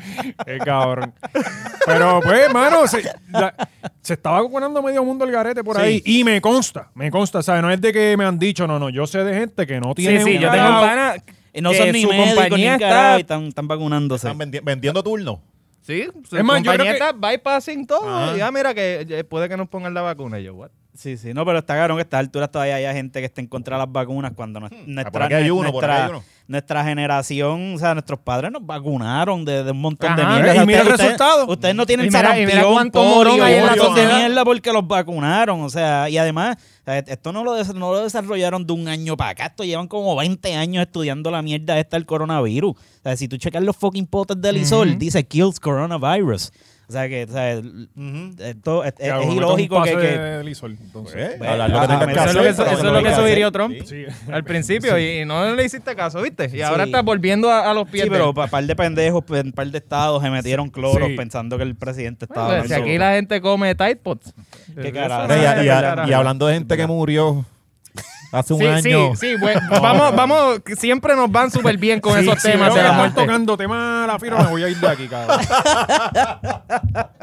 Speaker 1: Qué cabrón. Pero pues, hermano, se, la- se estaba vacunando medio mundo el garete por
Speaker 3: Sí.
Speaker 1: ahí. Y me consta, me consta, ¿sabes? No es de que me han dicho, no, no, yo sé de gente que no tiene.
Speaker 2: Sí, sí,
Speaker 1: un
Speaker 2: yo tengo un
Speaker 1: carajo.
Speaker 2: pana
Speaker 4: Y no
Speaker 2: que
Speaker 4: son ni
Speaker 2: su
Speaker 4: médicos ni
Speaker 2: compañía
Speaker 4: un
Speaker 2: está...
Speaker 4: carajo y están, están vacunándose.
Speaker 3: Están vendi- vendiendo turnos.
Speaker 2: Sí, su
Speaker 1: Es más, yo creo
Speaker 2: compañía
Speaker 1: que-
Speaker 2: está bypassing todo.
Speaker 3: Ajá.
Speaker 2: Y ah, mira que eh, puede que nos pongan la vacuna. Y yo, what?
Speaker 4: Sí, sí, no, pero está cabrón que a estas alturas todavía haya gente que esté en contra de las vacunas cuando nos-
Speaker 3: por
Speaker 4: nuestra,
Speaker 3: aquí Hmm. hay uno, por aquí hay
Speaker 4: nuestra,
Speaker 3: uno.
Speaker 4: nuestra generación, o sea, nuestros padres nos vacunaron de, de un montón de
Speaker 2: Ajá,
Speaker 4: mierda.
Speaker 1: y
Speaker 4: O sea,
Speaker 1: mira el
Speaker 4: ustedes- ustedes-
Speaker 1: resultado.
Speaker 4: Ustedes no
Speaker 2: Y
Speaker 4: tienen
Speaker 2: mira- y mira
Speaker 4: sarampión,
Speaker 2: cuánto morón
Speaker 4: polio,
Speaker 2: hay
Speaker 3: en la
Speaker 4: un montón de
Speaker 2: sociedad.
Speaker 4: mierda porque los vacunaron, o sea, y además, o sea, e-, esto no lo, des- no lo desarrollaron de un año para acá, esto llevan como 20 años estudiando la mierda esta del coronavirus. O sea, si tú checas los fucking potes del ISOL, dice kills coronavirus. O sea que, o sea, el- esto es, es-
Speaker 1: Cabrón,
Speaker 4: es
Speaker 1: me tomo un
Speaker 4: ilógico que-
Speaker 1: pase
Speaker 4: que,
Speaker 1: de Lysol, entonces.
Speaker 3: Pues,
Speaker 4: Bueno,
Speaker 3: hablar lo
Speaker 4: ah,
Speaker 3: que tengas
Speaker 4: ah,
Speaker 3: que
Speaker 4: eso es lo
Speaker 3: hacer,
Speaker 4: que-
Speaker 3: pero
Speaker 4: eso es
Speaker 3: no
Speaker 4: lo que
Speaker 3: hagas.
Speaker 4: sugirió
Speaker 2: Trump
Speaker 1: Sí.
Speaker 2: [laughs] al principio y, y no le hiciste caso, ¿viste? Y ahora
Speaker 4: Sí.
Speaker 2: estás volviendo a, a los pies.
Speaker 4: Sí,
Speaker 2: de
Speaker 4: pero
Speaker 2: él.
Speaker 4: un par de pendejos, un par de estados se metieron cloros
Speaker 1: Sí.
Speaker 4: pensando que el presidente estaba.
Speaker 2: Bueno, Pues, si
Speaker 4: hablando-
Speaker 2: aquí la gente come Tide Pods.
Speaker 4: Qué carajo.
Speaker 3: Mira, y- y-
Speaker 2: Ay,
Speaker 3: Y hablando de gente que murió. hace un
Speaker 2: sí,
Speaker 3: año.
Speaker 2: sí, sí, bueno, vamos, vamos, que siempre nos van súper bien con esos temas
Speaker 1: si
Speaker 2: de
Speaker 1: veo
Speaker 2: la
Speaker 1: que están
Speaker 2: muerte.
Speaker 1: tocando tema la firma, me voy a ir de aquí, cabrón.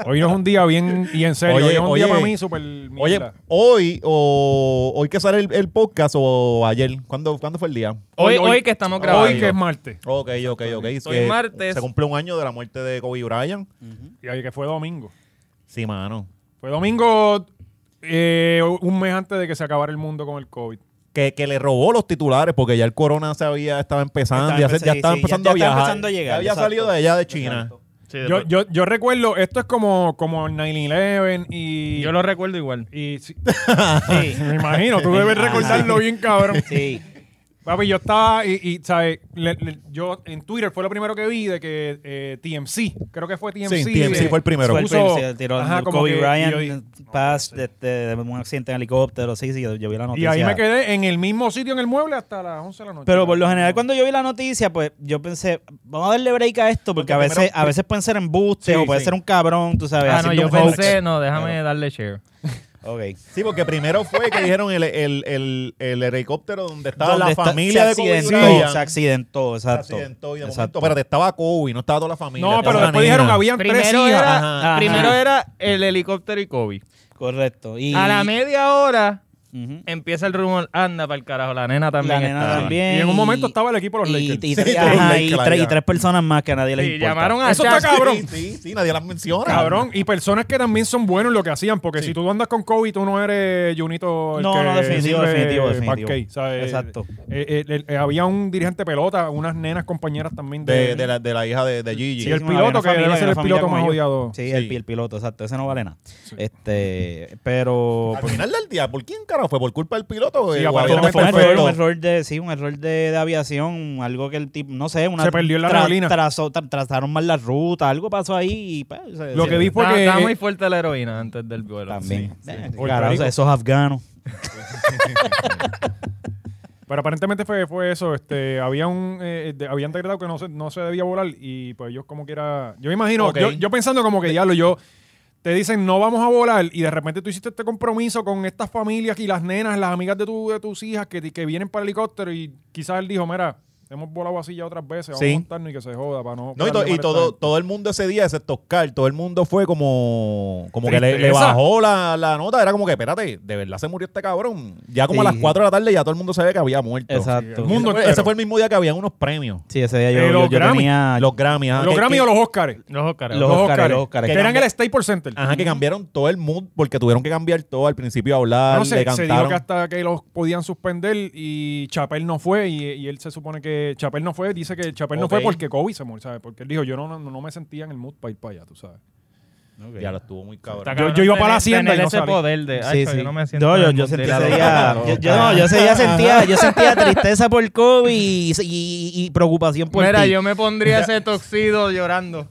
Speaker 1: hoy no es un día bien y en serio.
Speaker 3: Oye,
Speaker 1: hoy es un
Speaker 3: oye.
Speaker 1: día para mí súper
Speaker 3: Oye,
Speaker 1: mierda.
Speaker 3: hoy o hoy que sale el, el podcast o ayer, ¿cuándo, ¿cuándo fue el día?
Speaker 2: Hoy, hoy, que estamos grabando.
Speaker 1: hoy que es martes.
Speaker 3: Ok, ok, ok.
Speaker 2: Hoy
Speaker 3: Eh,
Speaker 2: martes.
Speaker 3: Se cumple un año de la muerte de Kobe Bryant.
Speaker 1: Y ahí que fue domingo.
Speaker 3: Sí, mano.
Speaker 1: Fue domingo eh, un mes antes de que se acabara el mundo con el COVID.
Speaker 3: Que, que le robó los titulares porque ya el corona se había, estaba empezando,
Speaker 4: Estaba
Speaker 3: ya, se-
Speaker 4: empezando,
Speaker 3: ya
Speaker 4: sí,
Speaker 3: estaba
Speaker 4: sí, ya-
Speaker 3: empezando
Speaker 4: ya
Speaker 3: a
Speaker 4: estaba
Speaker 3: viajar.
Speaker 4: empezando a llegar,
Speaker 3: había
Speaker 4: exacto.
Speaker 3: salido de allá de China.
Speaker 2: Sí,
Speaker 1: Yo, yo, yo recuerdo, esto es como, como el 9-11 y...
Speaker 2: yo lo recuerdo igual.
Speaker 1: y [laughs] sí,
Speaker 4: Sí.
Speaker 1: me imagino, tú debes
Speaker 4: Ajá.
Speaker 1: recordarlo bien, cabrón.
Speaker 4: Sí.
Speaker 1: Papi, yo estaba y, y, ¿sabes? Le- le- yo en Twitter fue lo primero que vi de que eh, TMC, creo que fue TMC.
Speaker 3: Sí, TMC
Speaker 1: eh,
Speaker 3: fue el primero.
Speaker 4: Fue el
Speaker 1: puso-
Speaker 4: príncipe, el tirón
Speaker 1: ajá,
Speaker 4: de
Speaker 1: como
Speaker 4: Kobe
Speaker 1: que-
Speaker 4: Bryant,
Speaker 1: y yo dije,
Speaker 4: pass, este, de un accidente en helicóptero, sí, sí, yo, yo vi la
Speaker 1: Y
Speaker 4: noticia.
Speaker 1: ahí me quedé en el mismo sitio en el mueble hasta las 11 de la noche.
Speaker 4: Pero por lo general, cuando yo vi la noticia, pues yo pensé, vamos a darle break a esto, porque a
Speaker 3: Porque
Speaker 4: veces,
Speaker 3: primero-
Speaker 4: a veces pueden ser embustes
Speaker 3: Sí,
Speaker 4: o puede
Speaker 3: sí.
Speaker 4: ser un cabrón, tú sabes.
Speaker 2: Ah, no,
Speaker 4: haciendo
Speaker 2: yo
Speaker 4: un hoax.
Speaker 2: pensé, no, déjame darle share.
Speaker 4: Ok.
Speaker 3: Sí, porque primero fue que dijeron el, el, el, el helicóptero donde estaba
Speaker 4: Donde
Speaker 3: la
Speaker 4: está-
Speaker 3: familia
Speaker 4: se
Speaker 3: de Kobe
Speaker 4: accidentó,
Speaker 3: Bryant.
Speaker 4: Se accidentó,
Speaker 3: Se
Speaker 4: exacto.
Speaker 3: accidentó y de
Speaker 4: Exacto.
Speaker 3: momento, espérate, estaba Kobe, no estaba toda la familia.
Speaker 1: no,
Speaker 3: estaba
Speaker 1: pero
Speaker 3: la
Speaker 1: después
Speaker 3: nena.
Speaker 1: dijeron, habían tres
Speaker 2: Primero
Speaker 1: hijas.
Speaker 2: era,
Speaker 4: Ajá.
Speaker 2: primero
Speaker 4: Ajá.
Speaker 2: era el helicóptero y Kobe.
Speaker 4: Correcto. Y,
Speaker 2: A la media hora
Speaker 4: Ujú.
Speaker 2: empieza el rumor, anda para el carajo, la nena también
Speaker 4: La nena
Speaker 2: estaba.
Speaker 4: también.
Speaker 1: Y en un momento estaba el equipo de los
Speaker 4: y,
Speaker 1: Lakers.
Speaker 4: y-
Speaker 3: Sí,
Speaker 4: y-
Speaker 3: todos
Speaker 4: ajá,
Speaker 3: los Lakers,
Speaker 4: y
Speaker 3: la
Speaker 4: tres, y
Speaker 3: verdad.
Speaker 4: tres personas más que a nadie le
Speaker 2: Sí,
Speaker 4: importa.
Speaker 2: llamaron a
Speaker 1: Eso está
Speaker 2: Shaq.
Speaker 1: cabrón.
Speaker 3: [laughs] Sí, sí, nadie las menciona.
Speaker 1: Cabrón, y personas que también son buenos en lo que hacían, porque si tú andas con Kobe, tú no eres Junito. el
Speaker 4: No,
Speaker 1: que
Speaker 4: no, definitivo,
Speaker 1: sirve
Speaker 4: definitivo, definitivo.
Speaker 1: parquet, ¿sabes?
Speaker 4: Exacto.
Speaker 1: Eh, eh, el- eh, había un dirigente pelota, unas nenas compañeras también de.
Speaker 3: De, de la, de la hija de, de Gigi.
Speaker 1: Sí, el
Speaker 4: no, había una
Speaker 1: piloto, que debe
Speaker 4: familia,
Speaker 1: ser
Speaker 4: una
Speaker 1: el
Speaker 4: familia
Speaker 1: piloto
Speaker 4: como
Speaker 1: más
Speaker 4: yo.
Speaker 1: odiado.
Speaker 4: Sí, el,
Speaker 3: Sí.
Speaker 4: el piloto, exacto. Ese no vale nada. Este, pero...
Speaker 3: Al final del día, ¿por quién carajo fue? ¿Por culpa del piloto?
Speaker 1: pues. Sí,
Speaker 3: Eh, o
Speaker 1: aparentemente
Speaker 4: fue un
Speaker 3: algo
Speaker 1: fue
Speaker 3: que
Speaker 4: error,
Speaker 1: todo.
Speaker 4: un error de, sí, un error de, de aviación, algo que el tipo, no sé, una
Speaker 1: Se perdió en la neblina.
Speaker 4: trazó- tra- trazaron mal la ruta, algo pasó ahí y pues, se-
Speaker 1: Lo
Speaker 4: se-
Speaker 1: que di
Speaker 2: Estaba-
Speaker 1: porque.
Speaker 2: estaba muy fuerte la heroína antes del vuelo.
Speaker 4: también. Eh,
Speaker 1: Oye,
Speaker 4: carajo,
Speaker 1: Perico.
Speaker 4: esos afganos.
Speaker 1: Pero aparentemente fue, fue eso, este, había un, eh, de- habían decretado que no se, no se debía volar y pues ellos como quiera, yo me imagino,
Speaker 3: Ok.
Speaker 1: yo, yo pensando como que ya lo yo, te dicen no vamos a volar y de repente tú hiciste este compromiso con estas familias y las nenas, las amigas de, tu, de tus hijas que, que vienen para el helicóptero y quizás él dijo, mira, hemos volado así ya otras veces, vamos
Speaker 3: Sí.
Speaker 1: a montarnos y que se joda para no...
Speaker 3: No, y, to-
Speaker 1: darle
Speaker 3: y todo,
Speaker 1: malestar".
Speaker 3: todo el mundo ese día, excepto Oscar, todo el mundo fue como, como que le, le
Speaker 1: Tristeza.
Speaker 3: bajó la, la nota. Era como que, espérate, de verdad se murió este cabrón. Ya como a
Speaker 4: Sí.
Speaker 3: las 4 de la tarde ya todo el mundo sabía que había muerto.
Speaker 4: Exacto.
Speaker 1: el mundo
Speaker 3: Ese fue-
Speaker 1: entero.
Speaker 3: Ese fue el mismo día que habían unos premios.
Speaker 4: Sí, ese día yo,
Speaker 1: Eh,
Speaker 4: yo-
Speaker 1: los
Speaker 4: yo
Speaker 1: Grammy.
Speaker 4: tenía
Speaker 3: Los Grammy. Ajá,
Speaker 1: Los
Speaker 3: que-
Speaker 1: Grammy
Speaker 3: que-
Speaker 1: o los Oscars,
Speaker 2: Los Óscares.
Speaker 4: los
Speaker 1: los
Speaker 4: Óscares,
Speaker 1: Óscares,
Speaker 4: los Óscares.
Speaker 1: que eran el Staples Center.
Speaker 3: Ajá, que cambiaron todo el mood porque tuvieron que cambiar todo al principio a hablar,
Speaker 1: Ah, No sé,
Speaker 3: le
Speaker 1: se dijo
Speaker 3: cantaron.
Speaker 1: que hasta que los podían suspender y Chapel no fue y, y él se supone que Chapel no fue, dice que Chapel no
Speaker 3: Ok.
Speaker 1: fue porque Kobe se murió, ¿sabes? Porque él dijo, yo no, no, no me sentía en el mood para ir para allá, tú sabes.
Speaker 3: Ya lo estuvo muy cabrón.
Speaker 2: Está
Speaker 1: Yo- yo
Speaker 2: cabrón
Speaker 1: iba para la
Speaker 2: tener-
Speaker 1: hacienda y
Speaker 2: tener
Speaker 1: no
Speaker 2: ese
Speaker 1: salí.
Speaker 2: poder de, "Ay,
Speaker 4: Sí,
Speaker 2: yo
Speaker 4: sí.
Speaker 2: no me siento
Speaker 4: No,
Speaker 2: en
Speaker 4: yo,
Speaker 2: el
Speaker 4: yo
Speaker 2: mundo
Speaker 4: sentí
Speaker 2: de la
Speaker 4: ese
Speaker 2: loca".
Speaker 4: día, yo, yo- no, yo ese día sentía,
Speaker 2: [laughs]
Speaker 4: yo sentía tristeza por Kobe y, y- y preocupación por
Speaker 2: Mira,
Speaker 4: ti.
Speaker 2: yo me
Speaker 4: [laughs]
Speaker 2: pondría ese toxido llorando.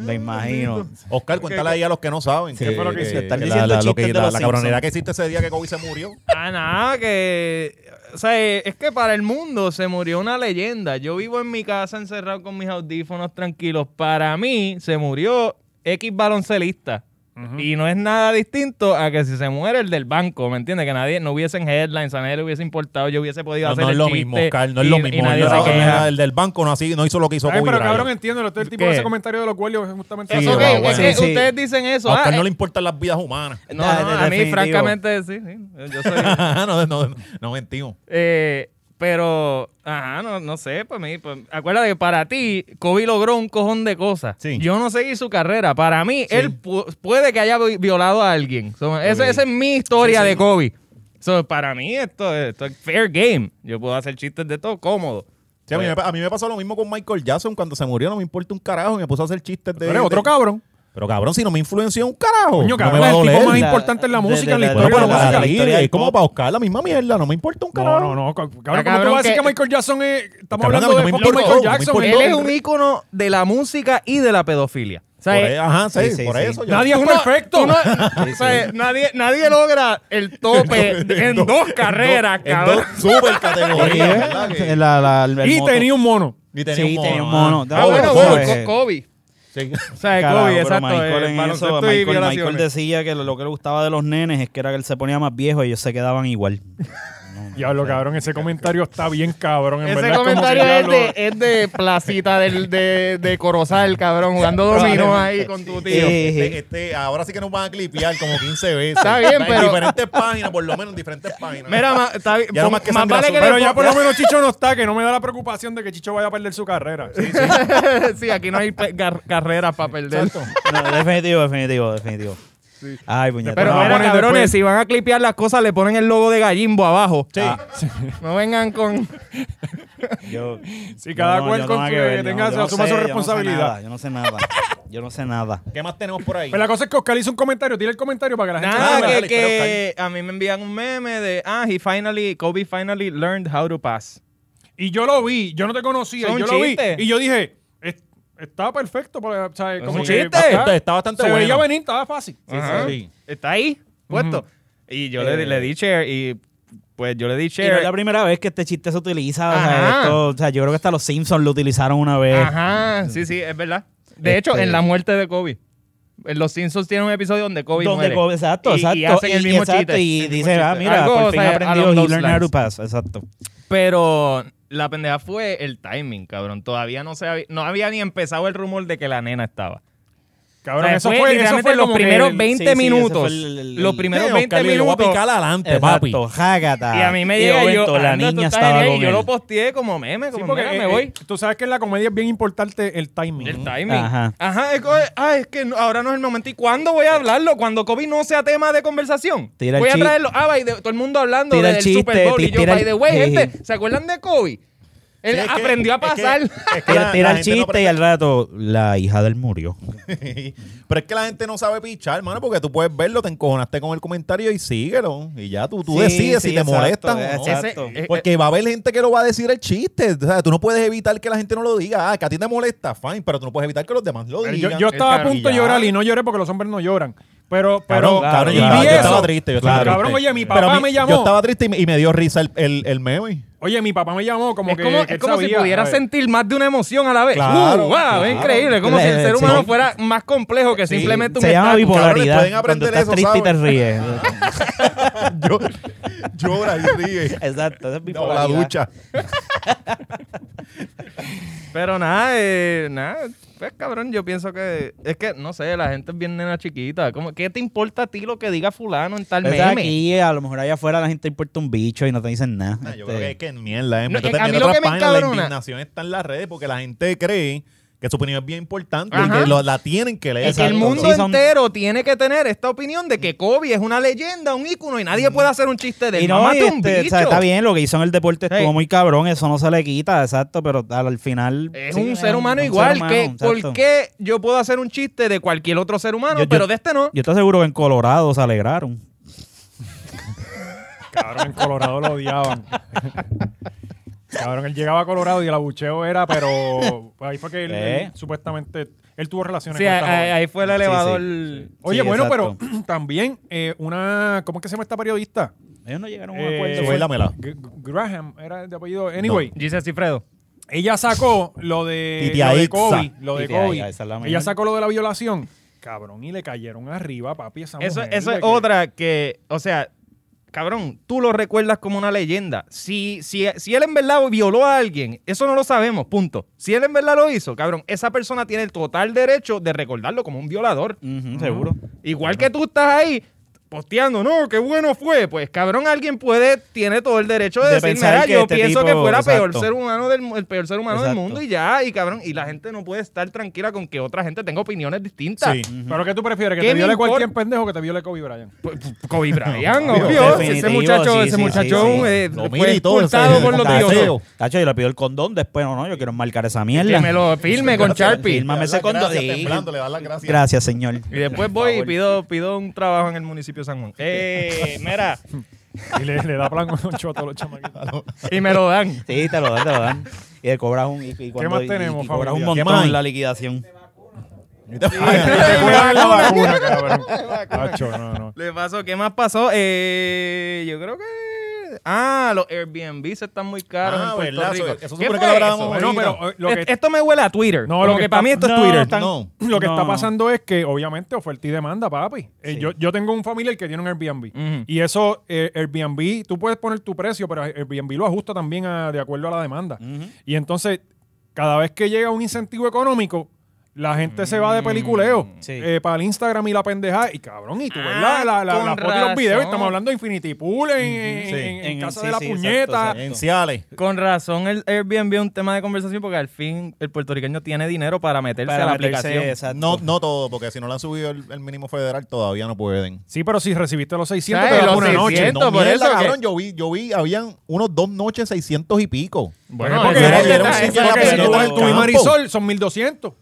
Speaker 4: Me imagino.
Speaker 3: Oscar, cuéntale ahí a los que no saben.
Speaker 1: ¿Qué fue lo que hiciste?
Speaker 4: Están
Speaker 3: la-
Speaker 4: diciendo
Speaker 3: la- lo que-
Speaker 4: chistes de
Speaker 3: la-
Speaker 4: los
Speaker 3: la cabronería
Speaker 4: Simpsons.
Speaker 3: que hiciste ese día que Kobe se murió.
Speaker 2: Ah, nada, que. O sea, eh, es que para el mundo se murió una leyenda. Yo vivo en mi casa encerrado con mis audífonos tranquilos. Para mí se murió X baloncelista. Y no es nada distinto a que si se muere el del banco, ¿me entiendes? Que nadie, no hubiesen headlines, a nadie le hubiese importado, yo hubiese podido
Speaker 3: No,
Speaker 2: hacer
Speaker 3: no es
Speaker 2: el
Speaker 3: lo
Speaker 2: chiste
Speaker 3: mismo, Oscar, no es
Speaker 2: y-
Speaker 3: lo
Speaker 2: Y
Speaker 3: mismo.
Speaker 2: nadie
Speaker 3: No,
Speaker 2: se
Speaker 3: no,
Speaker 2: queja.
Speaker 3: no, el del banco no, así, no hizo lo que hizo
Speaker 1: Ay,
Speaker 3: Kobe
Speaker 1: pero
Speaker 3: Bryant.
Speaker 1: cabrón, entiéndelo, todo el tipo
Speaker 2: ¿Qué?
Speaker 1: de ese comentario de los guardias es justamente
Speaker 3: Sí,
Speaker 2: Eso
Speaker 1: eso.
Speaker 2: que-
Speaker 3: no,
Speaker 2: es
Speaker 3: bueno.
Speaker 2: que
Speaker 4: Sí, sí.
Speaker 2: ustedes dicen eso.
Speaker 3: A Oscar
Speaker 2: ah,
Speaker 3: no
Speaker 2: eh,
Speaker 3: le importan las vidas [laughs] humanas.
Speaker 2: no,
Speaker 4: Da-
Speaker 2: no,
Speaker 4: de-
Speaker 2: a mí
Speaker 4: definitivo.
Speaker 2: francamente sí, sí. Yo soy,
Speaker 3: no, no, no mentimos.
Speaker 2: Eh, pero, ajá, no, no sé, para mí, pues, acuérdate que para ti, Kobe logró un cojón de cosas.
Speaker 3: Sí.
Speaker 2: Yo no seguí su carrera. Para mí, él pu- puede que haya vi- violado a alguien. So, esa-
Speaker 3: Ok.
Speaker 2: Esa es mi historia de Kobe. So, para mí, esto, es- esto es fair game. Yo puedo hacer chistes de todo cómodo. Pues,
Speaker 3: Sí, a, mí me, pa- a mí me pasó lo mismo con Michael Jackson cuando se murió, no me importa un carajo, y me puso a hacer chistes de.
Speaker 1: Tú eres otro
Speaker 3: de-
Speaker 1: cabrón.
Speaker 3: Pero cabrón, si no me influenció un carajo.
Speaker 1: Coño,
Speaker 3: Oh, no me
Speaker 1: cabrón,
Speaker 3: va a
Speaker 1: es el tipo más
Speaker 3: doler.
Speaker 1: importante en la
Speaker 4: De-
Speaker 1: música, en la
Speaker 4: de- de-
Speaker 3: Bueno,
Speaker 1: historia de
Speaker 3: pero
Speaker 1: la
Speaker 4: para
Speaker 3: para
Speaker 1: música.
Speaker 4: ti.
Speaker 3: ti,
Speaker 4: historia del
Speaker 3: es como
Speaker 4: pop.
Speaker 3: para Oscar la misma mierda, no me importa un
Speaker 1: No, no,
Speaker 3: carajo.
Speaker 1: no. ca- Cabrón, ¿cómo tú
Speaker 2: Cabrón,
Speaker 1: vas a decir
Speaker 2: que-
Speaker 1: que Michael Jackson es... Estamos
Speaker 3: Cabrón,
Speaker 1: hablando
Speaker 3: a
Speaker 1: de
Speaker 3: mí no me
Speaker 1: de
Speaker 3: importó,
Speaker 1: Michael
Speaker 3: no me
Speaker 1: Jackson. eh.
Speaker 3: importó.
Speaker 2: Él es un
Speaker 1: el-
Speaker 2: ícono de la música y de la pedofilia. O sea,
Speaker 3: Por
Speaker 2: eh,
Speaker 3: e- ajá, sí,
Speaker 4: Sí, sí,
Speaker 3: por
Speaker 4: sí.
Speaker 3: eso. yo-
Speaker 1: Nadie es
Speaker 2: Tú no-
Speaker 1: perfecto.
Speaker 3: [laughs]
Speaker 2: tú no- o sea, Nadie, nadie logra el
Speaker 3: [laughs]
Speaker 2: tope [laughs] en dos carreras,
Speaker 3: en
Speaker 2: cabrón.
Speaker 3: dos super
Speaker 4: ¿eh? Sí,
Speaker 3: categorías. ¿verdad? Que-
Speaker 4: la- la- el
Speaker 1: Y
Speaker 4: moto.
Speaker 1: tenía un mono.
Speaker 3: Y
Speaker 4: Sí, tenía un mono.
Speaker 3: ah.
Speaker 4: Da-
Speaker 2: Ah,
Speaker 3: Pobre,
Speaker 2: bueno,
Speaker 3: pobre.
Speaker 2: bueno, Co-
Speaker 4: pobre.
Speaker 2: Kobe.
Speaker 3: Sí.
Speaker 2: O sea,
Speaker 4: Carajo,
Speaker 2: Kobe,
Speaker 4: pero
Speaker 2: exacto.
Speaker 4: Michael,
Speaker 2: eh,
Speaker 4: en eso,
Speaker 2: baloncesto y
Speaker 4: Michael-
Speaker 2: violaciones.
Speaker 4: Michael decía que lo, lo que le gustaba de los nenes es que era que él se ponía más viejo y ellos se quedaban igual. No,
Speaker 1: Diablo, cabrón, ese comentario está bien cabrón. En
Speaker 2: Ese
Speaker 1: verdad, como
Speaker 2: comentario
Speaker 1: que,
Speaker 2: es de,
Speaker 1: diablo,
Speaker 2: es de placita del, de, de Corozal, cabrón, jugando dominó ahí con tu tío.
Speaker 4: Sí.
Speaker 3: Este, este, ahora sí que nos van a clipear como 15 veces.
Speaker 2: Está bien, pero-
Speaker 3: En diferentes páginas, por lo menos en diferentes páginas.
Speaker 2: Mira, ma- está bien,
Speaker 3: Ya
Speaker 2: pon-
Speaker 3: nomás que
Speaker 2: más
Speaker 3: Sandra
Speaker 2: vale que
Speaker 3: Soto-
Speaker 1: Pero
Speaker 2: le
Speaker 1: ya
Speaker 2: pon-
Speaker 1: por lo menos Chicho no está, que no me da la preocupación de que Chicho vaya a perder su carrera. Sí, sí.
Speaker 2: [laughs] sí, aquí no hay pe- gar- carreras para perder.
Speaker 4: No,
Speaker 1: [laughs]
Speaker 4: definitivo, definitivo, definitivo. Ay, puñeta.
Speaker 2: Pero
Speaker 1: No,
Speaker 2: mira,
Speaker 1: ponen
Speaker 2: cabrones,
Speaker 1: después.
Speaker 2: si van a clipear las cosas, le ponen el logo de Gallimbo abajo.
Speaker 4: Ah,
Speaker 2: No vengan con...
Speaker 4: yo-
Speaker 1: Sí, cada cual
Speaker 4: yo
Speaker 1: con
Speaker 4: nada
Speaker 1: su-
Speaker 4: que ver,
Speaker 1: que tenga-
Speaker 4: yo no
Speaker 1: asuma su
Speaker 4: sé, yo no sé
Speaker 1: responsabilidad.
Speaker 4: nada, Yo no sé nada. Yo no sé nada.
Speaker 3: ¿Qué más tenemos por ahí?
Speaker 1: Pero Pues la cosa es que Oscar hizo un comentario, tira el comentario para que la gente.
Speaker 2: Nada,
Speaker 3: Ah,
Speaker 2: que,
Speaker 3: dale,
Speaker 2: que a mí me envían un meme de, ah, he finally, Kobe finally learned how to pass.
Speaker 1: Y yo lo vi, yo no te conocía,
Speaker 2: Es un
Speaker 1: y yo lo vi.
Speaker 2: chiste.
Speaker 1: Y yo dije, "Es- está perfecto. Para, o sea, como
Speaker 3: un
Speaker 1: que-
Speaker 2: chiste.
Speaker 1: Ajá.
Speaker 3: Está bastante
Speaker 1: Se veía
Speaker 3: bueno.
Speaker 1: venir, estaba fácil.
Speaker 2: Ajá.
Speaker 3: sí.
Speaker 2: Está ahí, puesto. Y yo le,
Speaker 4: Eh.
Speaker 2: le di share y pues yo le di
Speaker 4: Y no es la
Speaker 2: share.
Speaker 4: primera vez que este chiste se utiliza. O
Speaker 2: Ajá.
Speaker 4: sea, esto- o sea, yo creo que hasta los Simpsons lo utilizaron una vez.
Speaker 2: Ajá, sí, sí, es verdad. De hecho,
Speaker 4: Este-
Speaker 2: en la muerte de Kobe. En Los Simpsons tienen un episodio donde Kobe
Speaker 4: donde
Speaker 2: muere.
Speaker 4: co- exacto,
Speaker 2: Y-
Speaker 4: exacto.
Speaker 2: Y hacen el
Speaker 4: y-
Speaker 2: mismo
Speaker 4: exacto,
Speaker 2: chiste. el
Speaker 4: Y
Speaker 2: mismo
Speaker 4: dice, ah,
Speaker 2: chiste.
Speaker 4: mira,
Speaker 2: Algo,
Speaker 4: por
Speaker 2: o
Speaker 4: fin
Speaker 2: sea,
Speaker 4: aprendió
Speaker 2: along
Speaker 4: he
Speaker 2: those
Speaker 4: learned how to
Speaker 2: lines.
Speaker 4: pass. Exacto.
Speaker 2: Pero la pendeja fue el timing, cabrón. Todavía no se había, no había ni empezado el rumor de que la nena estaba. O
Speaker 1: Cabrón,
Speaker 2: sea,
Speaker 1: eso
Speaker 2: fue
Speaker 1: fue, eso
Speaker 2: literalmente
Speaker 1: fue
Speaker 2: los
Speaker 1: como que
Speaker 2: primeros
Speaker 1: el-
Speaker 2: 20
Speaker 4: sí, ese fue
Speaker 2: minutos.
Speaker 4: el- el-
Speaker 2: los
Speaker 4: el-
Speaker 2: primeros
Speaker 3: Sí,
Speaker 2: 20
Speaker 3: Oscar, le voy a
Speaker 2: minutos.
Speaker 3: picar adelante, papi.
Speaker 4: Exacto, jácata.
Speaker 2: Y a mí me
Speaker 4: Ah, De
Speaker 2: llega y
Speaker 4: momento,
Speaker 2: yo,
Speaker 4: la
Speaker 2: "Anda, esto
Speaker 4: niña
Speaker 2: está
Speaker 4: estaba
Speaker 2: genial",
Speaker 4: con
Speaker 2: y yo
Speaker 4: él.
Speaker 2: lo posteé como meme,
Speaker 1: Sí,
Speaker 3: Pues
Speaker 2: como
Speaker 1: porque
Speaker 2: "Mira,
Speaker 1: eh,
Speaker 2: me voy.
Speaker 1: eh, tú sabes que en la comedia es bien importante el timing.
Speaker 2: El timing.
Speaker 4: Ajá.
Speaker 2: Ajá, es, que- ah, es que no- ahora no es el momento. ¿Y cuándo voy a hablarlo? Cuando Kobe no sea tema de conversación.
Speaker 4: Tira el
Speaker 2: voy a
Speaker 4: chi-
Speaker 2: traerlo. Ah, by the- todo el mundo hablando
Speaker 4: Tira
Speaker 2: del
Speaker 4: el chiste,
Speaker 2: Super Bowl.
Speaker 4: ti-
Speaker 2: Y yo,
Speaker 4: tira
Speaker 2: by
Speaker 4: el-
Speaker 2: the way,
Speaker 4: sí.
Speaker 2: gente, ¿se acuerdan de Kobe? Él
Speaker 3: Sí, es que-
Speaker 2: aprendió a
Speaker 3: es que-
Speaker 2: pasar.
Speaker 3: es que la-
Speaker 4: Tira, tira
Speaker 3: la
Speaker 4: el
Speaker 3: gente no
Speaker 4: chiste y al rato, la hija del murió.
Speaker 3: [laughs] Pero es que la gente no sabe pichar, hermano, porque tú puedes verlo, te encojonaste con el comentario y síguelo. Y ya tú, tú
Speaker 4: Sí,
Speaker 3: decides
Speaker 4: sí,
Speaker 3: si te
Speaker 4: exacto,
Speaker 3: molestas o no.
Speaker 4: exacto.
Speaker 2: eh, eh,
Speaker 3: Porque va a haber gente que lo va a decir el chiste. O sea, tú no puedes evitar que la gente no lo diga. Ah, que a ti te molesta, fine, pero tú no puedes evitar que los demás lo
Speaker 1: Pero
Speaker 3: digan.
Speaker 1: yo, yo estaba a
Speaker 2: cabrón,
Speaker 1: punto de
Speaker 3: ya.
Speaker 1: llorar y no lloré porque los hombres no lloran. Pero, pero
Speaker 3: Cabrón, cabrón,
Speaker 1: y
Speaker 3: yo, estaba,
Speaker 1: vi
Speaker 3: yo
Speaker 1: eso.
Speaker 3: estaba triste. Yo estaba
Speaker 1: Claro. Cabrón,
Speaker 3: triste.
Speaker 1: oye, mi
Speaker 3: Pero a
Speaker 1: papá
Speaker 3: mí-
Speaker 1: me llamó.
Speaker 3: Yo estaba triste y me, y me dio risa el, el, el meme. [laughs]
Speaker 1: Oye, mi papá me llamó como
Speaker 2: es
Speaker 1: que.
Speaker 2: como,
Speaker 1: que
Speaker 2: es como si
Speaker 1: sabía,
Speaker 2: pudieras
Speaker 1: ¿sabes?
Speaker 2: sentir más de una emoción a la vez.
Speaker 3: Claro,
Speaker 2: Uh, wow, es
Speaker 3: claro.
Speaker 2: increíble. Como si el ser
Speaker 4: Sí.
Speaker 2: humano fuera más complejo que
Speaker 3: Sí.
Speaker 2: simplemente un
Speaker 4: Se llama
Speaker 2: estatus,
Speaker 4: bipolaridad.
Speaker 3: pueden
Speaker 4: Cuando
Speaker 3: aprender
Speaker 4: estás
Speaker 3: eso,
Speaker 4: triste y te
Speaker 3: ¿saben? [laughs]
Speaker 4: ríes.
Speaker 3: Yo- Llora y ríe.
Speaker 4: Exacto, eso es
Speaker 3: O la
Speaker 4: bipolaridad.
Speaker 3: ducha.
Speaker 2: Pero nada, eh, nada, pues cabrón, yo pienso que es que no sé, la gente es bien nena chiquita. Como, ¿Qué te importa a ti lo que diga fulano en tal
Speaker 4: Pero
Speaker 2: meme?
Speaker 4: estás aquí, a lo mejor allá afuera la gente importa un bicho y no te dicen nada.
Speaker 3: Ah, Yo
Speaker 4: Este,
Speaker 3: creo que es que es mierda, ¿eh?
Speaker 2: No,
Speaker 3: Métete-
Speaker 2: que a mí
Speaker 3: métete
Speaker 2: lo
Speaker 3: otras
Speaker 2: que me
Speaker 3: páginas, la
Speaker 2: encabrona-
Speaker 3: indignación está en las redes porque la gente cree que su opinión es bien importante
Speaker 2: Ajá.
Speaker 3: y que lo- la tienen que leer.
Speaker 2: Es que el
Speaker 4: Exacto.
Speaker 2: mundo
Speaker 4: Sí, son-
Speaker 2: entero tiene que tener esta opinión de que Kobe es una leyenda, un ícono y nadie puede hacer un chiste de él.
Speaker 4: Mm. Y no,
Speaker 2: Mámate
Speaker 4: y
Speaker 2: un
Speaker 4: este, o
Speaker 2: bicho.
Speaker 4: sea, está bien, lo que hizo en el deporte estuvo
Speaker 2: Hey.
Speaker 4: muy cabrón, eso no se le quita, exacto, pero al, al final...
Speaker 2: Es
Speaker 4: sí,
Speaker 2: un ser humano
Speaker 4: un
Speaker 2: igual
Speaker 4: ser humano,
Speaker 2: que
Speaker 4: exacto.
Speaker 2: ¿por qué yo puedo hacer un chiste de cualquier otro ser humano,
Speaker 4: Yo- yo-
Speaker 2: pero de este no?
Speaker 4: Yo te aseguro que en Colorado se alegraron.
Speaker 1: Cabrón, en Colorado lo odiaban. Cabrón, él llegaba a Colorado y el abucheo era, pero pues, ahí fue que él,
Speaker 4: ¿Eh?
Speaker 1: él supuestamente él tuvo relaciones
Speaker 2: Sí,
Speaker 1: con esta joven.
Speaker 2: ahí, ahí fue el
Speaker 4: Sí, sí,
Speaker 2: elevador.
Speaker 1: Oye,
Speaker 4: Sí,
Speaker 1: bueno,
Speaker 4: exacto.
Speaker 1: pero [clears throat] también eh, una, ¿cómo es que se llama esta periodista?
Speaker 4: Ellos no llegaron a un
Speaker 1: Eh,
Speaker 4: acuerdo.
Speaker 3: fue la- Suélamela.
Speaker 1: G- Graham era de apellido. Anyway,
Speaker 2: Dice Cifredo.
Speaker 1: ella sacó lo de,
Speaker 3: Titia
Speaker 1: lo de
Speaker 3: Itza.
Speaker 1: Kobe. Lo de
Speaker 4: Titia,
Speaker 1: Kobe.
Speaker 4: esa es la
Speaker 1: ella
Speaker 4: mejor.
Speaker 1: sacó lo de la violación. Cabrón, y le cayeron arriba, papi, esa
Speaker 2: Eso,
Speaker 1: mujer,
Speaker 2: eso
Speaker 1: de
Speaker 2: es
Speaker 1: que-
Speaker 2: otra que, o sea, cabrón, tú lo recuerdas como una leyenda. Si, si, si él en verdad violó a alguien, eso no lo sabemos, punto. Si él en verdad lo hizo, cabrón, esa persona tiene el total derecho de recordarlo como un violador.
Speaker 4: Ujú, seguro.
Speaker 2: Igual que tú estás ahí posteando, no, qué bueno fue. Pues, cabrón, alguien puede, tiene todo el derecho de,
Speaker 4: De
Speaker 2: decir,
Speaker 4: pensar
Speaker 2: mira,
Speaker 4: que
Speaker 2: yo
Speaker 4: este
Speaker 2: pienso que
Speaker 4: tipo-
Speaker 2: fue la peor
Speaker 4: exacto.
Speaker 2: ser humano del, mu- el peor ser humano
Speaker 4: Exacto.
Speaker 2: del mundo y ya, y cabrón, y la gente no puede estar tranquila con que otra gente tenga opiniones distintas.
Speaker 3: Sí.
Speaker 1: ¿Pero qué tú prefieres? ¿Que
Speaker 2: ¿Qué
Speaker 1: te
Speaker 2: me
Speaker 1: viole
Speaker 2: importa?
Speaker 1: cualquier pendejo o que te viole Kobe Bryant?
Speaker 2: P- p- [laughs] Kobe Bryant,
Speaker 3: No,
Speaker 2: obvio.
Speaker 4: definitivo,
Speaker 2: Ese muchacho,
Speaker 4: sí,
Speaker 2: ese
Speaker 4: sí,
Speaker 2: muchacho
Speaker 4: sí, sí.
Speaker 2: eh,
Speaker 3: Lo mira
Speaker 2: fue
Speaker 3: y todo,
Speaker 2: expulsado
Speaker 3: ese-
Speaker 2: por los
Speaker 3: con
Speaker 2: diosos.
Speaker 3: caseo.
Speaker 4: Tacho, yo le pido el condón después, no, no, yo quiero enmarcar esa
Speaker 2: Que
Speaker 4: mierda.
Speaker 2: me [laughs] lo filme con Sharpie.
Speaker 4: Fírmame ese condón.
Speaker 3: Gracias,
Speaker 4: Sí.
Speaker 3: temblando, le das las gracias.
Speaker 4: Gracias, señor.
Speaker 2: Y después voy y pido, pido un trabajo en el municipio de San Juan. Eh, mira,
Speaker 1: Y le, le da plan con ocho a todos los chamaquitos.
Speaker 2: y me lo [laughs] dan.
Speaker 4: Sí, te lo dan, te lo dan. Y le cobras un, y, y cuando-
Speaker 1: más
Speaker 4: y-
Speaker 1: tenemos,
Speaker 4: y cobras un
Speaker 1: familia?
Speaker 3: ¿Qué
Speaker 4: montón
Speaker 3: más hay?
Speaker 4: en la liquidación.
Speaker 1: [laughs] Te juegan la vacuna, cabrón. Tacho, no, no.
Speaker 2: Le pasó, ¿qué más pasó? Eh, yo creo que. Ah, los Airbnb se están muy caros
Speaker 3: Ah,
Speaker 2: en Puerto
Speaker 3: ¿verdad?
Speaker 2: Rico.
Speaker 3: Eso- eso
Speaker 2: ¿Qué
Speaker 3: supone que
Speaker 2: fue
Speaker 3: lo hablábamos
Speaker 2: eso?
Speaker 1: Bueno,
Speaker 3: ahorita.
Speaker 1: pero eh, lo que,
Speaker 2: Est- Esto me huele a Twitter.
Speaker 1: No,
Speaker 2: No,
Speaker 1: lo
Speaker 2: lo
Speaker 1: que
Speaker 2: que,
Speaker 1: está-
Speaker 2: para mí esto es
Speaker 4: no,
Speaker 2: Twitter.
Speaker 4: está-
Speaker 3: No.
Speaker 1: lo que
Speaker 4: No,
Speaker 1: está
Speaker 4: no.
Speaker 1: pasando es que, obviamente, oferta y demanda, papi. Eh,
Speaker 4: Sí.
Speaker 1: yo, yo tengo un familiar que tiene un Airbnb.
Speaker 2: Ujú.
Speaker 1: Y eso, eh, Airbnb, tú puedes poner tu precio, pero Airbnb lo ajusta también a- de acuerdo a la demanda.
Speaker 4: Ujú.
Speaker 1: Y entonces, cada vez que llega un incentivo económico, la gente se va de peliculeo
Speaker 4: Sí.
Speaker 1: eh, para el Instagram y la pendeja. Y cabrón, y tú ves
Speaker 2: Ah,
Speaker 1: la, la, la-
Speaker 2: con
Speaker 1: la foto y los videos.
Speaker 2: razón.
Speaker 1: Estamos hablando de Infinity Pool en, en-
Speaker 3: Sí.
Speaker 1: en- en
Speaker 4: En-
Speaker 1: Casa
Speaker 4: sí,
Speaker 1: de la
Speaker 4: sí, exacto,
Speaker 1: Puñeta.
Speaker 4: exacto.
Speaker 3: En Ciales.
Speaker 2: Con razón el Airbnb es un tema de conversación porque al fin el puertorriqueño tiene dinero para meterse
Speaker 4: Para
Speaker 2: a la
Speaker 4: meterse,
Speaker 2: aplicación.
Speaker 4: exacto.
Speaker 3: No, no todo, porque si no le han subido el, el mínimo federal, todavía no pueden.
Speaker 1: Sí, pero si recibiste los 600,
Speaker 2: ¿Sabes?
Speaker 1: te das
Speaker 2: Los
Speaker 1: una noche.
Speaker 2: 600. Siento
Speaker 3: No,
Speaker 2: por
Speaker 3: mierda,
Speaker 2: eso que-
Speaker 3: cabrón, yo vi, yo vi, habían unos dos noches 600 y pico.
Speaker 1: Bueno,
Speaker 2: No,
Speaker 1: porque,
Speaker 2: ese es el
Speaker 1: porque
Speaker 2: detalle,
Speaker 1: si-
Speaker 2: ese es
Speaker 1: porque
Speaker 2: el
Speaker 1: si tú
Speaker 4: detalle.
Speaker 1: ves tú y Marisol, son 1200.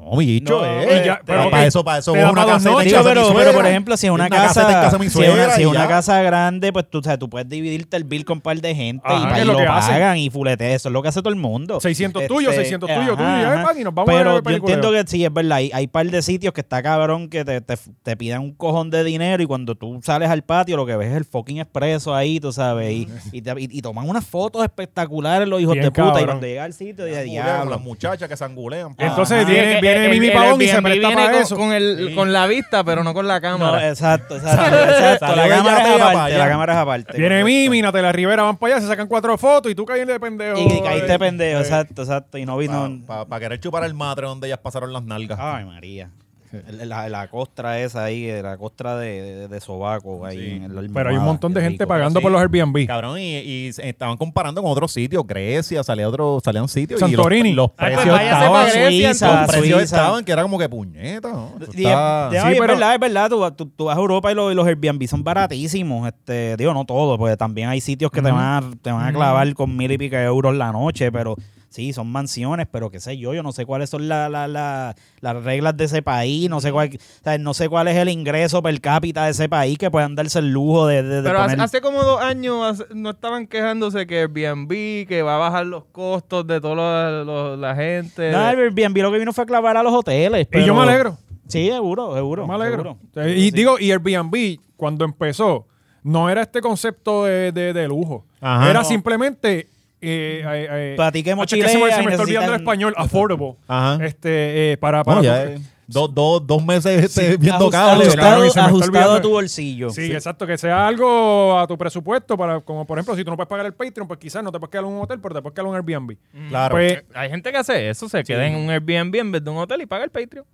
Speaker 3: No, mi bicho,
Speaker 4: No,
Speaker 3: eh.
Speaker 1: y ya, pero
Speaker 3: para,
Speaker 1: ok,
Speaker 3: eso, para eso,
Speaker 1: te
Speaker 3: voy a
Speaker 1: da
Speaker 3: una
Speaker 1: para dos
Speaker 3: caseta en
Speaker 1: noches,
Speaker 3: casa de mi
Speaker 4: pero,
Speaker 3: suegra,
Speaker 4: pero, por ejemplo, si es una, casa,
Speaker 3: caseta en casa de mi
Speaker 4: si es una-
Speaker 3: suegra
Speaker 4: si
Speaker 3: y
Speaker 4: es una,
Speaker 3: ya.
Speaker 4: casa grande, pues tú, sabes, tú puedes dividirte el bill con un par de gente
Speaker 1: Ajá,
Speaker 4: y,
Speaker 1: que
Speaker 4: pa-
Speaker 1: es
Speaker 4: y
Speaker 1: lo
Speaker 4: lo,
Speaker 1: que hacen.
Speaker 4: pagan y fulete eso, es lo que hace todo el mundo. Este,
Speaker 1: 600 tuyos, 600 tuyos, tuyos, ya, pan, y nos vamos a
Speaker 4: Pero
Speaker 1: ver
Speaker 4: yo
Speaker 1: peliculeo.
Speaker 4: entiendo que sí, es verdad, hay, hay par de sitios que está cabrón que te, te, te pidan un cojón de dinero y cuando tú sales al patio lo que ves es el fucking expreso ahí, tú sabes, y, y, te- y- y toman unas fotos espectaculares los hijos
Speaker 1: Bien
Speaker 4: de puta
Speaker 1: cabrón.
Speaker 4: y cuando llega al sitio dices,
Speaker 3: Angulean, Las
Speaker 4: diablo.
Speaker 3: muchachas que se angulean. pa.
Speaker 1: Entonces
Speaker 2: Ah,
Speaker 1: viene,
Speaker 2: el-
Speaker 1: viene
Speaker 2: el-
Speaker 1: Mimi
Speaker 2: el
Speaker 1: Pavón y se
Speaker 2: Airbnb
Speaker 1: presta
Speaker 2: viene
Speaker 1: para
Speaker 2: con,
Speaker 1: eso.
Speaker 2: Con, el, con la vista, pero no con la
Speaker 4: No,
Speaker 2: cámara.
Speaker 4: exacto, exacto, exacto. La
Speaker 3: Salió
Speaker 4: cámara
Speaker 3: ya
Speaker 4: es
Speaker 3: pega pa'
Speaker 4: aparte,
Speaker 3: allá.
Speaker 4: la cámara es aparte.
Speaker 1: Viene
Speaker 4: correcto.
Speaker 1: Mimi, Natalia Rivera, van para allá, se sacan cuatro fotos y tú caes de pendejo.
Speaker 4: Y caíste
Speaker 1: Eh,
Speaker 4: pendejo,
Speaker 1: eh,
Speaker 4: exacto, exacto. Y no vi.
Speaker 3: Para
Speaker 4: No...
Speaker 3: querer chupar el madre donde ellas pasaron las nalgas.
Speaker 4: Ay, María. La, la costra esa ahí, la costra de, de, de sobaco ahí.
Speaker 3: Sí.
Speaker 4: en el-
Speaker 1: Pero
Speaker 4: la
Speaker 1: hay un
Speaker 4: almohada,
Speaker 1: montón de
Speaker 4: qué
Speaker 1: gente
Speaker 4: rico.
Speaker 1: pagando
Speaker 3: sí.
Speaker 1: por los Airbnb.
Speaker 3: Cabrón, y, y se- estaban comparando con otros sitios, Grecia, salía otro, salían sitios. y los-
Speaker 1: Santorini.
Speaker 3: los,
Speaker 2: Ay, pues
Speaker 3: precios
Speaker 2: váyase
Speaker 3: estaban,
Speaker 2: pa' Grecia,
Speaker 3: los
Speaker 4: Suiza,
Speaker 3: precios
Speaker 4: Suiza.
Speaker 3: estaban que era como que puñeta. ¿no? Eso
Speaker 4: Y-
Speaker 3: está-
Speaker 4: y-
Speaker 1: Pues Sí,
Speaker 4: ay,
Speaker 1: pero-
Speaker 4: Es verdad, es verdad. Tú, vas- tú- tú vas a Europa y los, y los Airbnb son baratísimos. Este, digo, no todos, porque también hay sitios que te, van a, te van a clavar con mil y pico de euros la noche, pero sí, son mansiones, pero qué sé yo, yo no sé cuáles son la- la- la- las reglas de ese país, no sé cuál, o sea, no sé cuál es el ingreso per cápita de ese país que puedan darse el lujo de, de- de
Speaker 2: Pero hace,
Speaker 4: poner-
Speaker 2: hace como dos años hace- no estaban quejándose que Airbnb, que va a bajar los costos de toda la gente.
Speaker 4: No, el Airbnb lo que vino fue a clavar a los hoteles.
Speaker 1: Y yo
Speaker 4: pero-
Speaker 1: me alegro.
Speaker 4: Sí, seguro, seguro.
Speaker 1: me alegro.
Speaker 4: seguro.
Speaker 1: Eh, Y digo, y Airbnb, cuando empezó, no era este concepto de, de- de lujo.
Speaker 3: Ajá.
Speaker 1: era
Speaker 3: No.
Speaker 1: simplemente. Eh, eh, eh,
Speaker 4: Para ti que
Speaker 1: ah,
Speaker 4: mochilea
Speaker 1: cheque, se me, se
Speaker 4: y
Speaker 1: me está olvidando el
Speaker 4: necesitan-
Speaker 1: español, affordable.
Speaker 3: Ajá.
Speaker 1: Este, eh, para, para
Speaker 3: Bueno, ya, eh, dos- dos- dos meses este, viendo
Speaker 4: Ajust-
Speaker 3: cables.
Speaker 1: ajustado. cabrón, y se me está
Speaker 4: ajustado a
Speaker 1: olvidando.
Speaker 4: tu bolsillo.
Speaker 1: Sí, exacto, que sea algo a tu presupuesto para, como por ejemplo, si tú no puedes pagar el Patreon, pues quizás no te puedes quedar en un hotel, pero te puedes quedar en un Airbnb.
Speaker 3: Claro,
Speaker 1: Pues,
Speaker 2: Eh, Hay gente que hace eso, se queda en un Airbnb en vez de un hotel y paga el Patreon.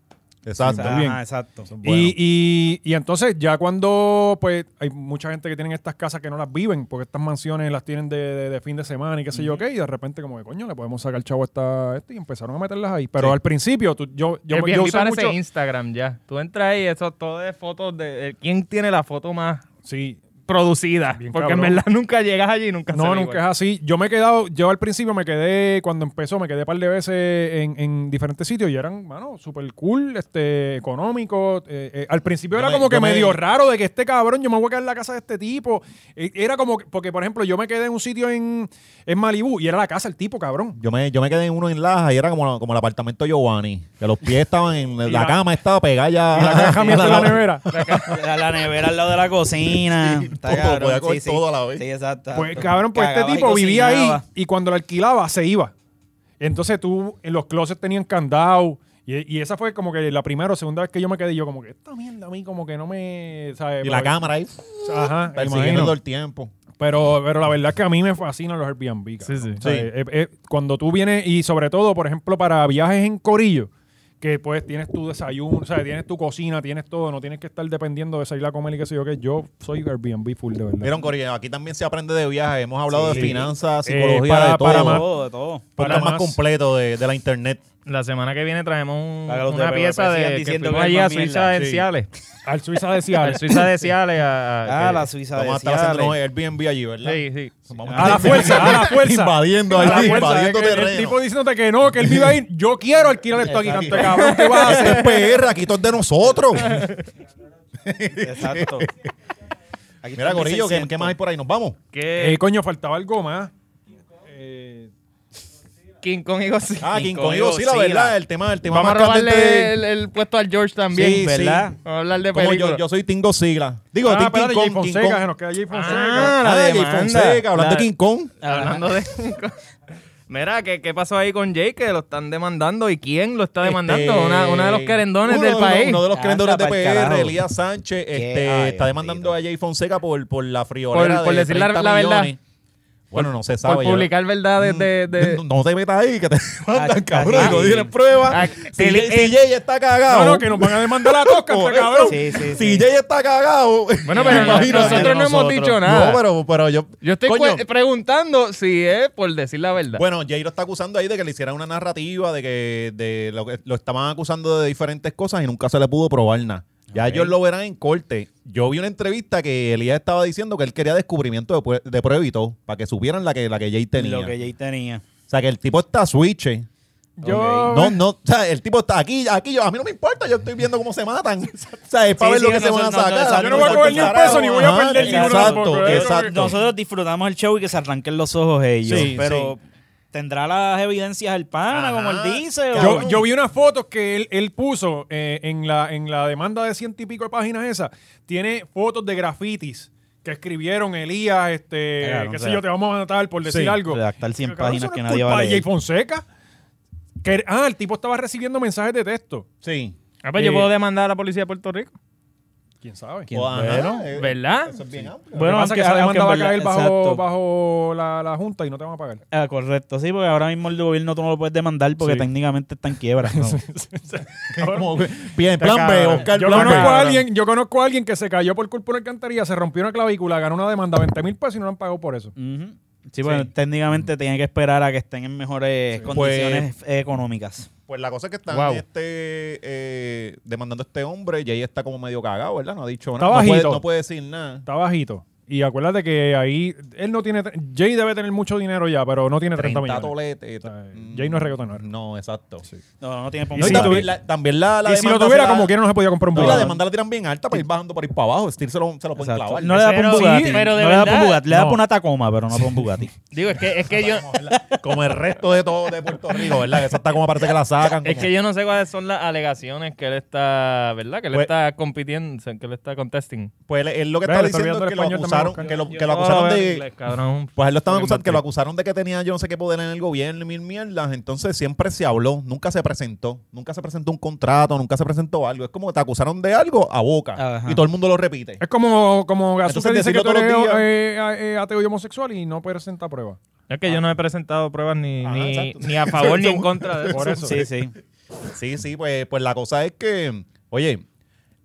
Speaker 3: exacto.
Speaker 4: Ajá,
Speaker 1: bien.
Speaker 4: exacto.
Speaker 1: y, y- y entonces ya cuando pues hay mucha gente que tienen estas casas que no las viven, porque estas mansiones las tienen de, de- de fin de semana y qué sé yo qué, y de repente como que coño, le podemos sacar chavo a esta, a este", y empezaron a meterlas ahí. Pero al principio, tú- yo, yo, yo
Speaker 2: Airbnb
Speaker 1: usé
Speaker 2: parece
Speaker 1: mucho-
Speaker 2: Instagram ya. Tú entras ahí, eso todo es fotos de eh, quién tiene la foto más
Speaker 1: Sí,
Speaker 2: producida.
Speaker 1: Bien
Speaker 2: porque
Speaker 1: cabrón.
Speaker 2: en verdad [laughs] nunca llegas allí y nunca se
Speaker 1: No,
Speaker 2: ve
Speaker 1: nunca
Speaker 2: igual.
Speaker 1: es así. Yo me he quedado, yo al principio me quedé, cuando empezó, me quedé un par de veces en, en diferentes sitios y eran, mano, súper cool, este, económicos. eh, eh, al principio
Speaker 3: Yo
Speaker 1: era
Speaker 3: me-
Speaker 1: como que
Speaker 3: yo me-
Speaker 1: medio raro de que este cabrón, yo me voy a quedar en la casa de este tipo. Eh, era como, que- porque por ejemplo, yo me quedé en un sitio en, en Malibú y era la casa del tipo, cabrón.
Speaker 3: Yo me, yo me quedé en uno en Laja y era como, como el apartamento de Giovanni. Que los pies
Speaker 1: [laughs]
Speaker 3: estaban en la,
Speaker 1: la-
Speaker 3: cama, estaba pegada ya.
Speaker 1: Y la
Speaker 3: [laughs]
Speaker 1: caja mía está en la nevera.
Speaker 4: [laughs] La, la nevera al lado de la cocina. Está
Speaker 3: todo,
Speaker 4: cabrón,
Speaker 3: podía coger todo a la vez.
Speaker 4: Sí, exacto.
Speaker 1: Pues
Speaker 4: exacto.
Speaker 1: cabrón, pues este
Speaker 4: Cagaba y
Speaker 1: tipo vivía ahí
Speaker 4: cocinaba.
Speaker 1: y cuando lo alquilaba se iba. Entonces tú, en los closets tenían candado. Y, y esa fue como que la primera o segunda vez que yo me quedé y yo como que esta mierda a mí como que no me... ¿sabes?
Speaker 3: Y la
Speaker 1: Pero-
Speaker 3: cámara ahí,
Speaker 1: Ajá,
Speaker 3: [laughs] persiguiendo
Speaker 1: pues. imagino.
Speaker 3: todo el tiempo.
Speaker 1: Pero, pero la verdad es que a mí me fascinan los Airbnb. cabrón.
Speaker 2: Sí, sí.
Speaker 1: O sea, eh, eh, cuando tú vienes y sobre todo, por ejemplo, para viajes en Corillo, que pues tienes tu desayuno, o sea, tienes tu cocina, tienes todo, no tienes que estar dependiendo de salir a comer y qué sé yo qué. Yo soy Airbnb full de verdad.
Speaker 3: Vieron, Corillo, aquí también se aprende de viajes. Hemos hablado
Speaker 1: Sí.
Speaker 3: de finanzas,
Speaker 1: Eh,
Speaker 3: psicología,
Speaker 1: para-
Speaker 3: de todo.
Speaker 1: para
Speaker 3: Un
Speaker 1: más-
Speaker 4: Todo, todo.
Speaker 1: para
Speaker 3: podcast más
Speaker 1: más.
Speaker 3: completo de, de la internet.
Speaker 2: La semana que viene traemos un-
Speaker 4: Para que los
Speaker 2: una
Speaker 4: de-
Speaker 2: pieza
Speaker 4: parecían
Speaker 2: de que
Speaker 4: diciendo
Speaker 2: fuimos
Speaker 4: que
Speaker 2: allí
Speaker 4: es
Speaker 2: a
Speaker 4: más
Speaker 2: Suiza
Speaker 4: mierda,
Speaker 2: de
Speaker 4: sí.
Speaker 2: Ciales.
Speaker 1: Al Suiza de
Speaker 2: Al
Speaker 3: [laughs]
Speaker 1: Ciales.
Speaker 2: Ah, Suiza de Ciales. A,
Speaker 4: Ah,
Speaker 2: que-
Speaker 4: la Suiza
Speaker 3: Vamos a
Speaker 4: de
Speaker 3: estar haciendo unos
Speaker 4: Ciales.
Speaker 3: Airbnb allí, ¿verdad?
Speaker 2: Sí, sí.
Speaker 3: Vamos
Speaker 1: A la fuerza, a [laughs] la fuerza.
Speaker 3: Invadiendo
Speaker 1: A la
Speaker 3: allí,
Speaker 1: fuerza,
Speaker 3: invadiendo
Speaker 1: que el,
Speaker 3: terreno.
Speaker 1: tipo diciéndote que no, que él vive ahí. Yo quiero alquilar esto aquí, tanto cabrón. ¿Qué vas
Speaker 3: [laughs]
Speaker 1: a
Speaker 3: Esto
Speaker 1: hacer?
Speaker 3: es PR, aquí todo es
Speaker 1: [laughs]
Speaker 3: de nosotros. [laughs]
Speaker 4: Exacto. Aquí
Speaker 3: Mira,
Speaker 4: está
Speaker 3: Corillo, ¿qué,
Speaker 4: 1600.
Speaker 3: qué más hay por ahí? Nos vamos.
Speaker 2: Que-
Speaker 1: Eh, coño, faltaba algo más. Eh,
Speaker 2: King Kong y Godzilla.
Speaker 3: Ah, King Kong y Godzilla, ¿verdad? El tema, el tema
Speaker 2: Vamos a
Speaker 3: más candente
Speaker 2: robarle
Speaker 3: de-
Speaker 2: el, el puesto al George también,
Speaker 3: Sí,
Speaker 2: ¿verdad?
Speaker 3: sí.
Speaker 2: Vamos a hablar de
Speaker 3: Como
Speaker 2: películas.
Speaker 3: yo, yo soy Team Godzilla. Digo,
Speaker 1: Ah,
Speaker 3: Team
Speaker 1: espérate,
Speaker 3: King Kong.
Speaker 1: Jay
Speaker 3: King
Speaker 1: Fonseca,
Speaker 3: Kong.
Speaker 1: se nos queda Jay Fonseca.
Speaker 2: Ah, la
Speaker 3: Ah, Jay
Speaker 2: demanda.
Speaker 3: Fonseca, hablando
Speaker 4: La-
Speaker 3: de King Kong.
Speaker 2: Hablando de Mira, ¿qué, ¿qué pasó ahí con Jake? Que lo están demandando. ¿Y quién lo está demandando?
Speaker 3: Este,
Speaker 2: Una, una de los querendones
Speaker 3: uno
Speaker 2: del
Speaker 3: de los-
Speaker 2: país.
Speaker 3: Uno de los
Speaker 4: Anda
Speaker 3: querendones de
Speaker 4: pa'l
Speaker 3: PR,
Speaker 4: carajo.
Speaker 3: Elías Sánchez, este,
Speaker 4: ay,
Speaker 3: está demandando a
Speaker 4: bendito.
Speaker 3: Jay Fonseca por, por la friolera
Speaker 2: Por- por
Speaker 3: de
Speaker 2: decir la-
Speaker 3: 30
Speaker 2: la verdad.
Speaker 3: millones. Bueno, no Mm, se sabe.
Speaker 2: por
Speaker 3: yo-
Speaker 2: publicar verdades de... de-
Speaker 3: No, no te metas ahí, que te [laughs] mandan,
Speaker 4: Aquí-
Speaker 3: cabrón.
Speaker 4: aquí-
Speaker 3: No tienen pruebas.
Speaker 2: Aquí-
Speaker 3: Si,
Speaker 2: el-
Speaker 3: Jay- si Jay está cagado.
Speaker 1: No, no, que nos van a demandar
Speaker 3: [laughs]
Speaker 1: la coca,
Speaker 3: Por
Speaker 1: este
Speaker 3: eso,
Speaker 1: cabrón.
Speaker 4: Sí, sí,
Speaker 3: Si
Speaker 4: sí.
Speaker 3: Jay está cagado.
Speaker 2: Bueno, pero
Speaker 3: [laughs] imagínate.
Speaker 2: nosotros no hemos
Speaker 4: Nosotros.
Speaker 2: dicho nada.
Speaker 3: No, pero, pero yo.
Speaker 2: Yo estoy
Speaker 3: coño,
Speaker 2: cu- preguntando si es por decir la verdad.
Speaker 3: Bueno, Jay lo está acusando ahí de que le hiciera una narrativa, de que de lo, que- lo estaban acusando de diferentes cosas y nunca se le pudo probar nada. Ya ellos lo verán en corte. Yo vi una entrevista que Elías estaba diciendo que él quería descubrimiento de, pue- de prueba y todo, para que supieran la que, la que Jay tenía.
Speaker 4: Lo que Jay tenía.
Speaker 3: O sea, que el tipo está switch. eh.
Speaker 1: Yo,
Speaker 3: No, no, o sea, el tipo está aquí, aquí, yo, a mí no me importa, yo estoy viendo cómo se
Speaker 4: [laughs]
Speaker 3: matan. O sea, es para
Speaker 4: Sí,
Speaker 3: ver
Speaker 4: sí,
Speaker 3: lo que
Speaker 4: que
Speaker 3: se van a
Speaker 4: nosotros- nosotros-
Speaker 3: sacar.
Speaker 1: yo no voy a coger ni un peso ni voy a
Speaker 3: Ajá,
Speaker 1: perder ninguno
Speaker 4: exacto,
Speaker 1: tampoco. ¿eh?
Speaker 3: exacto.
Speaker 4: Nosotros disfrutamos el show y que se arranquen los ojos ellos.
Speaker 3: Sí,
Speaker 4: pero tendrá las evidencias el pana,
Speaker 3: Ajá.
Speaker 4: como él dice. o-
Speaker 1: Yo, yo vi unas fotos que él, él puso eh, en, la, en la demanda de ciento y pico de páginas esa. Tiene fotos de grafitis que escribieron Elías, este,
Speaker 4: Claro,
Speaker 1: qué
Speaker 4: o
Speaker 1: sé
Speaker 4: sea,
Speaker 1: yo, te vamos a matar por decir
Speaker 3: sí,
Speaker 1: algo.
Speaker 4: redactar 100
Speaker 1: Pero, cabrón,
Speaker 4: páginas
Speaker 1: eso no
Speaker 4: que
Speaker 1: es
Speaker 4: nadie
Speaker 1: culpa
Speaker 4: va a
Speaker 1: de Jay
Speaker 4: leer.
Speaker 1: Fonseca. Que- ah, el tipo estaba recibiendo mensajes de texto.
Speaker 3: Sí.
Speaker 2: Ah, pues
Speaker 1: eh,
Speaker 2: yo puedo demandar a la policía de Puerto Rico.
Speaker 1: ¿Quién sabe?
Speaker 4: ¿Quién
Speaker 3: O, ajá,
Speaker 4: fueron?
Speaker 3: eh,
Speaker 2: ¿Verdad?
Speaker 3: Eso es bien
Speaker 1: Bueno,
Speaker 3: amplio.
Speaker 4: Bueno,
Speaker 1: pasa
Speaker 4: aunque-
Speaker 1: que esa
Speaker 4: aunque
Speaker 1: demanda
Speaker 4: en
Speaker 1: va a
Speaker 4: verdad-
Speaker 1: caer bajo,
Speaker 4: exacto.
Speaker 1: bajo la, la junta y no te van a pagar.
Speaker 4: Ah, correcto, sí, porque ahora mismo el gobierno tú no lo puedes demandar porque
Speaker 1: Sí.
Speaker 4: técnicamente está en quiebra.
Speaker 1: [laughs]
Speaker 4: ¿no?
Speaker 3: Como, bien, plan B,
Speaker 2: cabrón.
Speaker 3: buscar
Speaker 1: Yo
Speaker 3: plan
Speaker 1: conozco, a
Speaker 3: B.
Speaker 1: alguien, yo conozco a alguien que se cayó por culpa de una alcantarilla, se rompió una clavícula, ganó una demanda, 20 mil pesos y no le han pagado por eso.
Speaker 4: Ujú. Sí, porque técnicamente tienen que esperar a que estén en mejores condiciones económicas.
Speaker 3: Pues la cosa es que están
Speaker 2: Wow.
Speaker 3: este, eh, demandando a este hombre y ahí está como medio cagado, ¿verdad? No ha dicho
Speaker 1: Está
Speaker 3: nada. No puede,
Speaker 1: bajito.
Speaker 3: no puede decir nada.
Speaker 1: Está bajito. Y acuérdate que ahí él no tiene. tre- Jay debe tener mucho dinero ya, pero no tiene 30,
Speaker 3: 30
Speaker 1: millones.
Speaker 3: toletes.
Speaker 1: sea,
Speaker 3: Mm,
Speaker 1: Jay no es reggaetonero.
Speaker 3: No, exacto.
Speaker 4: No, no tiene
Speaker 3: No, y
Speaker 1: si
Speaker 3: también,
Speaker 1: tuvi-
Speaker 3: la, también la, la
Speaker 1: y si lo
Speaker 3: demanda
Speaker 1: tuviera,
Speaker 3: se la-
Speaker 1: como quiera, no se podía comprar un
Speaker 3: no,
Speaker 1: Bugatti.
Speaker 3: la demanda la tiran bien alta para ir bajando para ir para abajo. Steel se lo, se lo pueden
Speaker 4: Exacto.
Speaker 3: clavar.
Speaker 4: No le da por un
Speaker 2: Pues Pero-
Speaker 4: Bugatti.
Speaker 2: sí, pero de
Speaker 4: no le da por un
Speaker 2: verdad,
Speaker 4: Bugatti. Le da
Speaker 1: no.
Speaker 4: por una Tacoma, pero no por un Bugatti.
Speaker 2: Digo, es que, es
Speaker 3: [laughs]
Speaker 2: que yo...
Speaker 3: Como el resto de todo de Puerto Rico, ¿verdad? Que Esa está como parece que la sacan.
Speaker 2: Es
Speaker 3: como-
Speaker 2: que yo no sé cuáles son las alegaciones que él está, ¿verdad? Que él
Speaker 3: Pues-
Speaker 2: está compitiendo, o sea, que él está contesting.
Speaker 3: Pues él, él lo que
Speaker 1: Ve,
Speaker 3: está
Speaker 1: le estoy
Speaker 3: diciendo
Speaker 1: viendo el
Speaker 3: es que lo
Speaker 1: español
Speaker 3: acusaron,
Speaker 1: también,
Speaker 3: que lo,
Speaker 1: Oscar.
Speaker 3: que lo acusaron
Speaker 2: Ah,
Speaker 3: de,
Speaker 2: inglés, cabrón.
Speaker 3: Pues a él lo estaban
Speaker 2: Bien
Speaker 3: acusando, que lo
Speaker 2: metido.
Speaker 3: acusaron de que tenía yo no sé qué poder en el gobierno y mil mierdas. Entonces siempre se habló, nunca se presentó, nunca se presentó un contrato, nunca se presentó algo. Es como que te acusaron de algo a boca
Speaker 4: Ajá.
Speaker 3: y todo el mundo lo
Speaker 4: [laughs]
Speaker 3: repite.
Speaker 1: Es como, como Gasú que
Speaker 3: Entonces,
Speaker 1: dice que tú
Speaker 3: decirlo
Speaker 1: eres
Speaker 3: todos los días.
Speaker 1: eh, eh, ateo y homosexual y no presenta prueba.
Speaker 2: Es que yo no he presentado pruebas ni,
Speaker 3: Ah,
Speaker 2: ni,
Speaker 3: exacto.
Speaker 2: ni a favor ni en contra
Speaker 1: [laughs]
Speaker 2: de
Speaker 1: Por eso.
Speaker 2: eso.
Speaker 4: Sí, sí.
Speaker 3: Sí, sí, pues, pues la cosa es que, oye,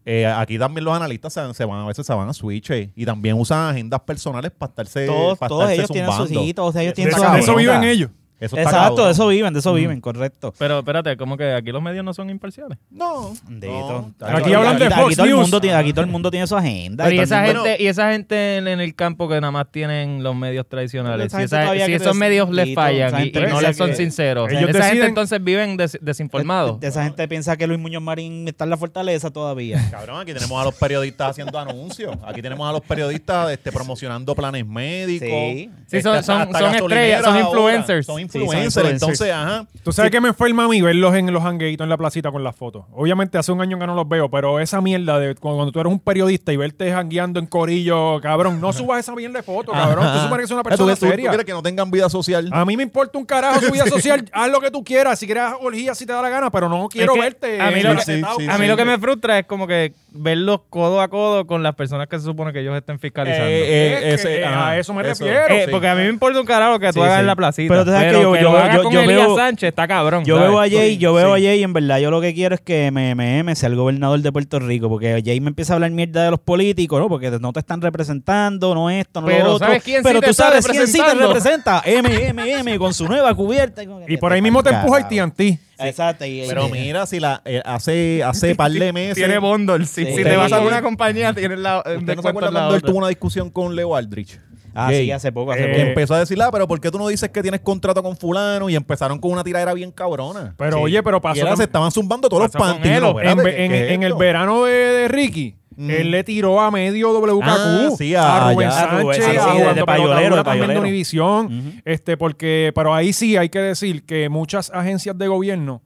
Speaker 3: eh, aquí también los analistas se, se van, a veces se van a Switch eh, y también usan agendas personales para
Speaker 1: Eh,
Speaker 3: estarse
Speaker 4: Todos,
Speaker 3: para
Speaker 4: todos ellos
Speaker 3: estarse
Speaker 4: tienen sus
Speaker 3: zumbando.
Speaker 4: hijitos, todos ellos
Speaker 1: De
Speaker 4: tienen
Speaker 1: eso-
Speaker 4: sus
Speaker 1: de eso Mm.
Speaker 4: abuelos.
Speaker 1: viven ellos.
Speaker 3: Eso está
Speaker 4: Exacto,
Speaker 3: cabrón.
Speaker 4: de eso viven, de eso viven, correcto.
Speaker 2: Pero espérate, como que aquí los medios no son imparciales.
Speaker 3: No,
Speaker 4: Bendito.
Speaker 3: no.
Speaker 1: Aquí hablan de
Speaker 4: aquí
Speaker 1: Fox
Speaker 4: todo el
Speaker 1: News.
Speaker 4: mundo tiene- aquí todo el mundo tiene su agenda.
Speaker 2: Pero y
Speaker 4: todo el
Speaker 2: esa
Speaker 4: mundo-
Speaker 3: mundo-
Speaker 2: gente, y esa gente en, en el campo que nada más tienen los medios tradicionales.
Speaker 4: Esa
Speaker 2: Si,
Speaker 4: gente
Speaker 2: esa-
Speaker 4: todavía
Speaker 2: si
Speaker 4: cree-
Speaker 2: esos medios les
Speaker 4: Bendito,
Speaker 2: fallan
Speaker 4: esa
Speaker 2: y,
Speaker 4: gente
Speaker 2: y no
Speaker 4: piensa
Speaker 2: les son
Speaker 4: que-
Speaker 2: sinceros,
Speaker 1: Ellos
Speaker 2: esa gente
Speaker 1: deciden-
Speaker 2: entonces viven des- desinformados.
Speaker 4: Esa gente piensa que Luis Muñoz Marín está en la fortaleza todavía.
Speaker 2: [laughs]
Speaker 3: Cabrón, aquí tenemos a los periodistas haciendo anuncios. Aquí tenemos a los periodistas este, promocionando planes médicos.
Speaker 4: Sí.
Speaker 2: Sí, son-
Speaker 3: Este, hasta-
Speaker 2: son-
Speaker 3: hasta
Speaker 2: son
Speaker 3: gasolineras
Speaker 2: estrellas, son
Speaker 3: ahora.
Speaker 2: influencers.
Speaker 3: Son
Speaker 2: Sí,
Speaker 4: son
Speaker 3: influencers,
Speaker 4: influencers.
Speaker 3: entonces, ajá.
Speaker 1: ¿Tú sabes que me enferma a mí verlos en los hangueitos en la placita con las fotos? Obviamente hace un año que no los veo, pero esa mierda de cu- cuando tú eres un periodista y verte jangueando en corillo, cabrón, no subas esa mierda de fotos, cabrón. Tú supones que es una
Speaker 3: Ah, ¿Tú,
Speaker 1: persona
Speaker 3: tú- tú
Speaker 1: seria.
Speaker 3: quieres que no tengan vida social?
Speaker 1: A mí me importa un carajo
Speaker 3: [laughs]
Speaker 1: tu vida social, haz lo que tú quieras, si quieres haz orgías si te da la gana, pero no quiero
Speaker 2: que
Speaker 1: verte.
Speaker 2: a mí lo que-
Speaker 1: macetado.
Speaker 3: sí,
Speaker 2: A mí
Speaker 3: sí.
Speaker 2: lo que me frustra es como que verlos codo a codo con las personas que se supone que ellos estén fiscalizando.
Speaker 1: Es que, eh,
Speaker 3: ajá,
Speaker 1: a eso me refiero,
Speaker 2: Eh, Porque a mí me importa un carajo que tú
Speaker 4: Sí,
Speaker 2: hagas
Speaker 4: sí.
Speaker 2: en la placita.
Speaker 4: Pero tú sabes que yo-
Speaker 2: que
Speaker 4: yo
Speaker 2: lo
Speaker 4: veo-
Speaker 2: hagas
Speaker 4: yo-
Speaker 2: con
Speaker 4: yo
Speaker 2: Elías
Speaker 4: veo-
Speaker 2: Sánchez está cabrón.
Speaker 4: Yo
Speaker 2: ¿sabes?
Speaker 4: veo a Jay, yo veo
Speaker 2: Sí.
Speaker 4: a Jay, y en verdad yo lo que quiero es que MMM sea el gobernador de Puerto Rico, porque Jay me empieza a hablar mierda de los políticos, ¿no? Porque no te están representando, no esto, no
Speaker 2: Pero
Speaker 4: lo otro.
Speaker 2: ¿sabes quién sí
Speaker 4: pero
Speaker 2: te
Speaker 4: tú
Speaker 2: está
Speaker 4: sabes quién sí te
Speaker 2: representando?
Speaker 4: representa, MMM con su nueva cubierta.
Speaker 1: Y por ahí mismo te empuja el TNT.
Speaker 4: Exacto. y-
Speaker 3: Pero
Speaker 4: y-
Speaker 3: mira, si la, eh, hace,
Speaker 1: [laughs]
Speaker 3: hace par de meses...
Speaker 2: Tiene bundle. Si,
Speaker 4: Sí.
Speaker 2: si te
Speaker 3: Usted
Speaker 2: vas
Speaker 3: no
Speaker 2: a
Speaker 3: se-
Speaker 2: una compañía, tienes la, un
Speaker 3: ¿Usted no se
Speaker 2: descuento
Speaker 3: acuerda
Speaker 2: en la
Speaker 3: cuando él
Speaker 2: otra.
Speaker 3: tuvo una discusión con Leo Aldrich?
Speaker 4: Ah, sí,
Speaker 3: Jay.
Speaker 4: hace poco, hace
Speaker 1: Eh,
Speaker 3: Que
Speaker 4: poco.
Speaker 3: empezó a decir, ah, pero ¿por qué tú no dices que tienes contrato con fulano? Y empezaron con una tiradera bien cabrona.
Speaker 1: Pero oye, pero
Speaker 3: Y
Speaker 1: pasó
Speaker 3: era,
Speaker 1: tam-
Speaker 3: se estaban zumbando todos los
Speaker 2: pasó con
Speaker 3: panties.
Speaker 2: él,
Speaker 3: ¿no?
Speaker 2: o-
Speaker 3: Espérate,
Speaker 1: en,
Speaker 3: ¿qué
Speaker 1: en-
Speaker 3: es
Speaker 1: en el
Speaker 3: esto? Mm.
Speaker 1: verano de, de Ricky, Él le tiró a medio WKQ.
Speaker 3: Ah, sí, a-
Speaker 1: a Rubén
Speaker 3: allá.
Speaker 4: A Rubén,
Speaker 1: Sánchez,
Speaker 4: sí,
Speaker 1: a
Speaker 4: sí,
Speaker 1: Juan
Speaker 4: de- de
Speaker 1: Pelotagura
Speaker 4: payolero, de
Speaker 1: también de
Speaker 4: payolero.
Speaker 1: Univisión.
Speaker 4: Ujú.
Speaker 1: este, porque, pero ahí sí hay que decir que muchas agencias de gobierno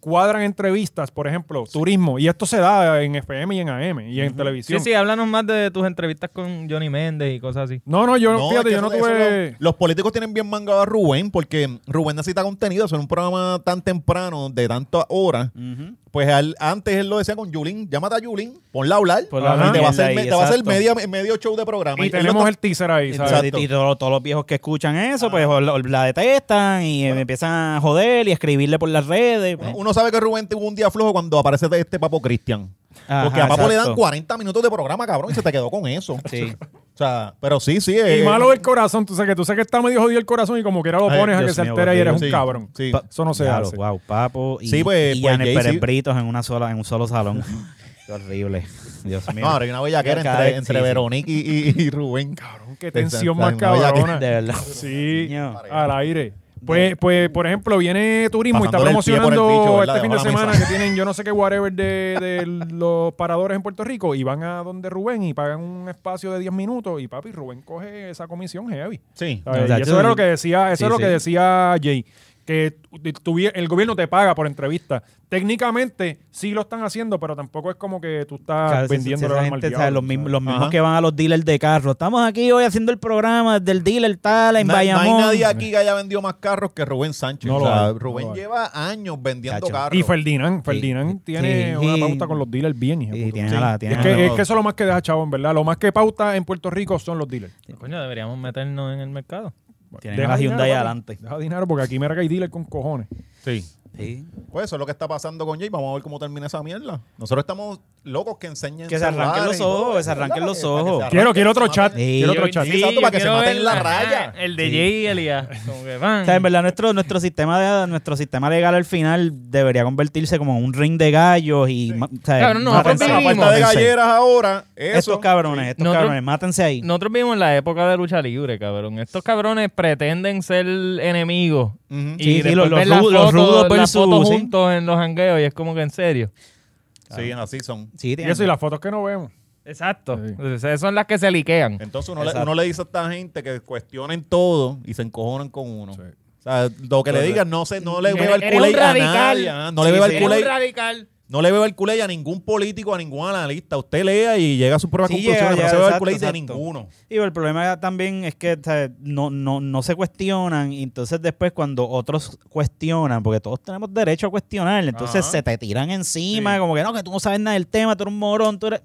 Speaker 1: cuadran entrevistas, por ejemplo, turismo. Y esto se da en FM y en AM y en
Speaker 2: Sí,
Speaker 1: televisión.
Speaker 2: sí, háblanos más de tus entrevistas con Johnny Méndez y cosas así.
Speaker 1: No, no, yo,
Speaker 3: No,
Speaker 1: fíjate,
Speaker 3: es
Speaker 1: yo
Speaker 3: que
Speaker 1: no
Speaker 3: eso- eso
Speaker 1: tuve...
Speaker 3: lo- los políticos tienen bien mangado a Rubén porque Rubén necesita contenido. Hacer un programa tan temprano, de tantas horas.
Speaker 4: Ujú.
Speaker 3: Pues al- antes él lo decía con Yulín. Llámate a Yulín, ponla a hablar.
Speaker 4: Ponla
Speaker 1: a hablar
Speaker 3: y te va a
Speaker 4: mierda
Speaker 3: hacer, me-
Speaker 4: ahí,
Speaker 3: te va a hacer
Speaker 4: exacto.
Speaker 3: media, medio show de programa.
Speaker 1: Y
Speaker 3: Él lo
Speaker 1: tenemos
Speaker 3: está-
Speaker 1: el teaser ahí, ¿sabes?
Speaker 3: Exacto.
Speaker 4: Entonces, Y, y todo- todos los viejos que escuchan eso, pues o- o la detestan y eh, empiezan a joder y a escribirle por las redes.
Speaker 3: uno, uno sabe que Rubén tuvo un día flojo cuando aparece este Papo Cristian.
Speaker 4: Ajá,
Speaker 3: Porque a Papo le dan
Speaker 4: exacto.
Speaker 3: 40 minutos de programa, cabrón, y se te quedó con eso.
Speaker 4: [laughs] Sí.
Speaker 3: O sea, pero sí, sí.
Speaker 1: Y
Speaker 3: eh,
Speaker 1: malo el corazón, tú sabes que tú sabes que está medio jodido el corazón y como quiera lo
Speaker 3: Ay,
Speaker 1: pones a
Speaker 4: Dios
Speaker 1: que se
Speaker 4: mío,
Speaker 1: altera y eres un
Speaker 3: sí,
Speaker 1: cabrón.
Speaker 3: Sí.
Speaker 4: Pa-
Speaker 1: Eso no se
Speaker 4: Claro,
Speaker 1: hace.
Speaker 4: Wow, papo y,
Speaker 3: Sí, pues,
Speaker 4: y
Speaker 3: pues,
Speaker 4: Janet
Speaker 3: Jay-Z-
Speaker 4: Pérez Britos en, una sola, en un
Speaker 3: [laughs]
Speaker 4: solo salón. Qué horrible. Dios mío.
Speaker 3: No, ahora hay una bellaquera
Speaker 4: Cada
Speaker 3: entre,
Speaker 4: vez- sí,
Speaker 3: entre
Speaker 4: sí.
Speaker 3: Verónica y, y- y Rubén.
Speaker 1: Cabrón, qué
Speaker 3: Exacto,
Speaker 1: tensión
Speaker 3: la
Speaker 1: más
Speaker 3: misma bellaquera.
Speaker 1: cabrona.
Speaker 3: [laughs]
Speaker 4: De verdad.
Speaker 1: Sí,
Speaker 4: Niño.
Speaker 1: al aire. Pues, pues, por ejemplo, viene turismo y está
Speaker 3: Pasándole el pie por el
Speaker 1: promocionando
Speaker 3: bicho, ¿verdad?
Speaker 1: este fin de
Speaker 3: Debajo de la
Speaker 1: semana que
Speaker 3: mesa.
Speaker 1: tienen yo no sé qué whatever de, de los paradores en Puerto Rico y van a donde Rubén y pagan un espacio de 10 minutos y papi, Rubén coge esa comisión heavy.
Speaker 3: Sí.
Speaker 1: ¿sabes?
Speaker 4: O sea,
Speaker 1: Y eso
Speaker 4: tú-
Speaker 1: era lo que decía, eso
Speaker 4: sí,
Speaker 1: es lo
Speaker 4: sí.
Speaker 1: que decía Jay, que tu- tu- el gobierno te paga por entrevista. Técnicamente sí lo están haciendo, pero tampoco es como que tú estás
Speaker 4: Claro, si- si
Speaker 1: vendiendo
Speaker 4: esa gente, ¿sabes? los mismos, los mismos
Speaker 3: Ajá.
Speaker 4: que van a los dealers de carros. Estamos aquí hoy haciendo el programa del dealer tal en
Speaker 3: Na- no hay
Speaker 4: Bayamón.
Speaker 3: nadie aquí que haya vendido más carros que Rubén Sánchez.
Speaker 1: No
Speaker 3: O
Speaker 1: lo
Speaker 3: sea,
Speaker 1: hay, no
Speaker 3: Rubén
Speaker 1: lo hay.
Speaker 3: lleva años vendiendo
Speaker 4: Cacho.
Speaker 3: carros.
Speaker 1: Y Ferdinand, Ferdinand
Speaker 4: Sí,
Speaker 1: tiene
Speaker 4: sí,
Speaker 1: una
Speaker 4: sí.
Speaker 1: pauta con los dealers bien. hijo de
Speaker 4: Y
Speaker 1: puta.
Speaker 4: tienen
Speaker 3: Sí.
Speaker 4: a la-
Speaker 3: Es
Speaker 1: Es
Speaker 4: tienen a la-
Speaker 1: que,
Speaker 3: Ah,
Speaker 1: es que eso es lo más que deja chabón, ¿verdad? Lo más que pauta en Puerto Rico son los dealers.
Speaker 2: Coño, deberíamos meternos en el mercado.
Speaker 4: tienen a la
Speaker 1: dinero,
Speaker 4: Hyundai
Speaker 1: papi.
Speaker 4: adelante.
Speaker 1: Deja dinero porque aquí mira que hay dealers con cojones.
Speaker 3: Sí.
Speaker 2: Mm.
Speaker 3: Pues eso es lo que está pasando con Jay. Vamos a ver cómo termina esa mierda. Nosotros estamos locos que enseñen.
Speaker 4: Que se arranquen
Speaker 3: celulares
Speaker 4: los
Speaker 3: y todo
Speaker 4: ojos,
Speaker 3: eso,
Speaker 4: se arranquen
Speaker 3: ¿verdad?
Speaker 4: los
Speaker 3: Para que- para que
Speaker 4: ojos.
Speaker 3: se
Speaker 1: Quiero,
Speaker 3: arranquen,
Speaker 1: quiero otro
Speaker 3: se
Speaker 1: chat.
Speaker 3: maten.
Speaker 4: Sí.
Speaker 1: Quiero otro chat.
Speaker 3: sí. exacto, para que se maten la raya.
Speaker 2: El de Jay y Elías. Como que van.
Speaker 4: O sea, en verdad nuestro, nuestro sistema de, nuestro sistema legal al final debería convertirse como en un ring de gallos y ma- o sea,
Speaker 2: Cabrón, nosotros
Speaker 4: mátense.
Speaker 3: Pero la
Speaker 2: pues, vivimos.
Speaker 3: falta de galleras ahora. Eso.
Speaker 4: Estos cabrones, estos
Speaker 2: Nosotros-
Speaker 4: cabrones, mátense ahí.
Speaker 2: Nosotros vivimos en la época de lucha libre, cabrón. Estos cabrones pretenden ser enemigos.
Speaker 3: Ujú.
Speaker 2: Y
Speaker 4: Sí, sí,
Speaker 2: después
Speaker 4: los- los
Speaker 2: ver las
Speaker 4: rudos- los
Speaker 2: fotos-
Speaker 4: rudos
Speaker 2: las
Speaker 4: versus,
Speaker 2: fotos
Speaker 4: sí.
Speaker 2: juntos en los jangueos y es como que en serio.
Speaker 3: Sí, así son.
Speaker 4: Sí,
Speaker 1: Y
Speaker 4: tienen-
Speaker 1: eso y las fotos que no vemos.
Speaker 2: Exacto.
Speaker 1: Sí.
Speaker 2: Esas son las que se liquean.
Speaker 3: Entonces uno le,
Speaker 4: Exacto.
Speaker 3: uno le dice a esta gente que cuestionen todo y se encojonan con uno.
Speaker 1: Sí.
Speaker 3: O sea, lo que le digan, no sé, no le
Speaker 2: Eres-
Speaker 3: beba el
Speaker 2: eres un
Speaker 3: culé a
Speaker 2: radical.
Speaker 3: nadie. ah, No le
Speaker 2: Sí,
Speaker 3: beba
Speaker 2: sí.
Speaker 3: el
Speaker 2: Eres un
Speaker 3: culé,
Speaker 2: radical.
Speaker 3: no le beba el culé a ningún político, a ningún analista. Usted lea y llega a sus propias
Speaker 4: Sí,
Speaker 3: conclusiones,
Speaker 4: llega,
Speaker 3: pero no se beba el
Speaker 4: exacto,
Speaker 3: culé de
Speaker 4: exacto.
Speaker 3: ninguno.
Speaker 4: Sí, pero el problema también es que o sea, no, no, no se cuestionan y entonces después cuando otros cuestionan, porque todos tenemos derecho a cuestionar, entonces
Speaker 3: Ajá.
Speaker 4: se te tiran encima, como que no, que tú no sabes nada del tema, tú eres un morón, tú eres...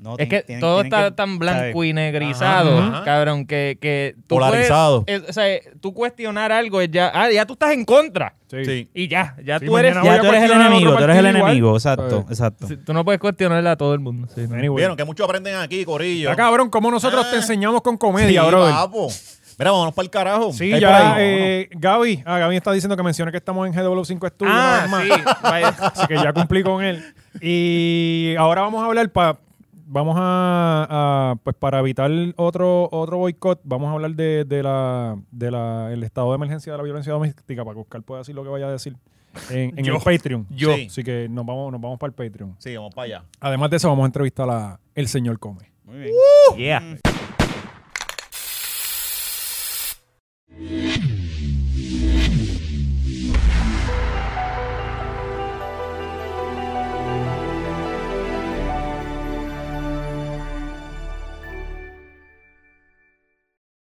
Speaker 4: No,
Speaker 2: Es
Speaker 4: tienen-
Speaker 2: que
Speaker 4: tienen-
Speaker 2: todo
Speaker 4: tienen
Speaker 2: está
Speaker 4: que-
Speaker 2: tan blanco y negrizado,
Speaker 3: Ajá, ajá.
Speaker 2: cabrón, que, que tú
Speaker 3: Polarizado.
Speaker 2: puedes- es- o sea, tú cuestionar algo es ya, ah, ya tú estás en contra
Speaker 1: Sí.
Speaker 3: Sí.
Speaker 2: y ya, ya
Speaker 1: Sí,
Speaker 2: tú eres,
Speaker 1: mañana voy
Speaker 4: Ya
Speaker 1: a
Speaker 4: tú eres el
Speaker 1: cuestionar a
Speaker 4: enemigo,
Speaker 1: otro
Speaker 4: tú eres el
Speaker 1: partido igual.
Speaker 4: enemigo, exacto,
Speaker 1: ¿Sabes?
Speaker 4: exacto.
Speaker 2: Sí, tú no puedes cuestionarle a todo el mundo. sí, ¿no?
Speaker 1: Anyway.
Speaker 3: Vieron que muchos aprenden aquí, Corillo.
Speaker 1: Ya, cabrón, ¿cómo nosotros
Speaker 3: Ah.
Speaker 1: te enseñamos con
Speaker 3: Sí,
Speaker 1: comedia, brother?
Speaker 3: papo. Mira, vámonos para el carajo. ¿Qué
Speaker 1: eh, Sí,
Speaker 3: hay por
Speaker 1: ya.
Speaker 3: ahí?
Speaker 1: eh, Gaby, ah, Gaby está diciendo que mencioné que estamos en GW5 Studio.
Speaker 2: Ah,
Speaker 1: una vez más.
Speaker 2: sí.
Speaker 1: [laughs]
Speaker 2: vaya.
Speaker 1: Así que ya cumplí con él. Y ahora vamos a hablar para. Vamos a, a, Pues para evitar otro, otro boicot, vamos a hablar de, de la, de la, el estado de emergencia de la violencia doméstica para que Oscar pueda decir lo que vaya a decir en, en
Speaker 2: Yo.
Speaker 1: el Patreon.
Speaker 3: Yo.
Speaker 1: Así que nos vamos, nos vamos para el Patreon.
Speaker 3: Sí, vamos para allá.
Speaker 1: Además de eso, vamos a entrevistar a El Señor Come.
Speaker 4: Muy bien.
Speaker 2: Yeah.